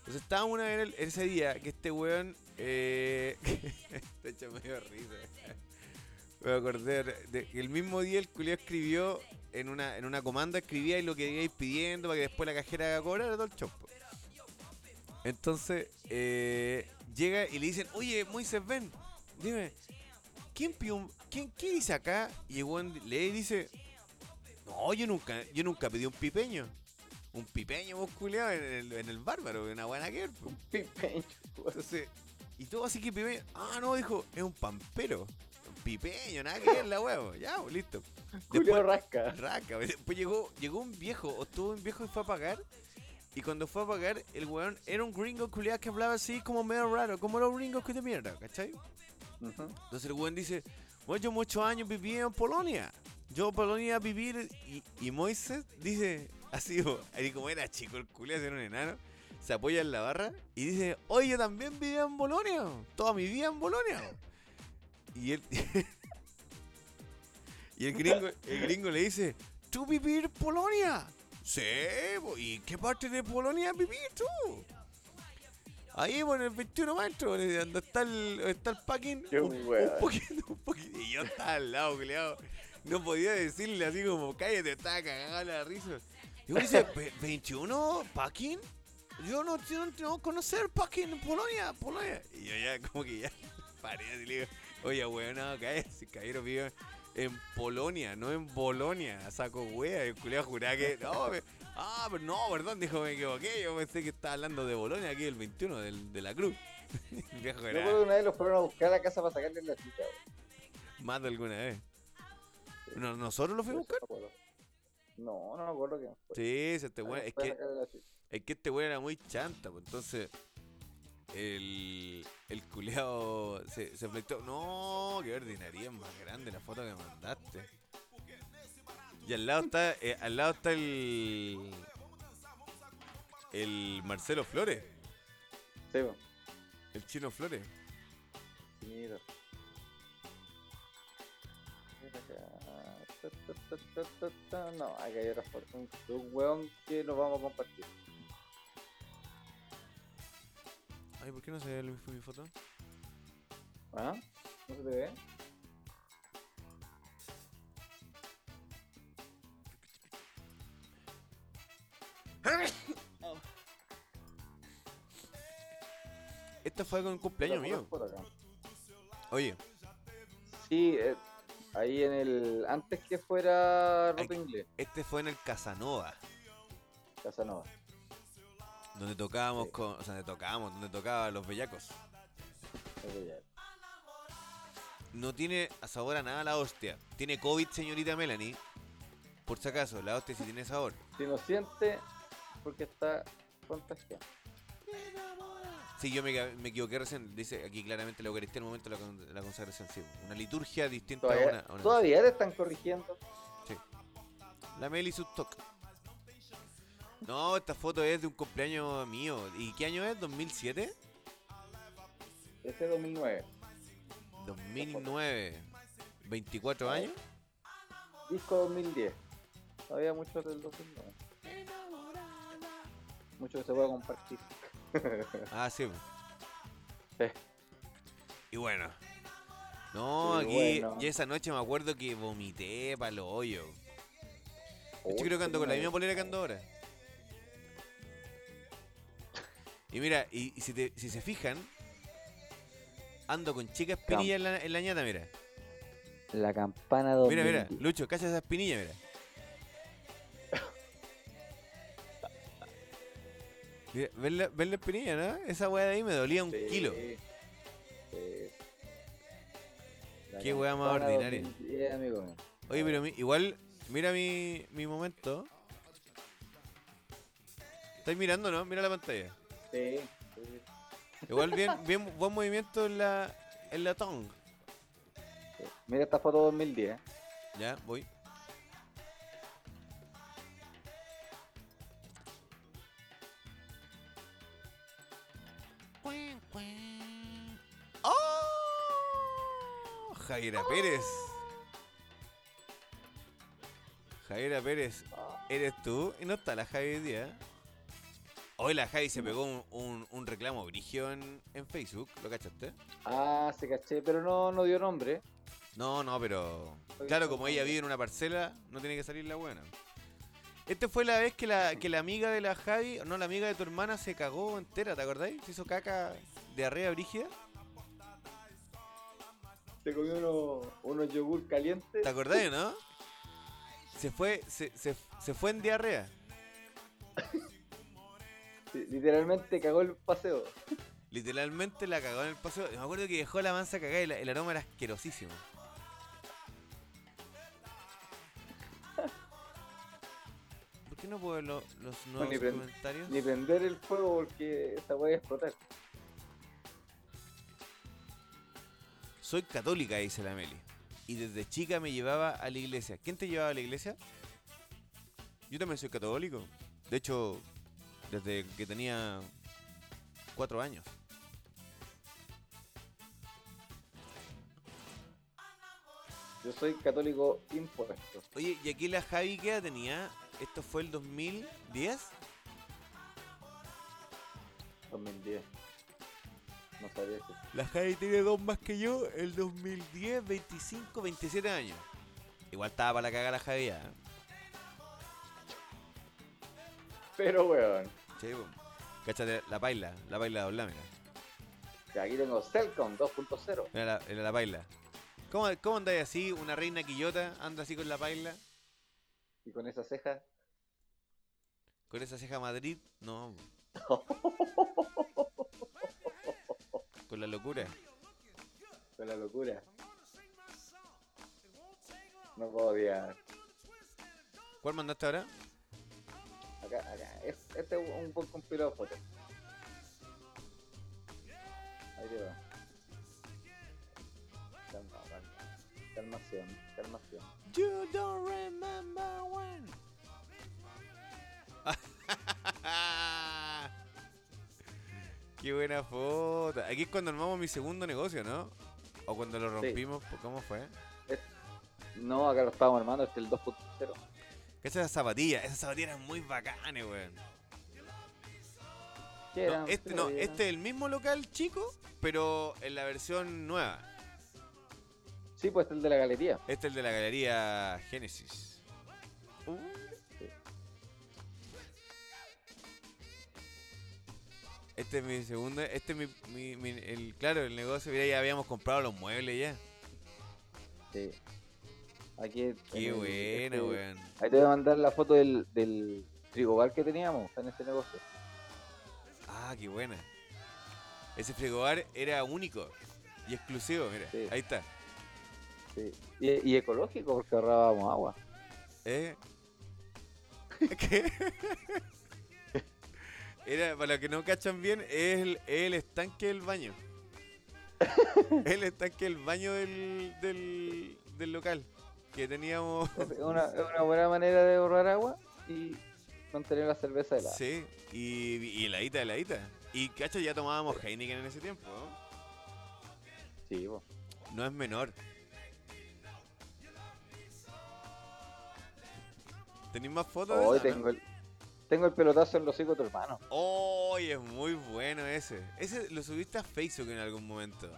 S1: Entonces estábamos una vez en el- ese día que este weón. Eh, *laughs* está hecho medio risa. Me acordé de- el mismo día el culiao escribió en una, en una comanda, escribía y lo que ibais pidiendo para que después la cajera haga cobrar todo el chompo. Entonces, eh, llega y le dicen, oye, Moisés, ven, dime, ¿quién pidió un- quién, qué dice acá? Y el weón lee y dice, no, yo nunca, yo nunca pedí un pipeño. Un pipeño, vos culiao, en el, en el bárbaro, en buena pues.
S2: Pipeño.
S1: Entonces, y todo así que pipeño. Ah, no, dijo, es un pampero. Un pipeño, nada que ver la huevo. Ya, pues, listo.
S2: Julio Rasca.
S1: Raca, güey. después llegó, llegó un viejo, o tuvo un viejo y fue a pagar. Y cuando fue a pagar, el weón era un gringo culiado que hablaba así como medio raro, como los gringos que de mierda, ¿cachai?
S2: Ujú.
S1: Entonces el weón dice, bueno, yo muchos años viví en Polonia. Yo en Polonia vivir y, y Moisés dice, así, *laughs* bo, ahí como era chico el culiado, era un enano, se apoya en la barra y dice, oye, yo también vivía en Polonia, toda mi vida en Polonia. Y él... *laughs* y el gringo, el gringo le dice, ¿tú vivir Polonia? Sí, bo, ¿y qué parte de Polonia vivís tú? Ahí, bueno, en el 21 maestro, bueno, donde está el, está el packing.
S2: Qué
S1: un, un
S2: hueá.
S1: poquito, un poquito. Y yo estaba al lado, culiao. No podía decirle así como, cállate, estaba cagado la risa. Y uno dice, "Ve- ¿21 packing? Yo no quiero no, quiero conocer packing en Polonia, Polonia. Y yo ya, como que ya paré así, le digo, oye, weón, no, *laughs* cállate, cayeron vivo en Polonia, no en Bolonia. Saco wea, el culiao juraba que, no, me- Ah, pero no, perdón, dijo, me equivoqué. Yo pensé que estaba hablando de Bolonia, aquí el 21, del, de la Cruz. *laughs* El viejo
S2: Yo
S1: era
S2: recuerdo que una vez los fueron a buscar a la casa para sacarle la cita.
S1: más de alguna vez. No, ¿Nosotros lo
S2: güey.
S1: fuimos a buscar?
S2: No, no me acuerdo quién fue.
S1: Sí, si este
S2: Alguien
S1: weón, es
S2: fue a
S1: que,
S2: sacarle la chucha.
S1: es que este weón era muy chanta, pues entonces el, el culeado se, se flectó. No, qué ordinaría más grande la foto que mandaste. Y al lado está, eh, al lado está el, el Marcelo Flores,
S2: Sí, güey.
S1: el chino Flores.
S2: Mira. Mira acá. Ta, ta, ta, ta, ta, ta. No, acá hay otra foto. Un, de un weón que nos vamos a compartir.
S1: Ay, ¿por qué no se ve el- mi foto?
S2: ¿Ah? ¿No se te ve?
S1: Esta fue con un cumpleaños
S2: La
S1: mío.
S2: foto acá.
S1: Oye,
S2: Sí, eh, ahí en el. Antes que fuera ropa
S1: Ay.
S2: inglés,
S1: este fue en el Casanova,
S2: Casanova.
S1: donde tocábamos
S2: Sí.
S1: con, o sea, donde tocábamos, donde tocaba los bellacos.
S2: es de allá.
S1: No tiene sabor a nada la hostia. Tiene COVID, señorita Melanie. Por si acaso, la hostia sí tiene sabor.
S2: Si no siente, porque está contagiado.
S1: Sí, yo me, ca- me equivoqué recién. Dice aquí claramente la Eucaristía, el momento de la, con- la consagración. Sí, una liturgia distinta a una.
S2: Todavía,
S1: a una-
S2: todavía te están corrigiendo.
S1: La Meli sus toques. No, esta foto es de un cumpleaños mío. ¿Y qué año es? ¿2007?
S2: Ese 2009.
S1: 2009.
S2: Oh.
S1: ¿24 años?
S2: Disco 2010. Todavía mucho del 2009. Mucho que se pueda compartir.
S1: Ah, sí.
S2: Sí.
S1: Y bueno. No,
S2: Sí,
S1: aquí.
S2: bueno.
S1: Y esa noche me acuerdo que vomité para los hoyos. De hecho,
S2: Uy,
S1: creo que ando con la
S2: sí,
S1: misma polera que ando ahora. Y mira, y, y si, te- si se fijan, ando con chica espinilla en la, en la ñata, mira.
S2: La campana
S1: Mira, mira,
S2: 2010.
S1: Lucho, cacha esa espinilla,
S2: *laughs*
S1: mira. Mira, ¿Ves la, ves la espinilla, no? Esa weá de ahí me dolía un
S2: Sí,
S1: kilo.
S2: sí. La
S1: Qué weá más
S2: campana
S1: ordinaria.
S2: 2010, amigo mío.
S1: Oye, pero mi- igual, mira mi, mi momento. ¿Estáis mirando, no? Mira la pantalla.
S2: Sí, sí, sí,
S1: Igual bien, bien buen movimiento en la, en la tongue.
S2: sí. Mira esta foto 2010.
S1: Ya, voy. ¡Oh! Javiera Pérez. Javiera Pérez, ¿eres tú? Y no está la Javi hoy día. Hoy la Javi se pegó un, un- un reclamo brigio en, en Facebook, ¿lo cachaste?
S2: Ah, se caché, pero no, no dio nombre.
S1: No, no, pero. Claro, como ella vive en una parcela, no tiene que salir la buena. Esta fue la vez que la, que la amiga de la Javi, no, la amiga de tu hermana se cagó entera, ¿te acordáis? Se hizo caca de arriba brígida.
S2: Se comió unos yogur calientes.
S1: ¿Te acordáis, no? Se fue, se, se, se fue en diarrea.
S2: Literalmente cagó el paseo.
S1: Literalmente la cagó en el paseo. Me acuerdo que dejó la mansa cagada y la- el aroma era asquerosísimo. ¿Por qué no puedo ver lo- los nuevos
S2: ni prend-
S1: comentarios?
S2: Ni prender el fuego porque esa puede explotar.
S1: Soy católica, dice la Meli. Y desde chica me llevaba a la iglesia. ¿Quién te llevaba a la iglesia? Yo también soy católico. De hecho, desde que tenía cuatro años.
S2: Yo soy católico impuesto.
S1: Oye, ¿y aquí la Javi qué edad tenía? ¿Esto fue el 2010?
S2: 2010. No sabía eso.
S1: La Javi tiene dos más que yo, el 2010, 25, 27 años. Igual estaba para la caga la Javi. ¿eh?
S2: Pero weón,
S1: Sí, po. Cáchate, la baila, la baila de mira.
S2: aquí tengo Celcom 2.0.
S1: Mira la, mira la baila. ¿Cómo, ¿Cómo andáis así? Una reina quillota anda así con la baila,
S2: Y con esa ceja.
S1: con esa ceja Madrid. No. po. con la locura.
S2: Con la locura. No puedo odiar.
S1: ¿Cuál mandaste ahora?
S2: Acá, acá. Es- este es un buen compilado de fotos. Ahí te va. Calma, calma. Calmación, calmación.
S1: You don't remember when. *laughs* Qué buena foto. Aquí es cuando armamos mi segundo negocio, ¿no? O cuando lo
S2: Sí.
S1: rompimos, pues, ¿cómo fue?
S2: No, acá lo estábamos armando, este es el 2.0.
S1: Que esas zapatillas, esas zapatillas eran muy bacanes, weón.
S2: ¿Qué
S1: No,
S2: eran?
S1: este,
S2: ¿Qué
S1: no,
S2: eran?
S1: este es el mismo local chico, pero en la versión nueva.
S2: Sí, pues este es el de la galería.
S1: Este es el de la galería Uh. Génesis. Este es mi segundo, este es mi, mi- mi- el, claro, el negocio, mira, ya habíamos comprado los muebles ya.
S2: Sí. Aquí.
S1: Qué
S2: en el- este-
S1: bueno, weón.
S2: Ahí te voy a mandar la foto del, del frigobar que teníamos en este negocio.
S1: Ah, qué buena. Ese frigobar era único y exclusivo, mira,
S2: Sí.
S1: ahí está.
S2: Sí. Y, y ecológico porque ahorrábamos agua.
S1: ¿Eh? *laughs* ¿Qué? Era, para los que no cachan bien, es el, el estanque del
S2: *laughs*
S1: baño. El estanque del baño del, del, del local. Que teníamos.
S2: Es una, es una buena manera de ahorrar agua y mantener la cerveza helada.
S1: Sí, y, y heladita, heladita. Y cacho, ya tomábamos Heineken en ese tiempo. ¿no?
S2: Sí, po.
S1: No es menor. ¿Tenéis más fotos? de
S2: Hoy
S1: esa, no?
S2: tengo el, tengo el pelotazo en los hocico de tu hermano.
S1: ¡Oh! Es muy bueno ese. Ese lo subiste a Facebook en algún momento.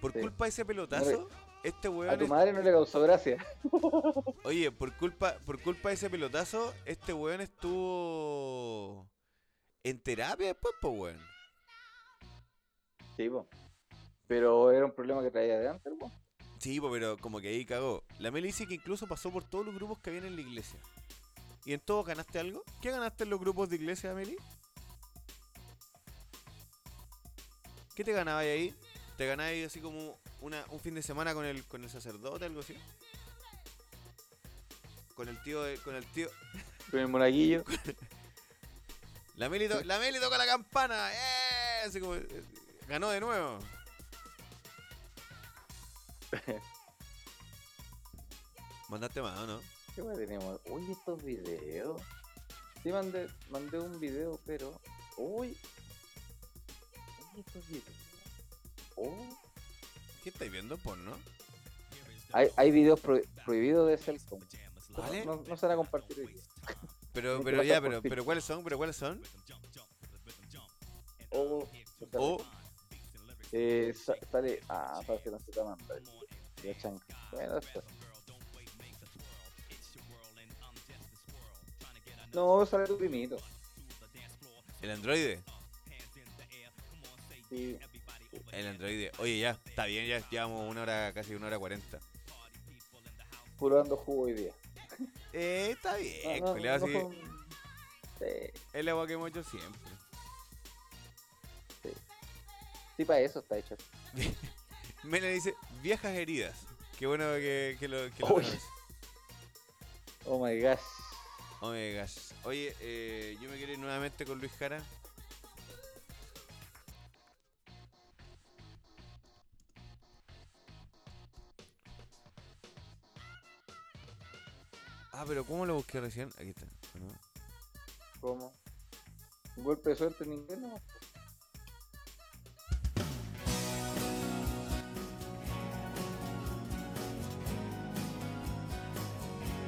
S1: Por
S2: Sí.
S1: culpa de ese pelotazo, este
S2: A
S1: weón.
S2: tu
S1: es-
S2: madre no le causó gracia.
S1: *laughs* Oye, por culpa, por culpa de ese pelotazo, este weón estuvo en terapia después, pues weón.
S2: Sí, po. Pero era un problema que traía de antes, po.
S1: Sí, po, pero como que ahí cagó. La Meli dice que incluso pasó por todos los grupos que había en la iglesia. ¿Y en todos ganaste algo? ¿Qué ganaste en los grupos de iglesia, Meli? ¿Qué te ganabas ahí? ¿Te ganabas ahí así como una, un fin de semana con el, con el sacerdote, algo así? Con el tío, de- con el tío.
S2: Con el monaguillo.
S1: La Meli, to- la Meli toca la campana. ¡Eh! Así como, eh, ganó de nuevo. Mandaste más, ¿o no?
S2: ¿Qué más tenemos? Uy, estos videos. Sí, mandé, mandé un video, pero. Uy. Uy, estos videos. Oh.
S1: ¿Qué estáis viendo porno?
S2: Hay, hay videos pro- prohibidos de Celcom.
S1: ¿Vale?
S2: No, no se van a compartir hoy día.
S1: Pero,
S2: Hay que
S1: pero
S2: pasar
S1: ya,
S2: por
S1: pero,
S2: Twitch.
S1: pero ¿cuáles son? ¿Pero cuáles son?
S2: O, o sea,
S1: O
S2: eh, sa- sale. Ah, para que no se te manda. Ya, chanca. Bueno, esto. No, sale tu primito.
S1: el androide.
S2: Sí.
S1: El androide. Oye, ya, está bien, ya llevamos una hora, casi una hora cuarenta.
S2: Puro dando jugo hoy día. Ah,
S1: Eh, está bien,
S2: No, no,
S1: culiao,
S2: no
S1: sí.
S2: son- Sí,
S1: Es la agua que hemos hecho siempre.
S2: para eso está hecho.
S1: Mela dice, viejas heridas. Qué bueno que, que lo... Que lo
S2: Uy.
S1: reconoce.
S2: Oh my gosh.
S1: Oh my gosh. Oye, eh, yo me quiero ir nuevamente con Luis Jara. Ah, pero ¿cómo lo busqué recién? Aquí está. ¿o no?
S2: ¿Cómo? Un golpe de suerte ninguno.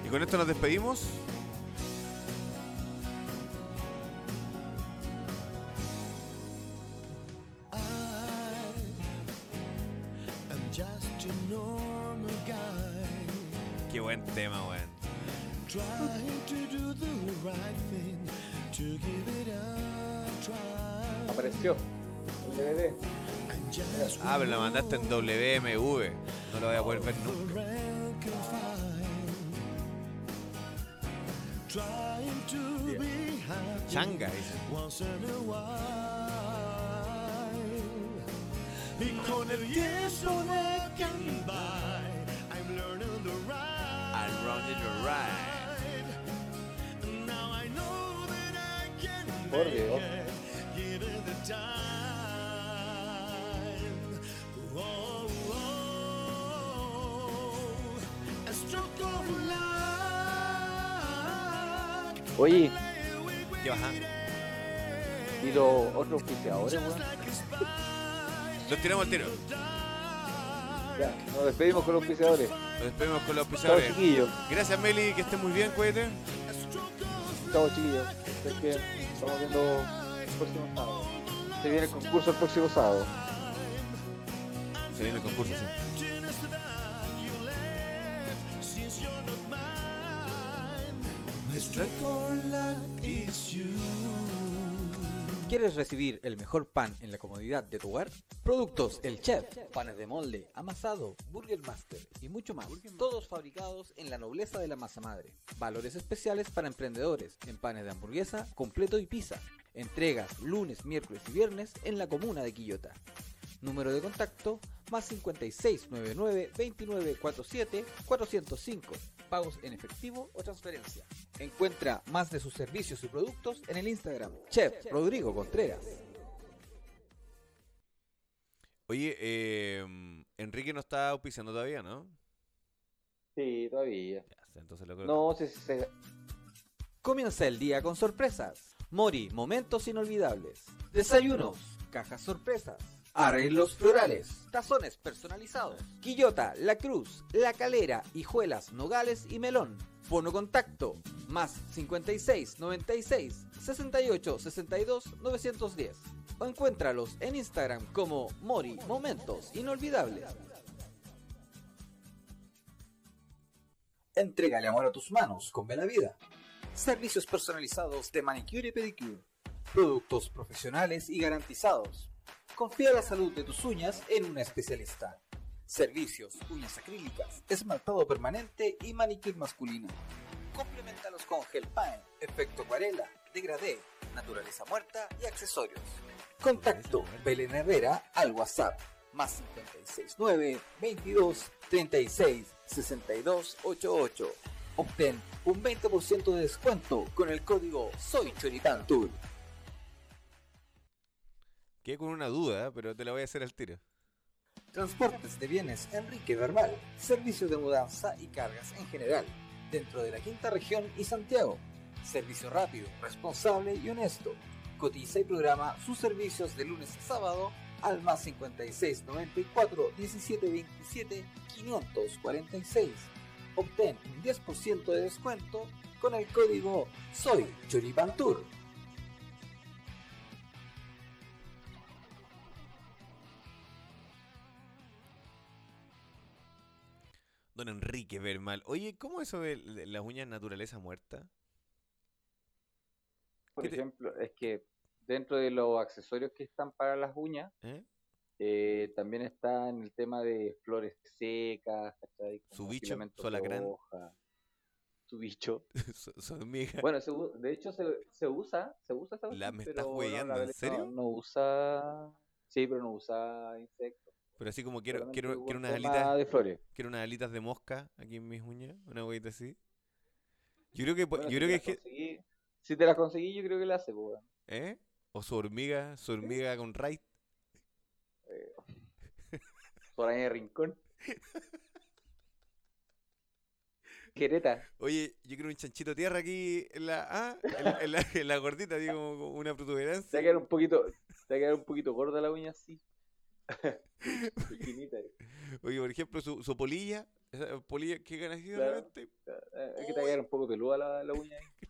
S1: Y con esto nos despedimos. Qué buen tema, weón.
S2: Apareció. El DVD.
S1: Ah, pero la mandaste en WMV. No lo voy a poder ver nunca. Changa, dice. I'm running the ride.
S2: Por Dios. Oye,
S1: ¿Qué baja?
S2: y los otros auspiciadores, weón.
S1: Los tiramos al tiro.
S2: Ya, nos despedimos con los auspiciadores.
S1: Los despedimos con los
S2: Chao,
S1: pisadores.
S2: chiquillos.
S1: Gracias, Meli. Que estés muy bien, cuídate.
S2: Chao, chiquillos. Estén bien. Estamos viendo el próximo sábado. Se viene el concurso el próximo sábado.
S1: Se viene el concurso, sí.
S8: ¿Quieres recibir el mejor pan en la comodidad de tu hogar? Productos El Chef, panes de molde, amasado, Burger Master y mucho más. Todos fabricados en la nobleza de la masa madre. Valores especiales para emprendedores en panes de hamburguesa, completo y pizza. Entregas lunes, miércoles y viernes en la comuna de Quillota. Número de contacto más 5699-2947-405. Pagos en efectivo o transferencia. Encuentra más de sus servicios y productos en el Instagram. Chef Rodrigo Contreras.
S1: Oye, eh, Enrique no está auspiciando todavía, ¿no?
S2: Sí, todavía.
S1: Ya, entonces lo creo.
S2: No, si se,
S8: Comienza el día con sorpresas. Mori, momentos inolvidables. Desayunos, cajas sorpresas. Arreglos florales, tazones personalizados, Quillota, La Cruz, La Calera, Hijuelas, Nogales y Melón. Fono contacto, más 56 96 68 62 910. O encuéntralos en Instagram como Mori, momentos inolvidables. Entrégale amor a tus manos con Bella Vida. Servicios personalizados de manicure y pedicure. Productos profesionales y garantizados. Confía la salud de tus uñas en una especialista. Servicios, uñas acrílicas, esmaltado permanente y manicure masculino. Complementalos con gel paint, efecto acuarela, degradé, naturaleza muerta y accesorios. Contacto Belén Herrera al WhatsApp más 569 22 36 62 88. Obtén un 20% de descuento con el código Soy Tour.
S1: Quedé con una duda, pero te la voy a hacer al tiro.
S8: Transportes de bienes Enrique Verbal, servicios de mudanza y cargas en general, dentro de la quinta región y Santiago. Servicio rápido, responsable y honesto. Cotiza y programa sus servicios de lunes a sábado al más 56 94 17 27 546. Obtén un 10% de descuento con el código Soy Choripantur.
S1: Don Enrique Bermal. Oye, ¿cómo eso de de las uñas naturaleza muerta?
S2: Por
S1: ¿Qué te-
S2: ejemplo, es que dentro de los accesorios que están para las uñas,
S1: ¿Eh? *laughs*
S2: eh, también está en el tema de flores secas, ¿cachai? Como
S1: Su bicho,
S2: filamentos
S1: su
S2: de
S1: alacrán.
S2: hoja, su bicho.
S1: Su- su amiga.
S2: Bueno, se u- de hecho se, se usa, se usa esa
S1: La-
S2: cuestión,
S1: me estás
S2: pero no,
S1: hueveando,
S2: la
S1: ¿en
S2: Belén no-
S1: serio?
S2: No usa, sí, pero no usa insectos.
S1: Pero así como quiero,
S2: solamente
S1: quiero,
S2: hubo
S1: quiero
S2: un
S1: unas
S2: tema
S1: alitas,
S2: de flores.
S1: quiero unas alitas de mosca aquí en mis uñas, una huevita así. Yo creo que, po-
S2: Bueno,
S1: yo
S2: si
S1: creo que,
S2: te
S1: es
S2: las
S1: que-
S2: conseguí- si te las conseguí, yo creo que la hace, pues, weón.
S1: ¿eh? O su hormiga, su hormiga con raid.
S2: Su araña de rincón. Quereta.
S1: Oye, yo quiero un chanchito tierra aquí en la, ah, en la, *laughs* en la- en la gordita, digo, como como una
S2: Te va a
S1: protuberancia.
S2: quedar un poquito, te va a quedar un poquito gorda la
S1: *laughs*
S2: uña así. Pequeñita, eh.
S1: Oye, por ejemplo, su, su polilla, esa polilla que ganas de
S2: Claro.
S1: repente.
S2: Eh, Es que te va a quedar un poco peluda la, la uña. ahí.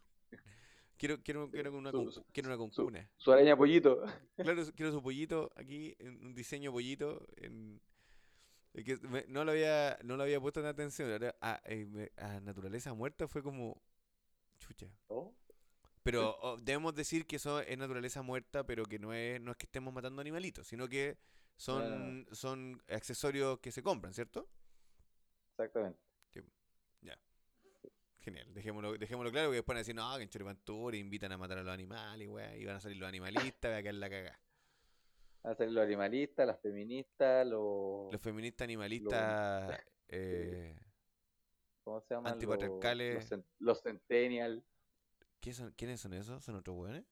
S1: Quiero, quiero, quiero una,
S2: su-
S1: con-
S2: su-
S1: quiero una con
S2: su-
S1: cuna.
S2: Su araña pollito.
S1: Claro, su- quiero su pollito aquí, en un diseño pollito. En... es que me- no, lo había, no lo había puesto en atención. ahora a, eh, me- a naturaleza muerta fue como. Chucha.
S2: ¿no?
S1: Pero
S2: Eh.
S1: oh, debemos decir que eso es naturaleza muerta, pero que no es, no es que estemos matando animalitos, sino que son, son accesorios que se compran, ¿cierto?
S2: Exactamente.
S1: Genial, dejémoslo, dejémoslo claro que después van a decir, no, que en Choripantura invitan a matar a los animales, weá, y van a salir los animalistas, va a quedar la cagada.
S2: Van a salir los animalistas, las feministas, los.
S1: Los feministas animalistas eh,
S2: ¿Cómo se llaman? Los-
S1: antipatriarcales.
S2: Los, cen- los centennial.
S1: ¿Qué son- ¿Quiénes son esos? ¿Son otros weones?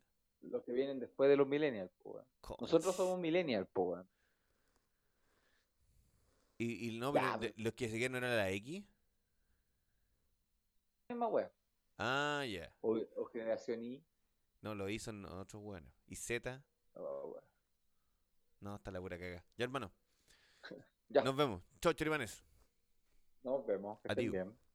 S2: Los que vienen después de los millennials, po, weón.
S1: Conche.
S2: Nosotros somos millennials, po, weón.
S1: Y, y no,
S2: Ya, pues.
S1: pero de- los que se quedan no eran la X.
S2: Misma weá.
S1: Ah, ya.
S2: O, o generación Y.
S1: No, lo hizo en otros weones. Y Z.
S2: Oh, weón.
S1: No, está la pura caga. Ya, hermano.
S2: Ya.
S1: Nos vemos. Chao, choripanes.
S2: Nos vemos. Que estén
S1: Adiós.
S2: bien.